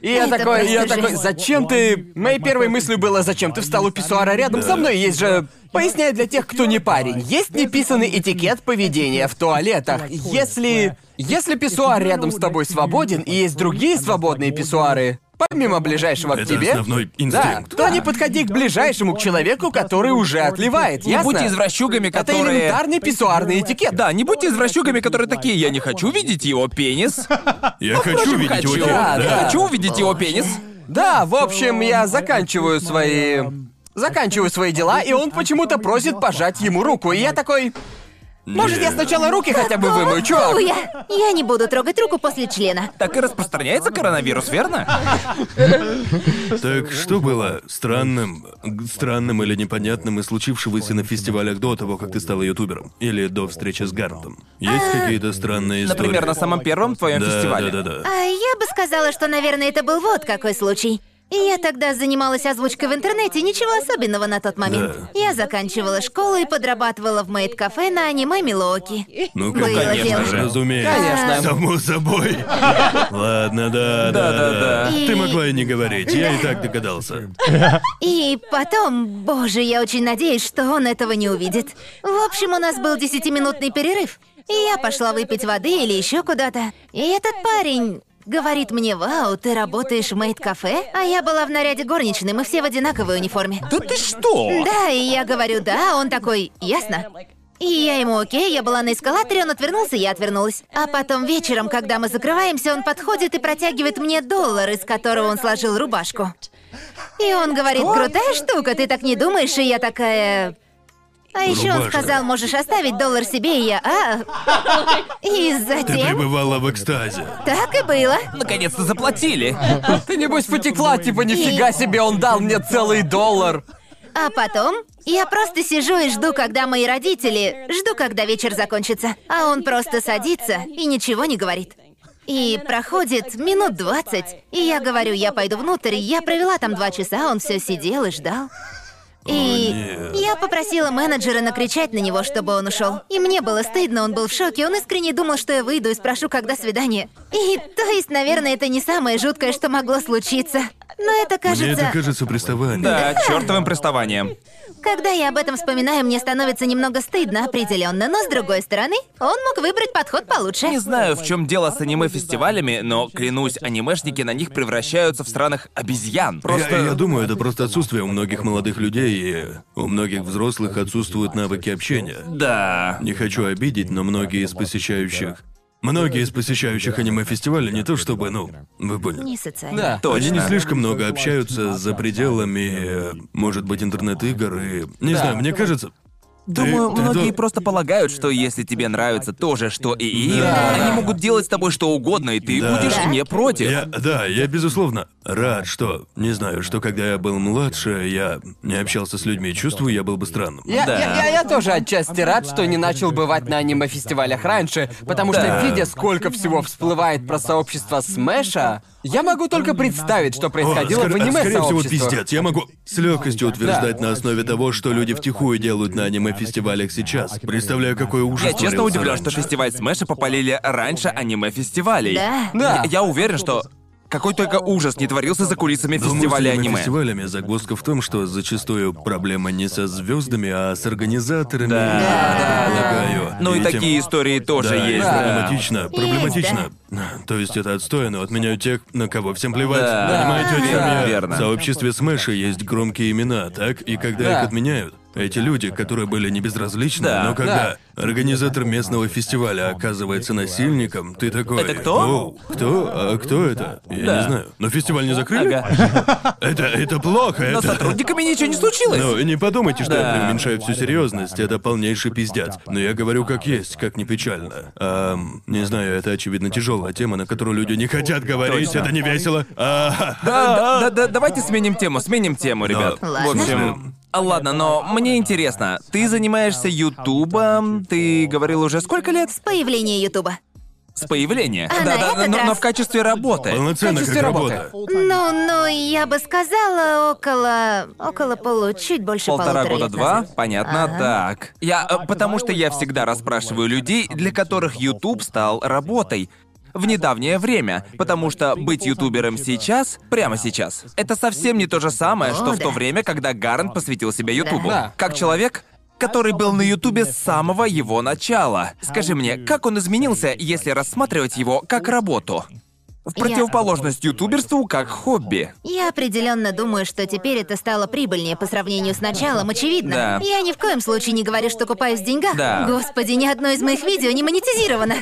И я
Это
такой, и я
просто
такой,
жесть.
зачем ты... Моей первой мыслью было, зачем ты встал у писсуара рядом со мной, есть же... Поясняю для тех, кто не парень. Есть неписанный этикет поведения в туалетах. Если... Если писсуар рядом с тобой свободен, и есть другие свободные писсуары, помимо ближайшего к
Это
тебе...
основной
Да,
инстинкт.
то не подходи к ближайшему, к человеку, который уже отливает,
Не
ясно?
будьте извращугами,
Это
которые...
элементарный писсуарный этикет.
Да, не будьте извращугами, которые такие, я не хочу видеть его пенис.
Я хочу
Ну, Впрочем,
видеть его
хочу.
тело,
Да,
Я
да.
хочу увидеть его пенис.
Да, в общем, я заканчиваю свои... Заканчиваю свои дела, и он почему-то просит пожать ему руку. И я такой... Может, я
Нет.
сначала руки хотя бы вымою, чувак?
Ой, Ну, я, я не буду трогать руку после члена.
Так и распространяется коронавирус, верно?
Так что было странным, г- странным или непонятным из случившегося на фестивалях до того, как ты стал ютубером? Или до встречи с Гарнтом? Есть какие-то странные истории?
А, Например, на самом первом твоем
да, да,
фестивале.
да, да.
А я бы сказала, что, наверное, это был вот какой случай. И Я тогда занималась озвучкой в интернете, ничего особенного на тот момент. Я заканчивала школу и подрабатывала в мейд-кафе на аниме Милоки.
Ну,
Было дело.
конечно же, разумеется.
Конечно.
Само собой. Ладно, да, да,
Да-да-да.
да.
И-
Ты могла и не говорить, я и так догадался.
И потом, боже, я очень надеюсь, что он этого не увидит. В общем, у нас был десятиминутный перерыв. И я пошла выпить воды или еще куда-то. И этот парень говорит мне, вау, ты работаешь в мейд-кафе? А я была в наряде горничной, мы все в одинаковой униформе.
Да ты что?
Да, и я говорю, да, он такой, ясно. И я ему окей, я была на эскалаторе, он отвернулся, я отвернулась. А потом вечером, когда мы закрываемся, он подходит и протягивает мне доллар, из которого он сложил рубашку. И он говорит, крутая штука, ты так не думаешь, и я такая... А еще он
Рубашка.
сказал, можешь оставить доллар себе, и я... А? И
Ты
затем...
пребывала в экстазе.
Так и было.
Наконец-то заплатили.
Ты небось потекла, типа, нифига себе, он дал мне целый доллар.
А потом я просто сижу и жду, когда мои родители, жду, когда вечер закончится. А он просто садится и ничего не говорит. И проходит минут двадцать, и я говорю, я пойду внутрь, я провела там два часа, он все сидел и ждал. И
О, нет.
я попросила менеджера накричать на него, чтобы он ушел. И мне было стыдно, он был в шоке, он искренне думал, что я выйду и спрошу, когда свидание. И то есть, наверное, это не самое жуткое, что могло случиться. Но это
Мне это
кажется,
кажется приставанием.
Да, чертовым приставанием.
когда я об этом вспоминаю, мне становится немного стыдно определенно, но с другой стороны, он мог выбрать подход получше.
Не знаю, в чем дело с аниме-фестивалями, но, клянусь, анимешники на них превращаются в странах обезьян.
Я-
Просто...
Я, думаю, это просто отсутствие у многих молодых людей, и у многих взрослых отсутствуют навыки общения.
Да.
Не хочу обидеть, но многие из посещающих... Многие из посещающих аниме-фестиваля не то чтобы, ну, вы поняли.
Не социально.
Да.
Точно.
Они не слишком много общаются за пределами, э, может быть, интернет-игр и... Не знаю, мне кажется...
Думаю,
Ты- ты
многие
до-
просто полагают, что если тебе нравится то же, что и им,
Да.
они могут делать с тобой что угодно, и ты
Да.
будешь не против.
Я, да, я безусловно рад, что... Не знаю, что когда я был младше, я не общался с людьми, чувствую, я был бы странным.
Я,
Да.
я, я, я тоже отчасти рад, что не начал бывать на аниме-фестивалях раньше, потому
Да.
что, видя, сколько всего всплывает про сообщество Смэша, я могу только представить, что
О,
происходило
скоро-
в
Скорее всего,
аниме-сообществе.
пиздец. Я могу с легкостью утверждать на основе того, что люди втихую делают на аниме-фестивалях сейчас. Представляю, какой А, ужас.
Я честно
творился
удивлен, что
раньше.
фестиваль Смэша попалили раньше аниме-фестивалей.
Да.
Да.
Я, я уверен, что какой только ужас не творился за кулисами фестиваля
Думаю, с
аниме.
фестивалями загвоздка в том, что зачастую проблема не со звездами, а с организаторами. Полагаю.
Ну и
тем-
такие истории тоже
Да,
есть.
это
да.
Проблематично, проблематично. То есть это отстой, но отменяют тех, на кого всем плевать.
Да.
Понимаете, о чем
Да.
я?
Верно.
В сообществе Смэша есть громкие имена, так? И когда
Да.
их отменяют, эти люди, которые были не безразличны,
Да.
но когда организатор местного фестиваля оказывается насильником, ты такой.
Это кто?
«Оу, кто? А кто это? Я
Да.
не знаю. Но фестиваль не закрыли?
Ага.
Это, это плохо,
Но с
это.
сотрудниками ничего не случилось.
Ну, не подумайте, что
Да.
я преуменьшаю всю серьезность, это полнейший пиздец. Но я говорю как есть, как не печально. Ам, не знаю, это очевидно тяжелая тема, на которую люди не хотят говорить,
Точно.
это не весело. А,
Да, да, да, давайте сменим тему, сменим тему,
Ну.
ребят. В
Ладно.
общем. а, Ладно, но мне интересно, ты занимаешься Ютубом, ты говорил уже сколько лет?
С появления Ютуба.
С появления.
А на
да, да,
этот
но,
раз-
но в качестве работы.
полноценно как
Качестве работы.
работа.
Ну, ну, я бы сказала около... около полу... чуть больше
Полтора
полутора
года
лет
два,
назад.
понятно,
Ага.
так. Я, э, потому что я всегда расспрашиваю людей, для которых Ютуб стал работой в недавнее время, потому что быть ютубером сейчас, прямо сейчас, это совсем не то же самое, что
О,
в то
да.
время, когда Гарн посвятил себя Ютубу.
Да.
Как человек, который был на Ютубе с самого его начала. Скажи мне, как он изменился, если рассматривать его как работу? В
Я-
противоположность ютуберству как хобби.
Я определенно думаю, что теперь это стало прибыльнее по сравнению с началом, очевидно.
Да.
Я ни в коем случае не говорю, что купаюсь в деньгах.
Да.
Господи, ни одно из моих видео не монетизировано.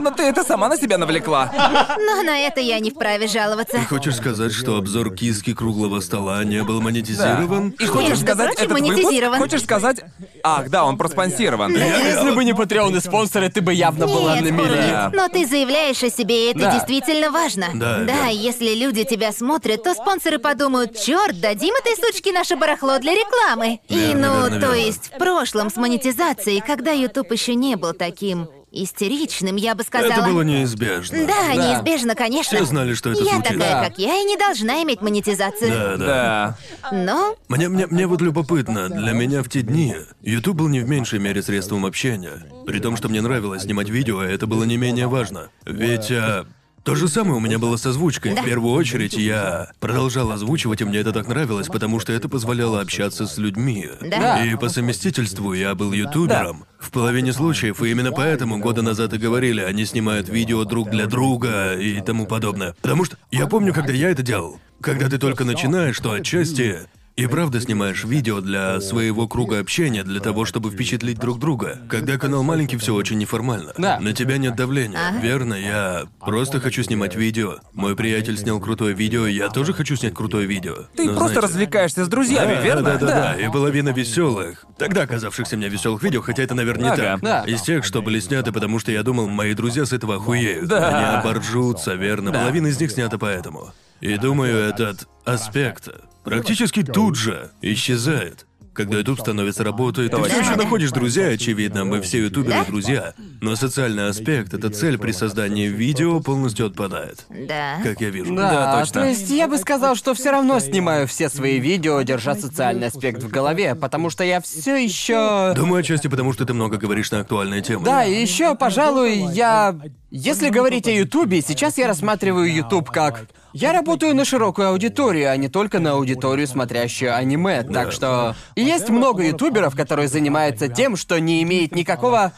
Но ты это сама на себя навлекла.
Но на это я не вправе жаловаться.
Ты хочешь сказать, что обзор киски круглого стола не был монетизирован?
И хочешь
Между
сказать,
прочим,
этот выпуск...
монетизирован.
Хочешь сказать... Ах, да, он проспонсирован.
Если бы не патреоны спонсоры, ты бы явно была на
Нет, спору
мели.
Да.
нет. Но ты заявляешь о себе, и это
Да.
действительно важно.
Да, да.
если люди тебя смотрят, то спонсоры подумают, черт, дадим этой сучке наше барахло для рекламы. и
Верно,
ну,
верно,
то
верно.
есть в прошлом с монетизацией, когда YouTube еще не был таким истеричным, я бы сказала.
Это было неизбежно.
Да, неизбежно, конечно.
Все знали, что это
я
случится.
такая,
Да.
как я, и не должна иметь монетизацию. Ну,
Да, да.
Да.
Но
Мне, мне, мне вот любопытно, для меня в те дни YouTube был не в меньшей мере средством общения. При том, что мне нравилось снимать видео, и это было не менее важно. Ведь а, то же самое у меня было с озвучкой. В первую очередь я продолжал озвучивать, и мне это так нравилось, потому что это позволяло общаться с людьми.
Да.
И по совместительству я был ютубером. В половине случаев, и именно поэтому года назад и говорили, они снимают видео друг для друга и тому подобное. Потому что я помню, когда я это делал, когда ты только начинаешь, что отчасти и правда снимаешь видео для своего круга общения, для того, чтобы впечатлить друг друга. Когда канал маленький, все очень неформально.
Да.
На тебя нет давления. Верно, я просто хочу снимать видео. Мой приятель снял крутое видео, я тоже хочу снять крутое видео.
Ты
Но,
просто
Ну, знаете,
развлекаешься с друзьями, верно?
да, да, да, и половина веселых. Тогда оказавшихся мне веселых видео, хотя это, наверное, не
Ага.
так.
Да.
Из тех, что были сняты, потому что я думал, мои друзья с этого охуеют.
Да.
Они оборжутся, верно. Половина из них снята поэтому. И думаю, этот аспект практически тут же исчезает. когда YouTube становится работой, ты
Точно.
все еще
Да.
находишь друзья, очевидно, мы все ютуберы друзья. Но социальный аспект, эта цель при создании видео полностью отпадает.
Да.
Как я вижу.
Да,
точно.
то есть я бы сказал, что все равно снимаю все свои видео, держа социальный аспект в голове, потому что я все еще.
Думаю, отчасти потому, что ты много говоришь на актуальные темы.
Да, и еще, пожалуй, я. Если говорить о Ютубе, сейчас я рассматриваю Ютуб как. Я работаю на широкую аудиторию, а не только на аудиторию, смотрящую аниме. Так что. И есть много ютуберов, которые занимаются тем, что не имеет никакого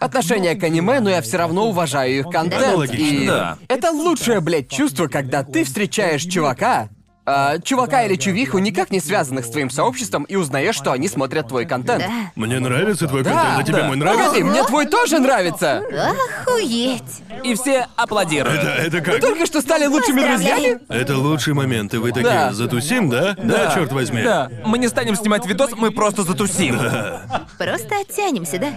отношения к аниме, но я все равно уважаю их контент.
Это логично,
и
да.
Это лучшее, блядь, чувство, когда ты встречаешь чувака, а, чувака или чувиху, никак не связанных с твоим сообществом, и узнаешь, что они смотрят твой контент.
Да.
Мне нравится твой
ну
контент, а тебе
да.
мой нравится?
Погоди, мне твой тоже нравится.
Охуеть.
И все аплодируют.
Да, это как?
Только что стали лучшими друзьями?
Это лучший момент, и вы такие,
Да.
затусим, да? Да, черт возьми.
Да. Мы не станем снимать видос, мы просто затусим.
Просто оттянемся, да?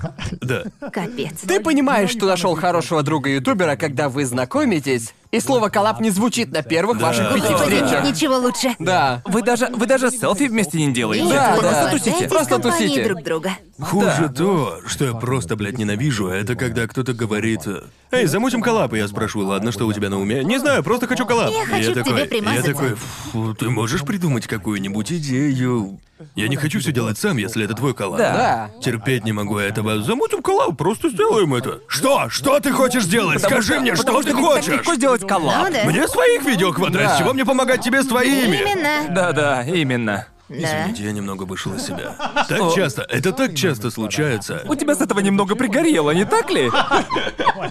Да.
Да.
Капец.
Ты понимаешь, что нашел хорошего друга ютубера, когда вы знакомитесь, и слово коллап не звучит на первых ваших пяти
Господи, нет
встречах.
ничего лучше.
Да.
Вы даже, вы даже селфи вместе не делаете.
Да, да.
Вы просто тусите.
Наслаждайтесь
Просто
компанией
тусите.
друг друга.
Хуже то, что я просто, блядь, ненавижу, а это когда кто-то говорит, э, «Эй, замутим коллап», и я спрашиваю, «Ладно, что у тебя на уме?» «Не знаю, просто хочу коллап».
Я
И
хочу к тебе
такой, Я
примазаться.
такой, «Фу, ты можешь придумать какую-нибудь идею? Я не хочу все делать сам, если это твой коллап.
Да.
Терпеть не могу этого. Замутим коллап, просто сделаем это. Что? Что ты хочешь делать? Скажи мне, что
Потому
ты
ведь
хочешь?
Так легко сделать коллаб.
Ну да.
Мне своих видео хватает, с чего мне помогать тебе с твоими?
Именно.
Да, да, именно.
Да.
Извините, я немного вышел из себя. Так часто, это так часто случается.
У тебя с этого немного пригорело, не так ли?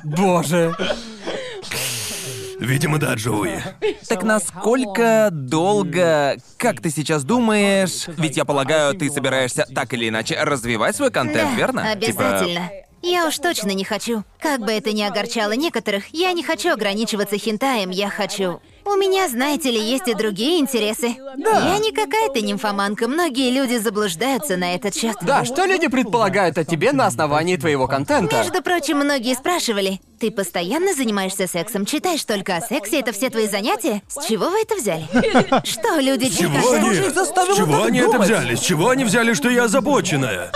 Боже.
Видимо, да, Джоуи.
Так насколько долго, как ты сейчас думаешь? Ведь я полагаю, ты собираешься так или иначе развивать свой контент,
Да,
верно? Типа,
Обязательно. Я уж точно не хочу. Как бы это ни огорчало некоторых, я не хочу ограничиваться хентаем, я хочу. У меня, знаете ли, есть и другие интересы. Я не какая-то нимфоманка, многие люди заблуждаются на этот счет.
Да, что люди предполагают о тебе на основании твоего контента?
Между прочим, многие спрашивали, ты постоянно занимаешься сексом, читаешь только о сексе, это все твои занятия? С чего вы это взяли? Что люди
Чего
читают?
они?
же их заставила
С чего
так
они это
думать?
взяли? С чего они взяли, что я озабоченная?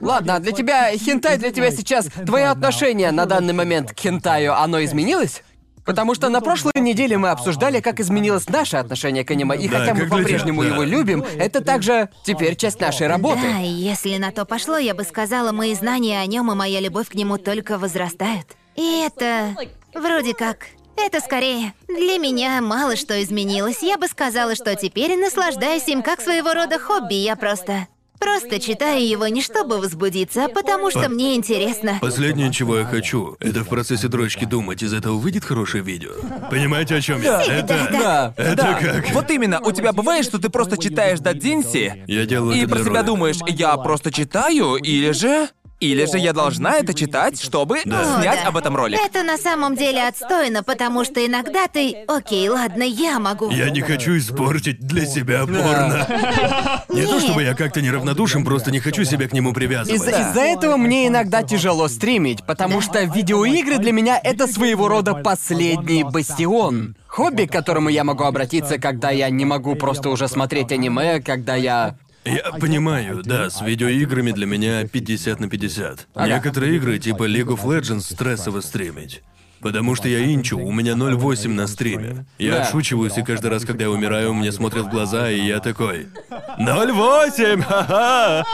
Ладно, а для тебя хентай для тебя сейчас твое отношение на данный момент к хентаю, оно изменилось? Потому что на прошлой неделе мы обсуждали, как изменилось наше отношение к аниме, и
Да,
хотя мы
как для
по-прежнему
тебя, да.
его любим, это также теперь часть нашей работы.
Да, и если на то пошло, я бы сказала, мои знания о нем и моя любовь к нему только возрастают. И это вроде как. Это скорее. Для меня мало что изменилось. Я бы сказала, что теперь наслаждаюсь им как своего рода хобби. Я просто. Просто читаю его не чтобы возбудиться, а потому что мне интересно.
Последнее, чего я хочу, это в процессе дрочки думать, из этого выйдет хорошее видео. Понимаете, о чем я? Это...
Да.
Это как?
Вот именно, у тебя бывает, что ты просто читаешь Дадзинси,
Я делаю
и
это
про
для
себя
рода.
думаешь, я просто читаю, или же... Или же я должна это читать, чтобы
О,
снять
да.
об этом ролик.
Это на самом деле отстойно, потому что иногда ты... Окей, ладно, я могу.
Я не хочу испортить для себя порно. Не то чтобы я как-то неравнодушен, просто не хочу себя к нему
Из-
привязывать.
Из-за этого мне иногда тяжело стримить, потому что видеоигры для меня это своего рода последний бастион. Хобби, к которому я могу обратиться, когда я не могу просто уже смотреть аниме, когда я...
Я понимаю, да, с видеоиграми для меня 50 на 50. Некоторые игры, типа League of Legends, стрессово стримить. Потому что я инчу, у меня 0,8 на стриме. Я
Да.
отшучиваюсь, и каждый раз, когда я умираю, мне смотрят в глаза, и я такой... 0,8! Ха-ха!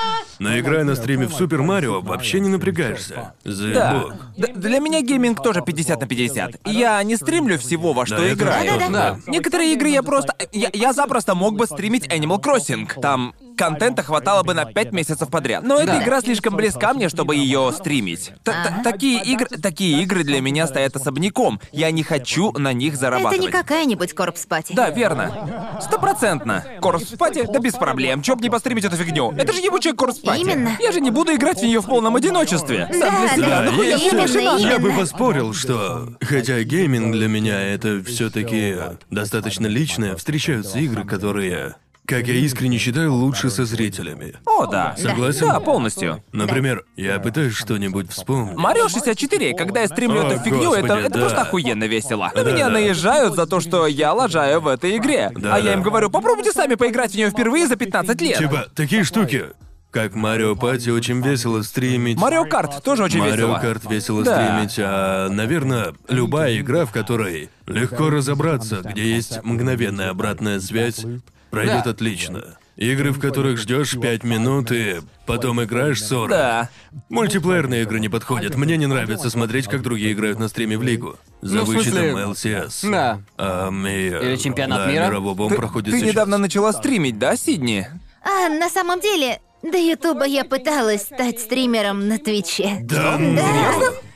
Но играя на стриме в Супер Марио, вообще не напрягаешься.
Да.
Заебок.
Д- Для меня гейминг тоже 50 на 50. Я не стримлю всего, во что
Да, это
играю.
понятно. Да.
Некоторые игры я просто... Я, я запросто мог бы стримить Animal Crossing. Там контента хватало бы на 5 месяцев подряд. Но эта
Да.
игра слишком близка мне, чтобы ее стримить. Т- т- Такие игры, такие игры для меня стоят особняком. Я не хочу на них
Это
зарабатывать.
не какая-нибудь корпспати.
Да, верно. Стопроцентно. Корс в спате? Да без проблем. Чё б не постримить эту фигню? Это же ебучая корс в спате.
Именно.
Я же не буду играть в нее в полном одиночестве. Сам
Да,
для себя.
да,
Да хуй я
я,
всё
именно,
решила.
именно.
бы поспорил, что хотя гейминг для меня это все-таки достаточно личное, встречаются игры, которые как я искренне считаю, лучше со зрителями.
О, да.
Согласен?
Да, полностью.
Например, я пытаюсь что-нибудь вспомнить.
Марио 64, когда я стримлю
О,
эту фигню, это,
господи,
это
да.
просто охуенно весело. На
Да,
меня
да.
наезжают за то, что я лажаю в этой игре.
Да,
а я
да.
им говорю, попробуйте сами поиграть в нее впервые за 15 лет.
Типа, такие штуки, как Марио Пати, очень весело стримить.
Марио Карт тоже очень
Марио
весело.
Карт весело
Да.
стримить, а, наверное, любая игра, в которой легко разобраться, где есть мгновенная обратная связь, пройдет
Да.
отлично. Игры, в которых ждешь 5 минут и потом играешь 40.
Да.
Мультиплеерные игры не подходят. Мне не нравится смотреть, как другие играют на стриме в лигу. За
Ну, в смысле,
вычетом LCS.
да.
Ам, и, э,
Или чемпионат
да,
мира?
мирового он
Ты,
проходит
ты
сейчас.
недавно начала стримить, да, Сидни?
А на самом деле, до Ютуба я пыталась стать стримером на Твиче.
Да, ну,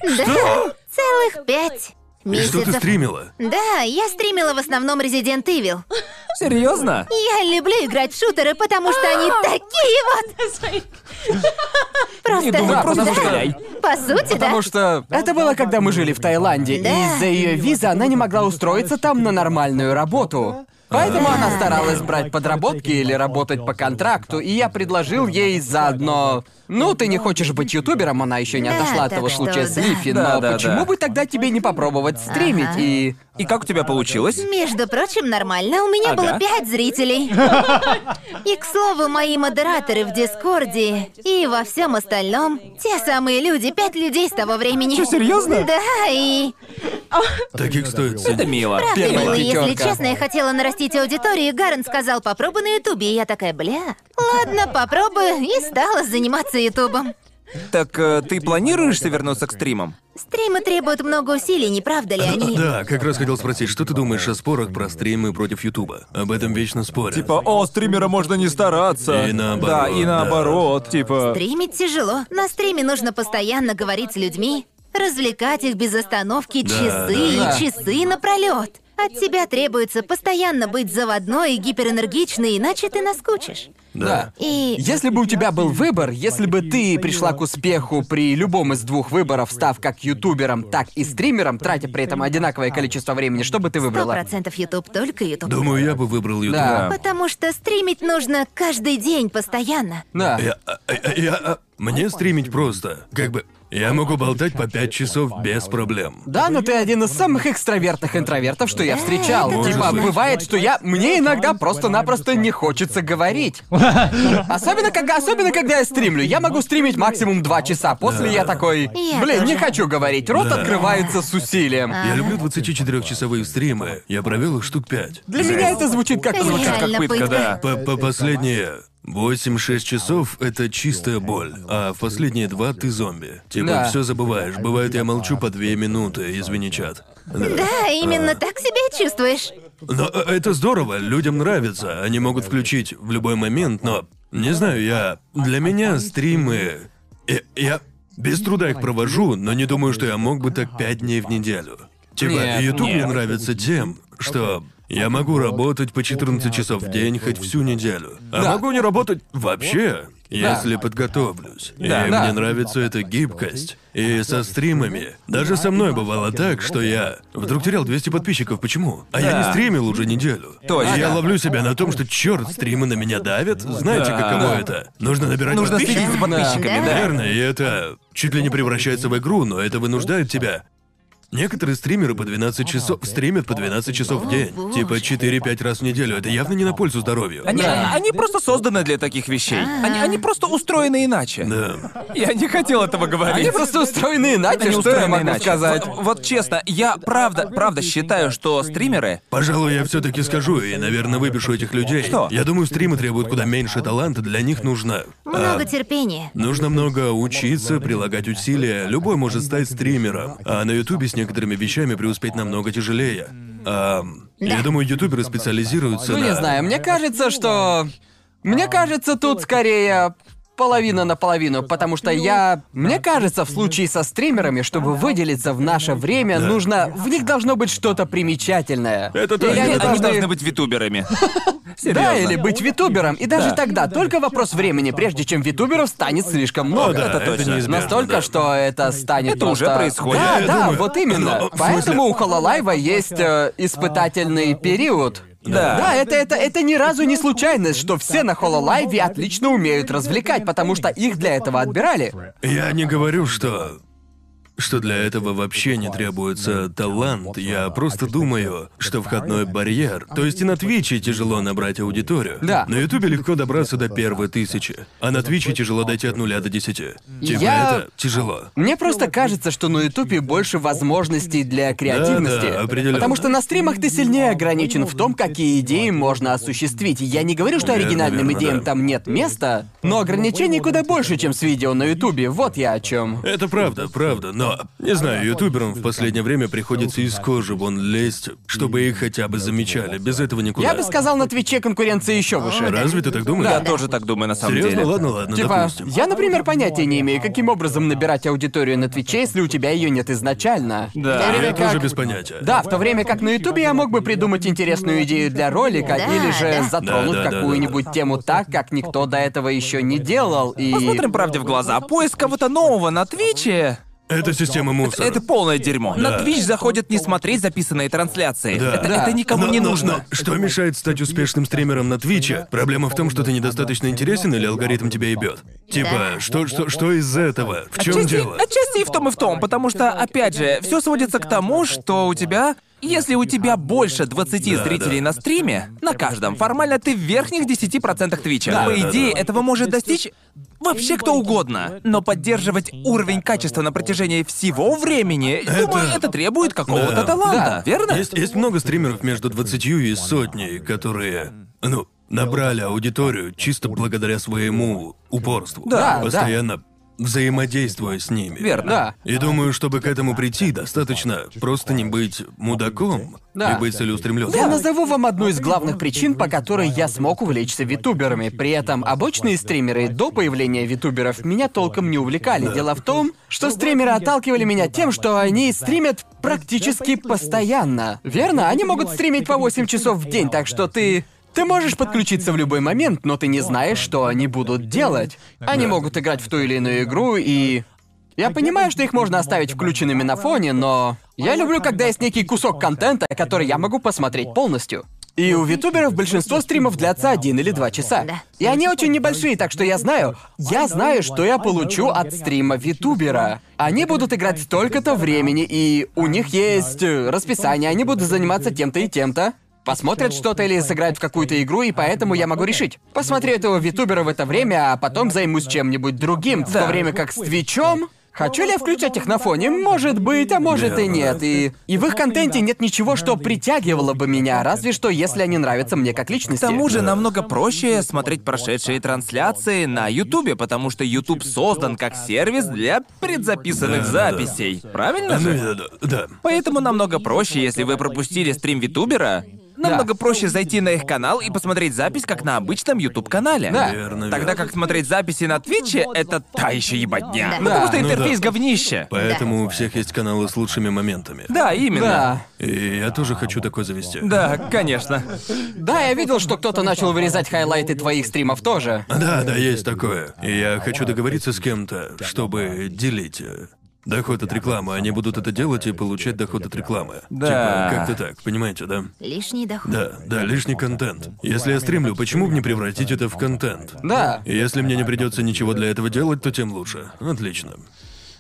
Да, целых пять
И что ты
месяцев.
стримила?
Да, я стримила в основном Resident Evil.
Серьезно?
Я люблю играть в шутеры, потому что они такие вот. Просто...
Не думай,
Да,
просто
потому что-
стреляй.
По сути, да.
Потому что это было, когда мы жили в Таиланде, и
Да.
из-за ее визы она не могла устроиться там на нормальную работу. Поэтому она старалась брать подработки или работать по контракту, и я предложил ей заодно... Ну, ты не хочешь быть ютубером, она еще не
Да,
отошла от
так
того
что
случая с
да.
Лифи,
Да,
но
да,
почему
да.
бы тогда тебе не попробовать стримить
Ага.
и...
И как у тебя получилось?
Между прочим, нормально. У меня
Ага.
было пять зрителей. И, к слову, мои модераторы в Дискорде и во всем остальном те самые люди, пять людей с того времени.
Чё, серьёзно?
Да, и
Таких стоит
Это
ценить.
мило.
Первая
Было, если
пятёрка.
честно, я хотела нарастить аудиторию, и Гарен сказал, попробуй на Ютубе. И я такая, бля, ладно, попробую. И стала заниматься Ютубом.
Так э, ты планируешься вернуться к стримам?
Стримы требуют много усилий, не правда ли они?
Да, как раз хотел спросить, что ты думаешь о спорах про стримы против Ютуба? Об этом вечно спорят.
Типа, о, стримера можно не стараться.
И наоборот,
Да, и
да.
наоборот, типа.
Стримить тяжело. На стриме нужно постоянно говорить с людьми, развлекать их без остановки часы
да.
и часы напролет. От тебя требуется постоянно быть заводной и гиперэнергичной, иначе ты наскучишь.
Да.
И
Если бы у тебя был выбор, если бы ты пришла к успеху при любом из двух выборов, став как ютубером, так и стримером, тратя при этом одинаковое количество времени, что бы ты
сто
выбрала?
процентов Ютуб, только Ютуб.
Думаю, я бы выбрал Ютуб.
Да.
Потому что стримить нужно каждый день, постоянно.
Да.
Я, а, а, я- а, мне стримить просто. Как бы, я могу болтать по 5 часов без проблем.
Да, но ты один из самых экстравертных интровертов, что я встречал.
это
типа,
точно.
бывает, что я. Мне иногда просто-напросто не хочется говорить. Особенно когда, особенно когда я стримлю. Я могу стримить максимум два часа. После я такой.
Я
Блин, не
тоже.
хочу говорить. Рот открывается с усилием.
Я люблю 24-часовые стримы. Я провел их штук 5.
Для меня это звучит как
Реально
звучит.
Как пытка,
пытка.
да.
По, по последние 8-6 часов это чистая боль, а в последние два ты зомби. Типа
Да.
все забываешь. Бывает, я молчу по 2 минуты, извини, чат.
Да,
А.
именно так себя и чувствуешь.
Но э, это здорово, людям нравится, они могут включить в любой момент, но не знаю, я. Для меня стримы. Я, я без труда их провожу, но не думаю, что я мог бы так пять дней в неделю. Типа,
Нет,
Ютуб мне
нет.
нравится тем, что я могу работать по 14 часов в день хоть всю неделю. А
Да.
могу не работать вообще,
Да.
если подготовлюсь. И
Да.
мне
Да.
нравится эта гибкость. И со стримами. Даже со мной бывало так, что я вдруг терял 200 подписчиков. Почему? А я не
Да.
стримил уже неделю.
Точно.
И Я ловлю себя на том, что черт, стримы на меня давят. Знаете,
Да.
каково это? Нужно набирать
Нужно
подписчиков.
следить за подписчиками,
Да.
да?
Верно, и это чуть ли не превращается в игру, но это вынуждает тебя. Некоторые стримеры по 12 часов стримят по 12 часов в день.
боже.
Типа 4-5 раз в неделю. Это явно не на пользу здоровью.
Они,
Да.
они просто созданы для таких вещей. Они, они просто устроены иначе.
Да.
Я не хотел этого говорить.
Они просто устроены «Ну иначе, что
Они
я
устроены
могу
иначе.
сказать.
Вот, вот честно, я правда, правда считаю, что стримеры.
Пожалуй, я все-таки скажу и, наверное, выпишу этих людей.
Что?
Я думаю, стримы требуют куда меньше таланта, для них нужно. а,
Много терпения.
Нужно много учиться, прилагать усилия. Любой может стать стримером. А на Ютубе с некоторыми вещами преуспеть намного тяжелее. Ам, Я думаю, ютуберы специализируются
Ну,
на...
не знаю, мне кажется, что... Мне кажется, тут скорее половина на половину, потому что я... Мне кажется, в случае со стримерами, чтобы выделиться в наше время, нужно... В них должно быть что-то примечательное.
Это так.
Или они
Они
должны-
должны быть витуберами.
Да,
Серьезно.
или быть витубером. И даже
Да.
тогда только вопрос времени, прежде чем витуберов станет слишком много.
О, да, это
точно.
неизбежно,
Настолько,
да.
что это станет
Это уже
просто-
происходит.
Да,
Я
да,
думаю.
вот именно.
Ну, в смысле- А,
Поэтому у Хололайва есть э, испытательный период.
Да.
Да, это, это, это ни разу не случайность, что все на Хололайве отлично умеют развлекать, потому что их для этого отбирали.
Я не говорю, что... Что для этого вообще не требуется талант. Я просто думаю, что входной барьер. То есть и на Твиче тяжело набрать аудиторию.
Да.
На Ютубе легко добраться до первой тысячи. А на Твиче тяжело дойти от нуля до десяти. Типа
Я-
это тяжело.
Мне просто кажется, что на Ютубе больше возможностей для креативности.
Да-да, определенно.
Потому что на стримах ты сильнее ограничен в том, какие идеи можно осуществить. Я не говорю, что
Верно,
оригинальным
верно,
идеям
да.
там нет места, но ограничений куда больше, чем с видео на Ютубе. Вот я о чем.
Это правда, правда, но не знаю, ютуберам в последнее время приходится из кожи вон лезть, чтобы их хотя бы замечали. Без этого никуда.
Я бы сказал, на Твиче конкуренция еще
А,
выше.
Разве ты так думаешь?
Я тоже так думаю на самом
Серьезно,
деле.
ладно, ладно,
Типа,
допустим.
я, например, понятия не имею, каким образом набирать аудиторию на Твиче, если у тебя ее нет изначально.
Да.
В то
Я
время
Я тоже
как...
без понятия.
Да, в то время как на Ютубе я мог бы придумать интересную идею для ролика
Да,
или же
да.
затронуть
Да, да, да,
какую-нибудь тему так, как никто до этого еще не делал. И
Посмотрим правде в глаза. Поиск кого-то нового на Твиче
Это система мусора.
это полное дерьмо. На
Да.
Твич заходят не смотреть записанные трансляции.
Да.
Это,
Да.
это никому
Но-
не
но-
нужно.
но что мешает стать успешным стримером на Твиче? Проблема в том, что ты недостаточно интересен или алгоритм тебя ебет. Типа, что, что, что из этого? В чем
Отчасти,
дело?
отчасти и в том, и в том, потому что, опять же, все сводится к тому, что у тебя... Если у тебя больше 20
Да,
зрителей
да.
на стриме, на каждом, формально ты в верхних 10% Твича. По
да,
идее,
да.
этого может достичь вообще кто угодно. Но поддерживать уровень качества на протяжении всего времени, думаю, это требует какого-то
Да.
таланта, верно?
Есть, есть много стримеров между 20 и сотней, которые, ну, набрали аудиторию чисто благодаря своему упорству.
Да, да.
Постоянно взаимодействуя с ними.
Верно.
Да.
И думаю, чтобы к этому прийти, достаточно просто не быть мудаком
Да.
и быть целеустремленным.
Я назову вам одну из главных причин, по которой я смог увлечься витуберами. При этом обычные стримеры до появления витуберов меня толком не увлекали. Дело в том, что стримеры отталкивали меня тем, что они стримят практически постоянно. Верно? Они могут стримить по 8 часов в день, так что ты... Ты можешь подключиться в любой момент, но ты не знаешь, что они будут делать. Они могут играть в ту или иную игру и... Я понимаю, что их можно оставить включенными на фоне, но я люблю, когда есть некий кусок контента, который я могу посмотреть полностью. И у витуберов большинство стримов длятся один или два часа.
Да.
И они очень небольшие, так что я знаю, я знаю, что я получу от стрима витубера. Они будут играть столько-то времени, и у них есть э, расписание, они будут заниматься тем-то и тем-то. Посмотрят что-то или сыграют в какую-то игру, и поэтому я могу решить. Посмотрю этого витубера в это время, а потом займусь чем-нибудь другим, в то время как с Твичом... Хочу ли я включать их на фоне? Может быть, а может и нет. И, и в их контенте нет ничего, что притягивало бы меня, разве что если они нравятся мне как личности.
К тому же намного проще смотреть прошедшие трансляции на Ютубе, потому что Ютуб создан как сервис для предзаписанных записей. Правильно
Ну,
же?
да, да, да.
Поэтому намного проще, если вы пропустили стрим Витубера, намного проще зайти на их канал и посмотреть запись, как на обычном Ютуб-канале.
Да.
Верно,
Тогда
верно.
как смотреть записи на Твиче — это та еще ебатня.
Да.
Да.
Потому что
Ну
интерфейс
да.
говнище.
Поэтому у всех есть каналы с лучшими моментами.
Да, а именно.
Да.
И я тоже хочу такой завести.
Да, конечно.
Да, я видел, что кто-то начал вырезать хайлайты твоих стримов тоже.
Да, да, есть такое. И я хочу договориться с кем-то, чтобы делить э, доход от рекламы. Они будут это делать и получать доход от рекламы.
Да.
Типа, как-то так, понимаете, да?
Лишний доход.
Да, да, лишний контент. Если я стримлю, почему бы не превратить это в контент?
Да.
И Если мне не придется ничего для этого делать, то тем лучше. Отлично.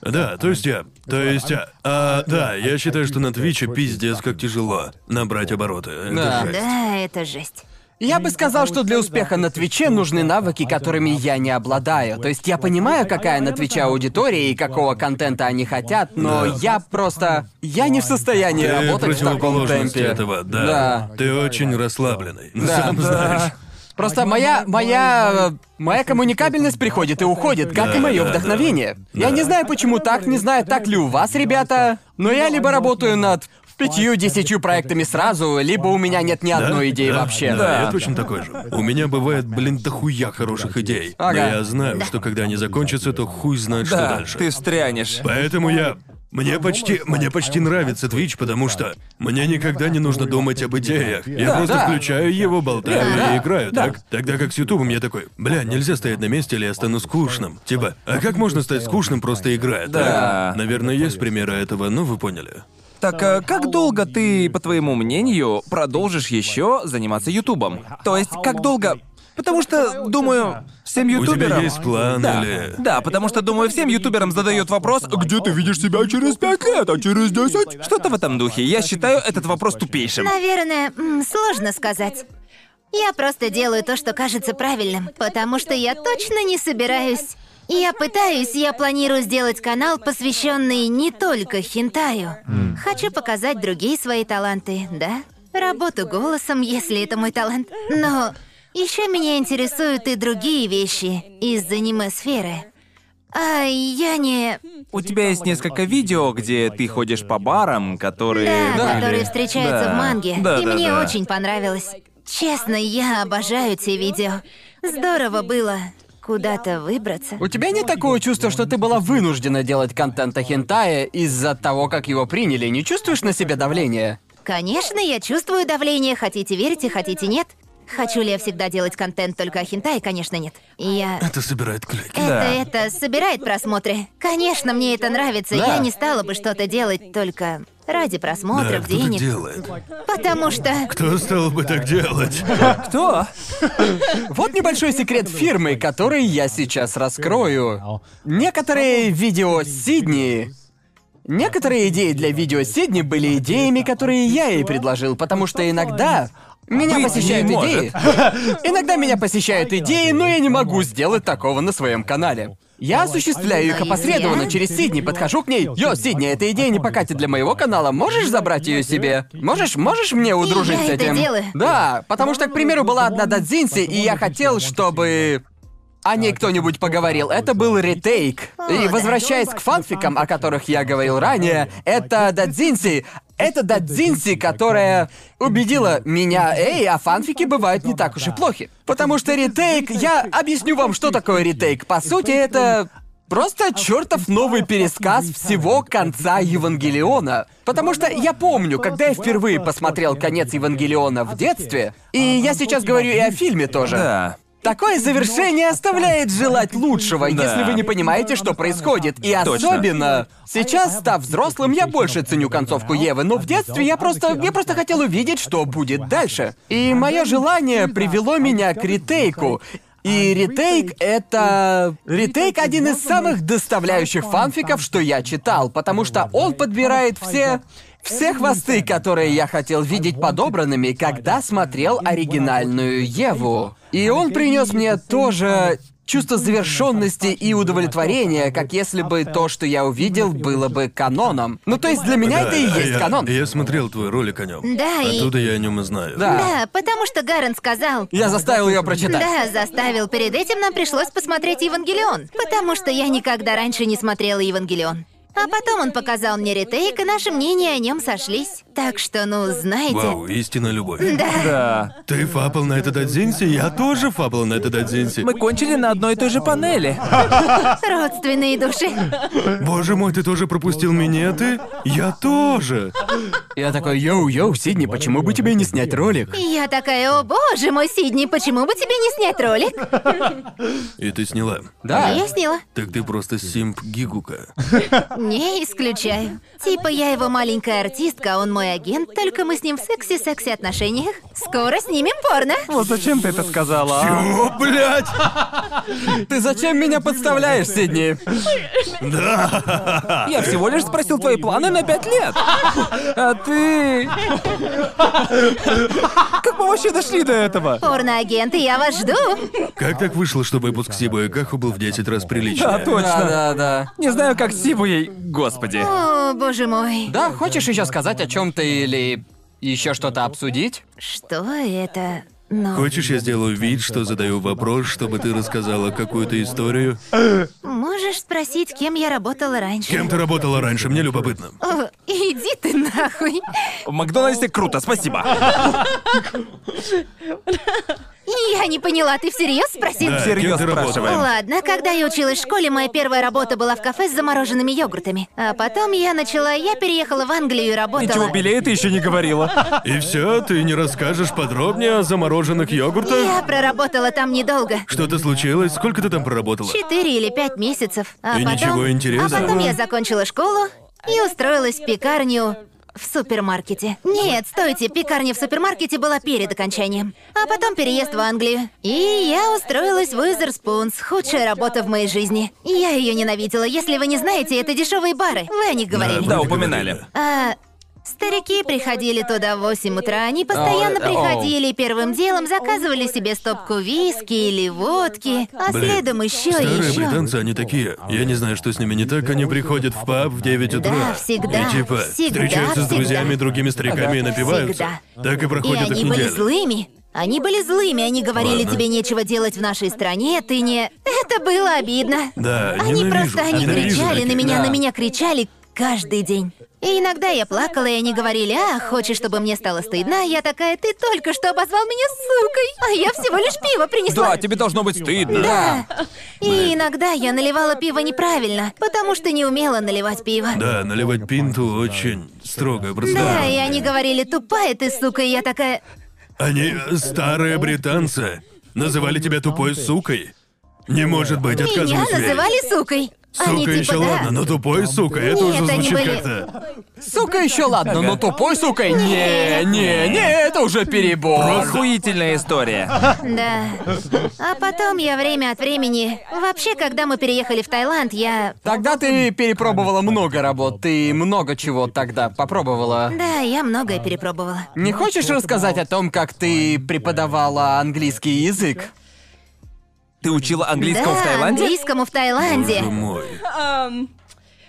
Да, то есть я... То есть я... а, да, я считаю, что на Твиче пиздец как тяжело набрать обороты. Это
Да.
жесть.
Да, это жесть.
Я бы сказал, что для успеха на Твиче нужны навыки, которыми я не обладаю. То есть я понимаю, какая на Твиче аудитория и какого контента они хотят, но я просто... Я не в состоянии
Ты
работать в таком
противоположность
темпе.
этого, да.
Да.
Ты очень расслабленный.
Да.
Сам
Да.
знаешь.
Просто моя, моя, э, моя коммуникабельность приходит и уходит, как
Да,
и мое
да, да.
вдохновение. Я не знаю, почему так, не знаю, так ли у вас, ребята, но я либо работаю над пятью-десятью проектами сразу, либо у меня нет ни одной идеи
Да,
вообще.
Да, я точно такой же. У меня бывает, блин, дохуя хороших идей.
Ага.
Но я знаю, что когда они закончатся, то хуй знает, что
Да,
дальше.
А, ты встрянешь.
Поэтому я... Мне почти, мне почти нравится Twitch, потому что мне никогда не нужно думать об идеях. Я
Да,
просто
да.
включаю его, болтаю
Да, да,
и играю,
да.
так? Тогда как с Ютубом я такой, бля, нельзя стоять на месте, или я стану скучным. Типа, а как можно стать скучным, просто играя,
Да.
так? Наверное, есть примеры этого, но ну, вы поняли.
Так э, как долго ты, по твоему мнению, продолжишь еще заниматься Ютубом? То есть, как долго... Потому что, думаю, всем
У
ютуберам...
тебя есть план
Да.
или...
Да, потому что, думаю, всем ютуберам задают вопрос, где ты видишь себя через пять лет, а через 10? Что-то в этом духе. Я считаю этот вопрос тупейшим.
Наверное, м, сложно сказать. Я просто делаю то, что кажется правильным, потому что я точно не собираюсь. Я пытаюсь, я планирую сделать канал, посвященный не только хентаю. Хочу показать другие свои таланты, да? Работу голосом, если это мой талант. Но еще меня интересуют и другие вещи из аниме-сферы. А я не...
У тебя есть несколько видео, где ты ходишь по барам, которые...
Да, которые встречаются
Да.
в манге.
Да,
и
да,
мне
да.
очень понравилось. Честно, я обожаю те видео. Здорово было куда-то выбраться.
У тебя нет такого чувства, что ты была вынуждена делать контент о хентае из-за того, как его приняли? Не чувствуешь на себе давления?
Конечно, я чувствую давление, хотите верите, хотите нет. Хочу ли я всегда делать контент только о хентай? Конечно, нет. Я...
Это собирает клики.
Это, это собирает просмотры. Конечно, мне это нравится.
Да.
Я не стала бы что-то делать только ради
Да,
просмотров,
кто так
денег.
А делает?
Потому что...
Кто стал бы так делать?
Кто?
Вот небольшой секрет фирмы, который я сейчас раскрою. Некоторые видео Сидни... Некоторые идеи для видео Сидни были идеями, которые я ей предложил, потому что иногда меня
Быть не
посещают
может.
идеи. Иногда меня посещают идеи, но я не могу сделать такого на своем канале. Я осуществляю их опосредованно через Сидни, подхожу к ней. Йо, Сидни, эта идея не покатит для моего канала, можешь забрать ее себе? Можешь, можешь мне удружить
я
с
это
этим?
делаю.
Да, потому что, к примеру, была одна Дадзинси, и я хотел, чтобы о ней кто-нибудь поговорил. Это был ретейк. И возвращаясь к фанфикам, о которых я говорил ранее, это Дадзинси. Это Дадзинси, которая убедила меня, эй, а фанфики бывают не так уж и плохи. Потому что ретейк, я объясню вам, что такое ретейк. По сути, это Просто чертов новый пересказ всего конца Евангелиона. Потому что я помню, когда я впервые посмотрел конец Евангелиона в детстве, и я сейчас говорю и о фильме тоже.
ну, Да. Ну,
Такое завершение оставляет желать лучшего,
Да.
если вы не понимаете, что происходит. И
Точно.
особенно сейчас, став взрослым, я больше ценю концовку Евы, но в детстве я просто я просто хотел увидеть, что будет дальше. И мое желание привело меня к ретейку. И ретейк — это... Ретейк — один из самых доставляющих фанфиков, что я читал, потому что он подбирает все... Все хвосты, которые я хотел видеть подобранными, когда смотрел оригинальную Еву. И он принес мне тоже чувство завершенности и удовлетворения, как если бы то, что я увидел, было бы каноном. Ну то есть для меня это и
Да,
есть
я-
канон.
Я смотрел твой ролик о нем.
Да, и-
Оттуда я о нем и знаю.
Да.
Да, потому что Гарен сказал...
Я заставил ее прочитать.
Да, заставил. Перед этим нам пришлось посмотреть Евангелион, потому что я никогда раньше не смотрела Евангелион. А потом он показал мне ретейк, и наши мнения о нем сошлись. Так что, ну, знаете...
Вау, истина любовь.
Да.
Ты фапал на этот Адзинси, я тоже фапал на этот Адзинси.
Мы кончили на одной и той же панели.
Родственные души.
Боже мой, ты тоже пропустил минеты? Я тоже.
Я такой, йоу-йоу, Сидни, почему бы тебе не снять ролик?
И я такая, о боже мой, Сидни, почему бы тебе не снять ролик?
И ты сняла.
Да.
И Я сняла.
Так ты просто симп Гигука.
Не исключаю. Типа я его маленькая артистка, а он мой агент, только мы с ним в сексе-сексе отношениях. Скоро снимем порно.
Вот зачем ты это сказала? а?
О, блядь!
Ты зачем меня подставляешь, Сидни?
Я всего лишь спросил твои планы на пять лет. А ты... Как мы вообще дошли до этого?
Порно-агенты, я вас жду.
Как так вышло, что выпуск Сиба и Каху был в 10 раз
Да,
приличнее?
Да,
точно.
да, да.
Не знаю, как Сибу ей... Господи.
О, боже мой.
Да, хочешь еще сказать о чем-то или еще что-то обсудить?
Что это? Ну,
Хочешь, я сделаю вид, что задаю вопрос, чтобы ты рассказала какую-то историю?
можешь спросить, кем я работала раньше?
Кем ты работала раньше? Мне любопытно.
О, иди ты нахуй.
В Макдональдсе круто, спасибо.
Я не поняла, ты всерьез спросил?
Да,
всерьез
кем ты работала?
спрашиваем.
Ладно, когда я училась в школе, моя первая работа была в кафе с замороженными йогуртами. А потом я начала, я переехала в Англию и работала.
Ничего белее ты еще не говорила.
И все, ты не расскажешь подробнее о замороженных йогуртах?
Я проработала там недолго.
Что-то случилось? Сколько ты там проработала?
Четыре или пять месяцев. А
И
потом...
ничего интересного?
А потом я закончила школу и устроилась в пекарню в супермаркете. Нет, стойте, пекарня в супермаркете была перед окончанием. А потом переезд в Англию. И я устроилась в Уизерспунс. Худшая работа в моей жизни. Я ее ненавидела. Если вы не знаете, это дешевые бары. Вы о них говорили.
Да, упоминали.
А, старики приходили туда в 8 утра, они постоянно
О, э,
приходили и первым делом заказывали себе стопку виски или водки, а
Блин,
следом еще и
Старые
еще.
британцы, они такие. Я не знаю, что с ними не так, они приходят в паб в 9 утра.
Да, всегда,
И типа,
всегда,
встречаются с друзьями
всегда.
и другими стариками и напиваются.
Всегда.
Так и
И
проходит их
они были
неделя.
злыми. Они были злыми, они говорили,
Ладно.
тебе нечего делать в нашей стране, ты не... Это было обидно.
Да,
Они
ненавижу,
просто, они
ненавижу
кричали на
таких.
меня,
Да.
на меня кричали каждый день. И иногда я плакала, и они говорили, а, хочешь, чтобы мне стало стыдно? А Я такая, ты только что обозвал меня сукой, а я всего лишь пиво принесла.
Да, а тебе должно быть стыдно.
Да.
типа.
И иногда я наливала пиво неправильно, потому что не умела наливать пиво.
Да, наливать пинту очень строгая процедура.
Да, и они говорили, тупая ты, сука, и я такая...
Они э, старые британцы. Называли тебя тупой сукой. Не может быть,
Меня
отказываюсь верить.
называли сукой.
Сука
они типа,
еще
да.
ладно, но тупой сука, это
Нет,
уже
они
звучит
были-
как-то.
Сука еще ладно, но тупой сукой? Не, не, не, это уже перебор.
Охуительная история.
ну».
Да. А потом я время от времени... Вообще, когда мы переехали в Таиланд, я...
Тогда ты перепробовала много работ, ты много чего тогда попробовала.
Да, я многое перепробовала.
Ну,
Не хочешь рассказать о том, как ты преподавала английский язык?
Ты учила
да,
английского в Таиланде?
английскому в Таиланде.
Боже мой.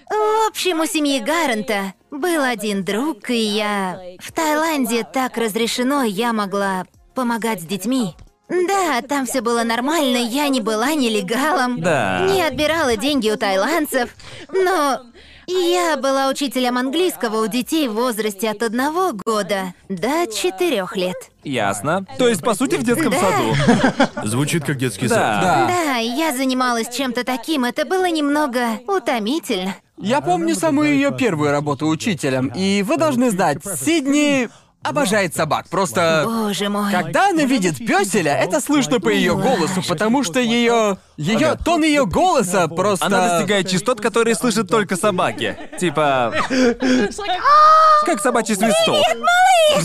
В общем, у семьи Гаррента был один друг, и я... В Таиланде так разрешено, я могла помогать с детьми. Да, там все было нормально, я не была нелегалом.
Да.
Не отбирала деньги у тайландцев. Но я была учителем английского у детей в возрасте от одного года до четырех лет.
Ясно. То есть, по сути, в детском
Да.
саду.
Звучит как детский сад.
Да.
Да, я занималась чем-то таким, это было немного утомительно.
Я помню самую ее первую работу учителем, и
Э,
вы должны знать, Сидни обожает собак. Просто
Боже мой.
А когда она видит пёселя, это слышно по ее голосу, потому что ее. ее тон ее голоса просто.
Она достигает частот, которые слышат только собаки. Типа... Как собачий свисток.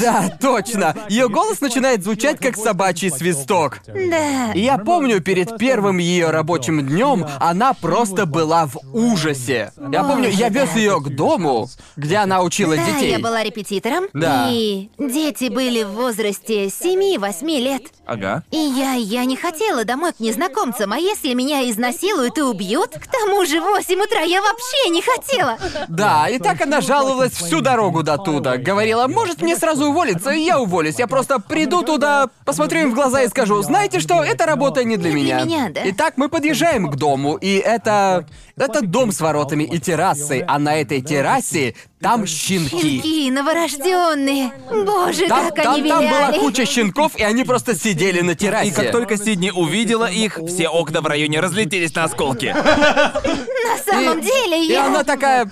Да, точно. Ее голос начинает звучать как собачий свисток.
Да.
И я помню, перед первым ее рабочим днем она просто была в ужасе. Я помню, я вез ее к дому, где она учила
Да,
детей.
я была репетитором.
Да.
И дети были в возрасте 7-8 лет.
Ага.
И я, я не хотела домой к незнакомцам, а если меня изнасилуют и убьют? К тому же в 8 утра я вообще не хотела.
Да, и так она жаловалась всю дорогу до туда. Говорила, может мне сразу уволиться, и я уволюсь. Я просто приду туда, посмотрю им в глаза и скажу, знаете что, эта работа не для
Не для
меня.
меня, да.
Итак, мы подъезжаем к дому, и это... Это дом с воротами и террасой, а на этой террасе там щенки.
Щенки, новорожденные. Боже,
Там,
так они
там, там была
виляли.
куча щенков, и они просто сидели на террасе.
И как только Сидни увидела их, все окна в районе разлетелись на осколки.
На самом деле
И
я...
она такая...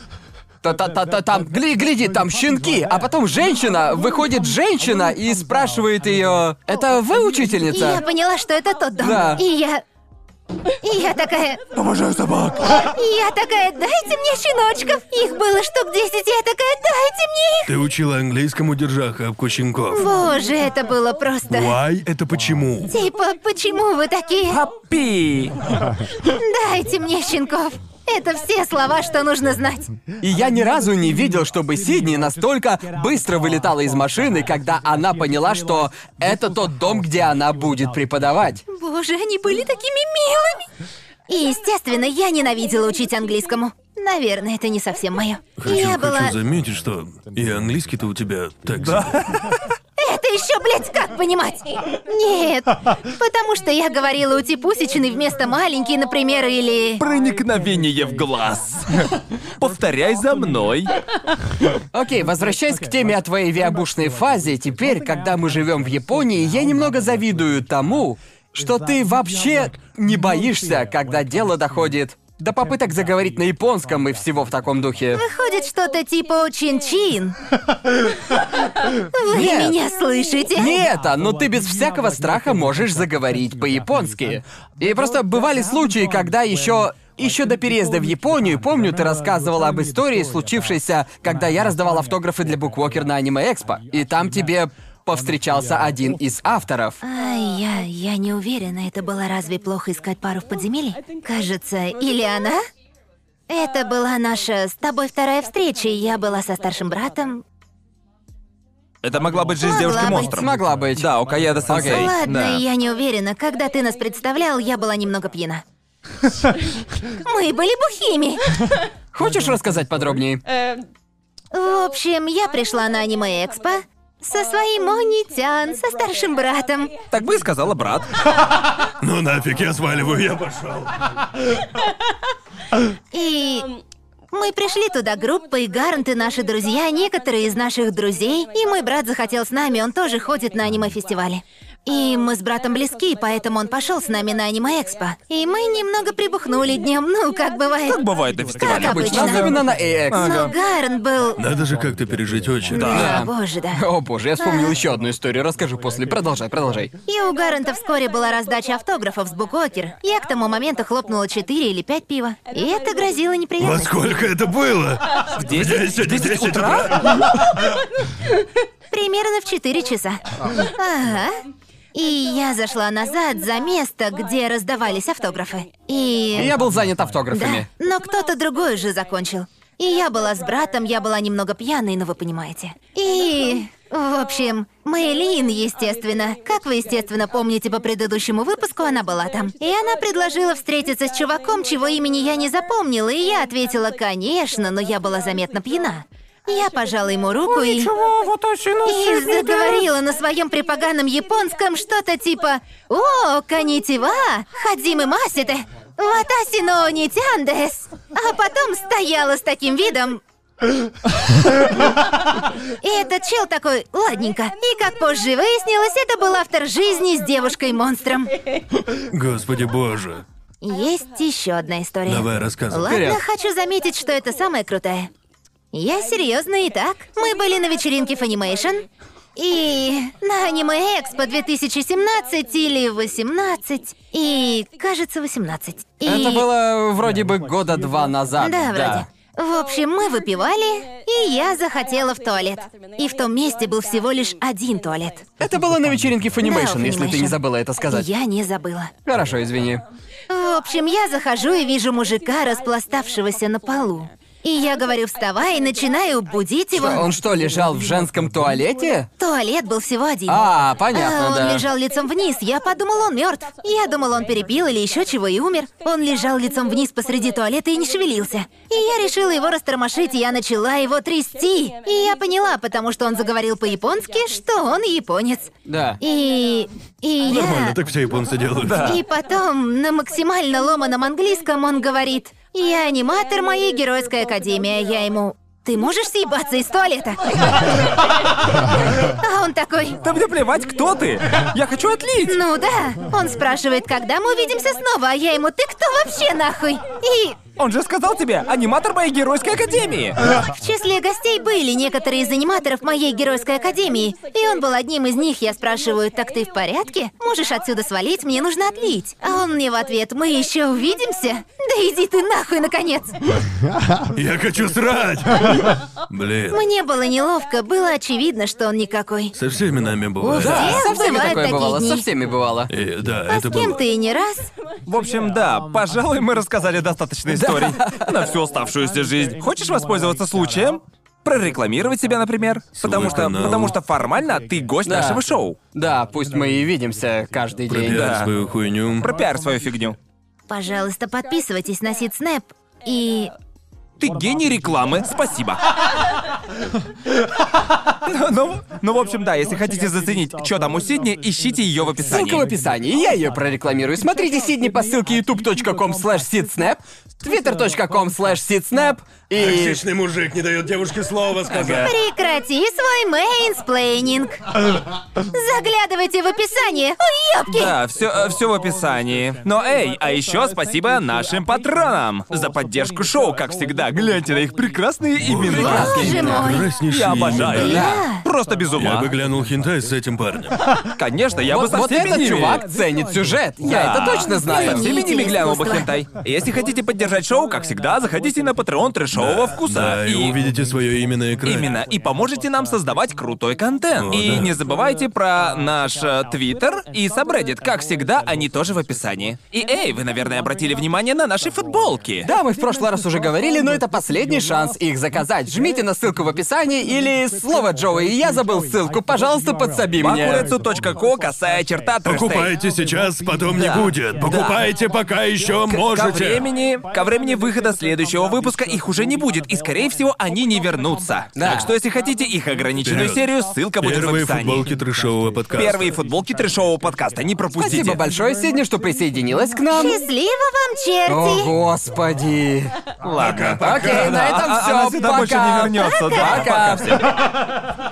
Та-та-та-та, там, гли- гляди, там щенки. А потом женщина, выходит женщина и спрашивает ее, это вы
И я
учительница?
поняла, что это тот дом.
Да.
И я... И я такая...
Обожаю собак.
И я такая, дайте мне щеночков. Их было штук 10, и я такая, дайте мне их.
Ты учила английскому держа хапку щенков.
Боже, это было просто...
Why? Это почему?
Типа, почему вы такие?
Папи.
Дайте мне щенков. Это все слова, что нужно знать.
И я ни разу не видел, чтобы Сидни настолько быстро вылетала из машины, когда она поняла, что это тот дом, где она будет преподавать.
Боже, они были такими милыми. И, естественно, я ненавидела учить английскому. Наверное, это не совсем мое.
Хочу,
я
хочу
была...
заметить, что и английский-то у тебя так себе.
Это еще, блядь, как понимать? Нет, потому что я говорила у типусечной вместо маленький, например, или...
Проникновение в глаз. Повторяй за мной.
Окей, возвращаясь к теме о твоей виабушной фазе, теперь, когда мы живем в Японии, я немного завидую тому, что ты вообще не боишься, когда дело доходит до попыток заговорить на японском и всего в таком духе.
Ходит что-то типа «чин-чин». Вы
Нет.
меня слышите?
Не это, но а, ну ты без всякого страха можешь заговорить по-японски. И просто бывали случаи, когда еще Еще до переезда в Японию, помню, ты рассказывала об истории, случившейся, когда я раздавал автографы для буквокер на аниме-экспо. И там тебе повстречался один из авторов.
А я, я не уверена, это было разве плохо искать пару в подземелье? Кажется, или она? Это была наша с тобой вторая встреча, и я была со старшим братом.
Это могла быть жизнь
Могла
девушки-монстра.
быть.
Могла быть.
Да, у Каяда Сансей.
Ладно,
да.
я не уверена, когда ты нас представлял, я была немного пьяна. Мы были бухими.
Хочешь рассказать подробнее?
Э,
В общем, я пришла на аниме-экспо со своим Монитян, со старшим братом.
Так бы и сказала брат.
Ну нафиг, я сваливаю, я пошел.
И мы пришли туда группой, Гарнт и наши друзья, некоторые из наших друзей, и мой брат захотел с нами, он тоже ходит на аниме-фестивале. И мы с братом близки, поэтому он пошел с нами на аниме-экспо. И мы немного прибухнули днем, ну, как бывает.
Как бывает на фестивале.
Как
Обычно,
обычно.
особенно на AX.
Но Гарн был...
Надо же как-то пережить очередь.
О, боже, да.
О боже, я вспомнил еще одну историю, расскажу после. Продолжай, продолжай.
И у Гаррента вскоре была раздача автографов с Букокер. Я к тому моменту хлопнула 4 или 5 пива. И это грозило
Во
неприятностью.
сколько это было?
В 10?
Десять,
В 10
десять
утра?
Примерно в 4 часа. Ага. И я зашла назад за место, где раздавались автографы. И...
Я был занят
Да,
автографами.
но кто-то другой уже закончил. И я была с братом, я была немного пьяной, но вы понимаете. И... В общем, Мэйлин, естественно. Как вы, естественно, помните по предыдущему выпуску, она была там. И она предложила встретиться с чуваком, чего имени я не запомнила, и я ответила, конечно, но я была заметно пьяна. Я пожала ему руку и... И заговорила на своем припоганном японском что-то типа «О, конитива, хадимы масите, ватаси но не тяндес». А потом стояла с таким видом. И этот чел такой, ладненько. И как позже выяснилось, это был автор жизни с девушкой-монстром.
Господи боже.
Есть еще одна история.
Давай рассказывай.
Ладно,
Вперед.
хочу заметить, что это самая крутая. Я серьезно и так. Мы были на вечеринке Funimation. И на аниме Экспо 2017 или 18. И кажется 18. И...
Это было вроде бы года два назад.
Да, вроде. В общем, мы выпивали, и я захотела в туалет. И в том месте был всего лишь один туалет.
Это было на вечеринке Funimation,
Да,
если ты не
Funimation.
забыла это сказать.
Я не забыла.
Хорошо, извини.
В общем, я захожу и вижу мужика, распластавшегося на полу. И я говорю, вставай, и начинаю будить его.
Что, он что, лежал в женском туалете?
Туалет был всего один.
А,
А,
понятно,
он
да.
лежал лицом вниз. Я подумал, он мертв. Я думал, он перепил или еще чего и умер. Он лежал лицом вниз посреди туалета и не шевелился. И я решила его растормошить, и я начала его трясти. И я поняла, потому что он заговорил по-японски, что он японец.
Да.
И... И я...
Нормально, так все японцы делают.
И потом на максимально ломаном английском он говорит: Я аниматор моей геройской академии, а я ему. Ты можешь съебаться из туалета? А он такой.
Да мне плевать, кто ты. Я хочу отлить.
Ну да. Он спрашивает, когда мы увидимся снова, а я ему, ты кто вообще нахуй? И
Он же сказал тебе, аниматор моей геройской академии.
в числе гостей были некоторые из аниматоров моей геройской академии. И он был одним из них. Я спрашиваю, так ты в порядке? Можешь отсюда свалить, мне нужно отлить. А он мне в ответ, мы еще увидимся? Да иди ты нахуй, наконец!
Я хочу срать! Блин,
Мне было неловко, было очевидно, что он никакой.
со всеми нами бывает.
Да,
Всех
со всеми
бывают
такое
такие
бывало, со
дни.
всеми бывало.
И да,
А с
это
кем
было.
ты и не раз?
В общем, да, пожалуй, мы рассказали достаточно историй на всю оставшуюся жизнь. Хочешь воспользоваться случаем? Прорекламировать себя, например? Потому что,
канал.
потому что формально ты гость
Да.
нашего шоу.
Да, пусть мы и видимся каждый день.
Пропиар
Да.
свою хуйню.
Пропиар свою фигню.
Пожалуйста, подписывайтесь на Сидснэп. И
Ты гений рекламы, спасибо. Ну, ну, в общем, да, если хотите заценить, что там у Сидни, ищите ее в описании.
Ссылка в описании, я ее прорекламирую. Смотрите Сидни по ссылке youtube.com slash sidsnap, twitter.com slash sidsnap и И...
Токсичный мужик не дает девушке слова сказать.
Прекрати свой мейнсплейнинг. Заглядывайте в описание. Ой, ёпки!
Да, все, все в описании. Но эй, а еще спасибо нашим патронам за поддержку шоу, как всегда. Гляньте на их прекрасные имена.
Боже мой.
Прекраснейшие
Я обожаю.
имена.
Да.
Просто без
Я
ума.
бы глянул хентай с этим парнем.
Конечно, я бы
Вот,
ну, со
вот
всеми
этот
ними.
чувак ценит сюжет. Я
Да.
это точно
Со
знаю.
всеми ними
Ценитель
глянул бы
искусства.
хентай. Если хотите поддержать шоу, как всегда, заходите на Patreon трешового вкуса.
Да, и увидите свое имя на экране.
Именно, и поможете нам создавать крутой контент.
О,
и
да.
не забывайте про наш э, Твиттер и Сабреддит. Как всегда, они тоже в описании. И эй, вы, наверное, обратили внимание на наши футболки.
Да, мы в прошлый раз уже говорили, но это последний шанс их заказать. Жмите на ссылку в описании или слово Джоуи, я забыл ссылку, пожалуйста, подсоби меня.
Бакурецу.ко, косая черта трэштейк.
Покупайте сейчас, потом не
Да.
будет. Покупайте, пока еще
Ко
можете.
времени, ко времени выхода следующего выпуска их уже не будет, и, скорее всего, они не вернутся.
Да.
Так что, если хотите их ограниченную
Вперед.
серию, ссылка будет
Первые
в описании.
футболки трешового подкаста.
Первые футболки трешового подкаста, не пропустите.
Спасибо большое, Сидни, что присоединилась к нам.
Счастливо вам, черти!
О, господи.
Ладно.
Окей, на
А- а- она
этом все.
сюда больше не вернется, да.
Пока.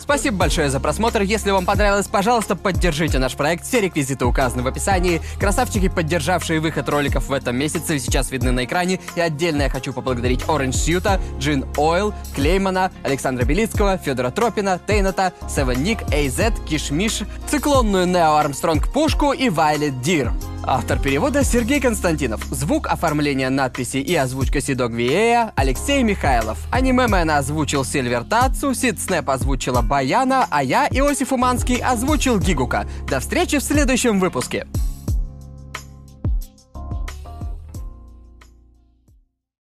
Спасибо большое за просмотр. Если вам понравилось, пожалуйста, поддержите наш проект. Все реквизиты указаны в описании. Красавчики, поддержавшие выход роликов в этом месяце, сейчас видны на экране. И отдельно я хочу поблагодарить Orange Сьюта, Джин Ойл, Клеймана, Александра Белицкого, Федора Тропина, Тейната, Севен Ник, Эйзет, Кишмиш, циклонную Нео Армстронг Пушку и Вайлет Дир. Автор перевода Сергей Константинов. Звук, оформление надписи и озвучка Сидок Виея Алексей Михайлов. Аниме Мэна озвучил Сильвер Тацу, Сид Снэп озвучила Баяна, а я, Иосиф Уманский, озвучил Гигука. До встречи в следующем выпуске.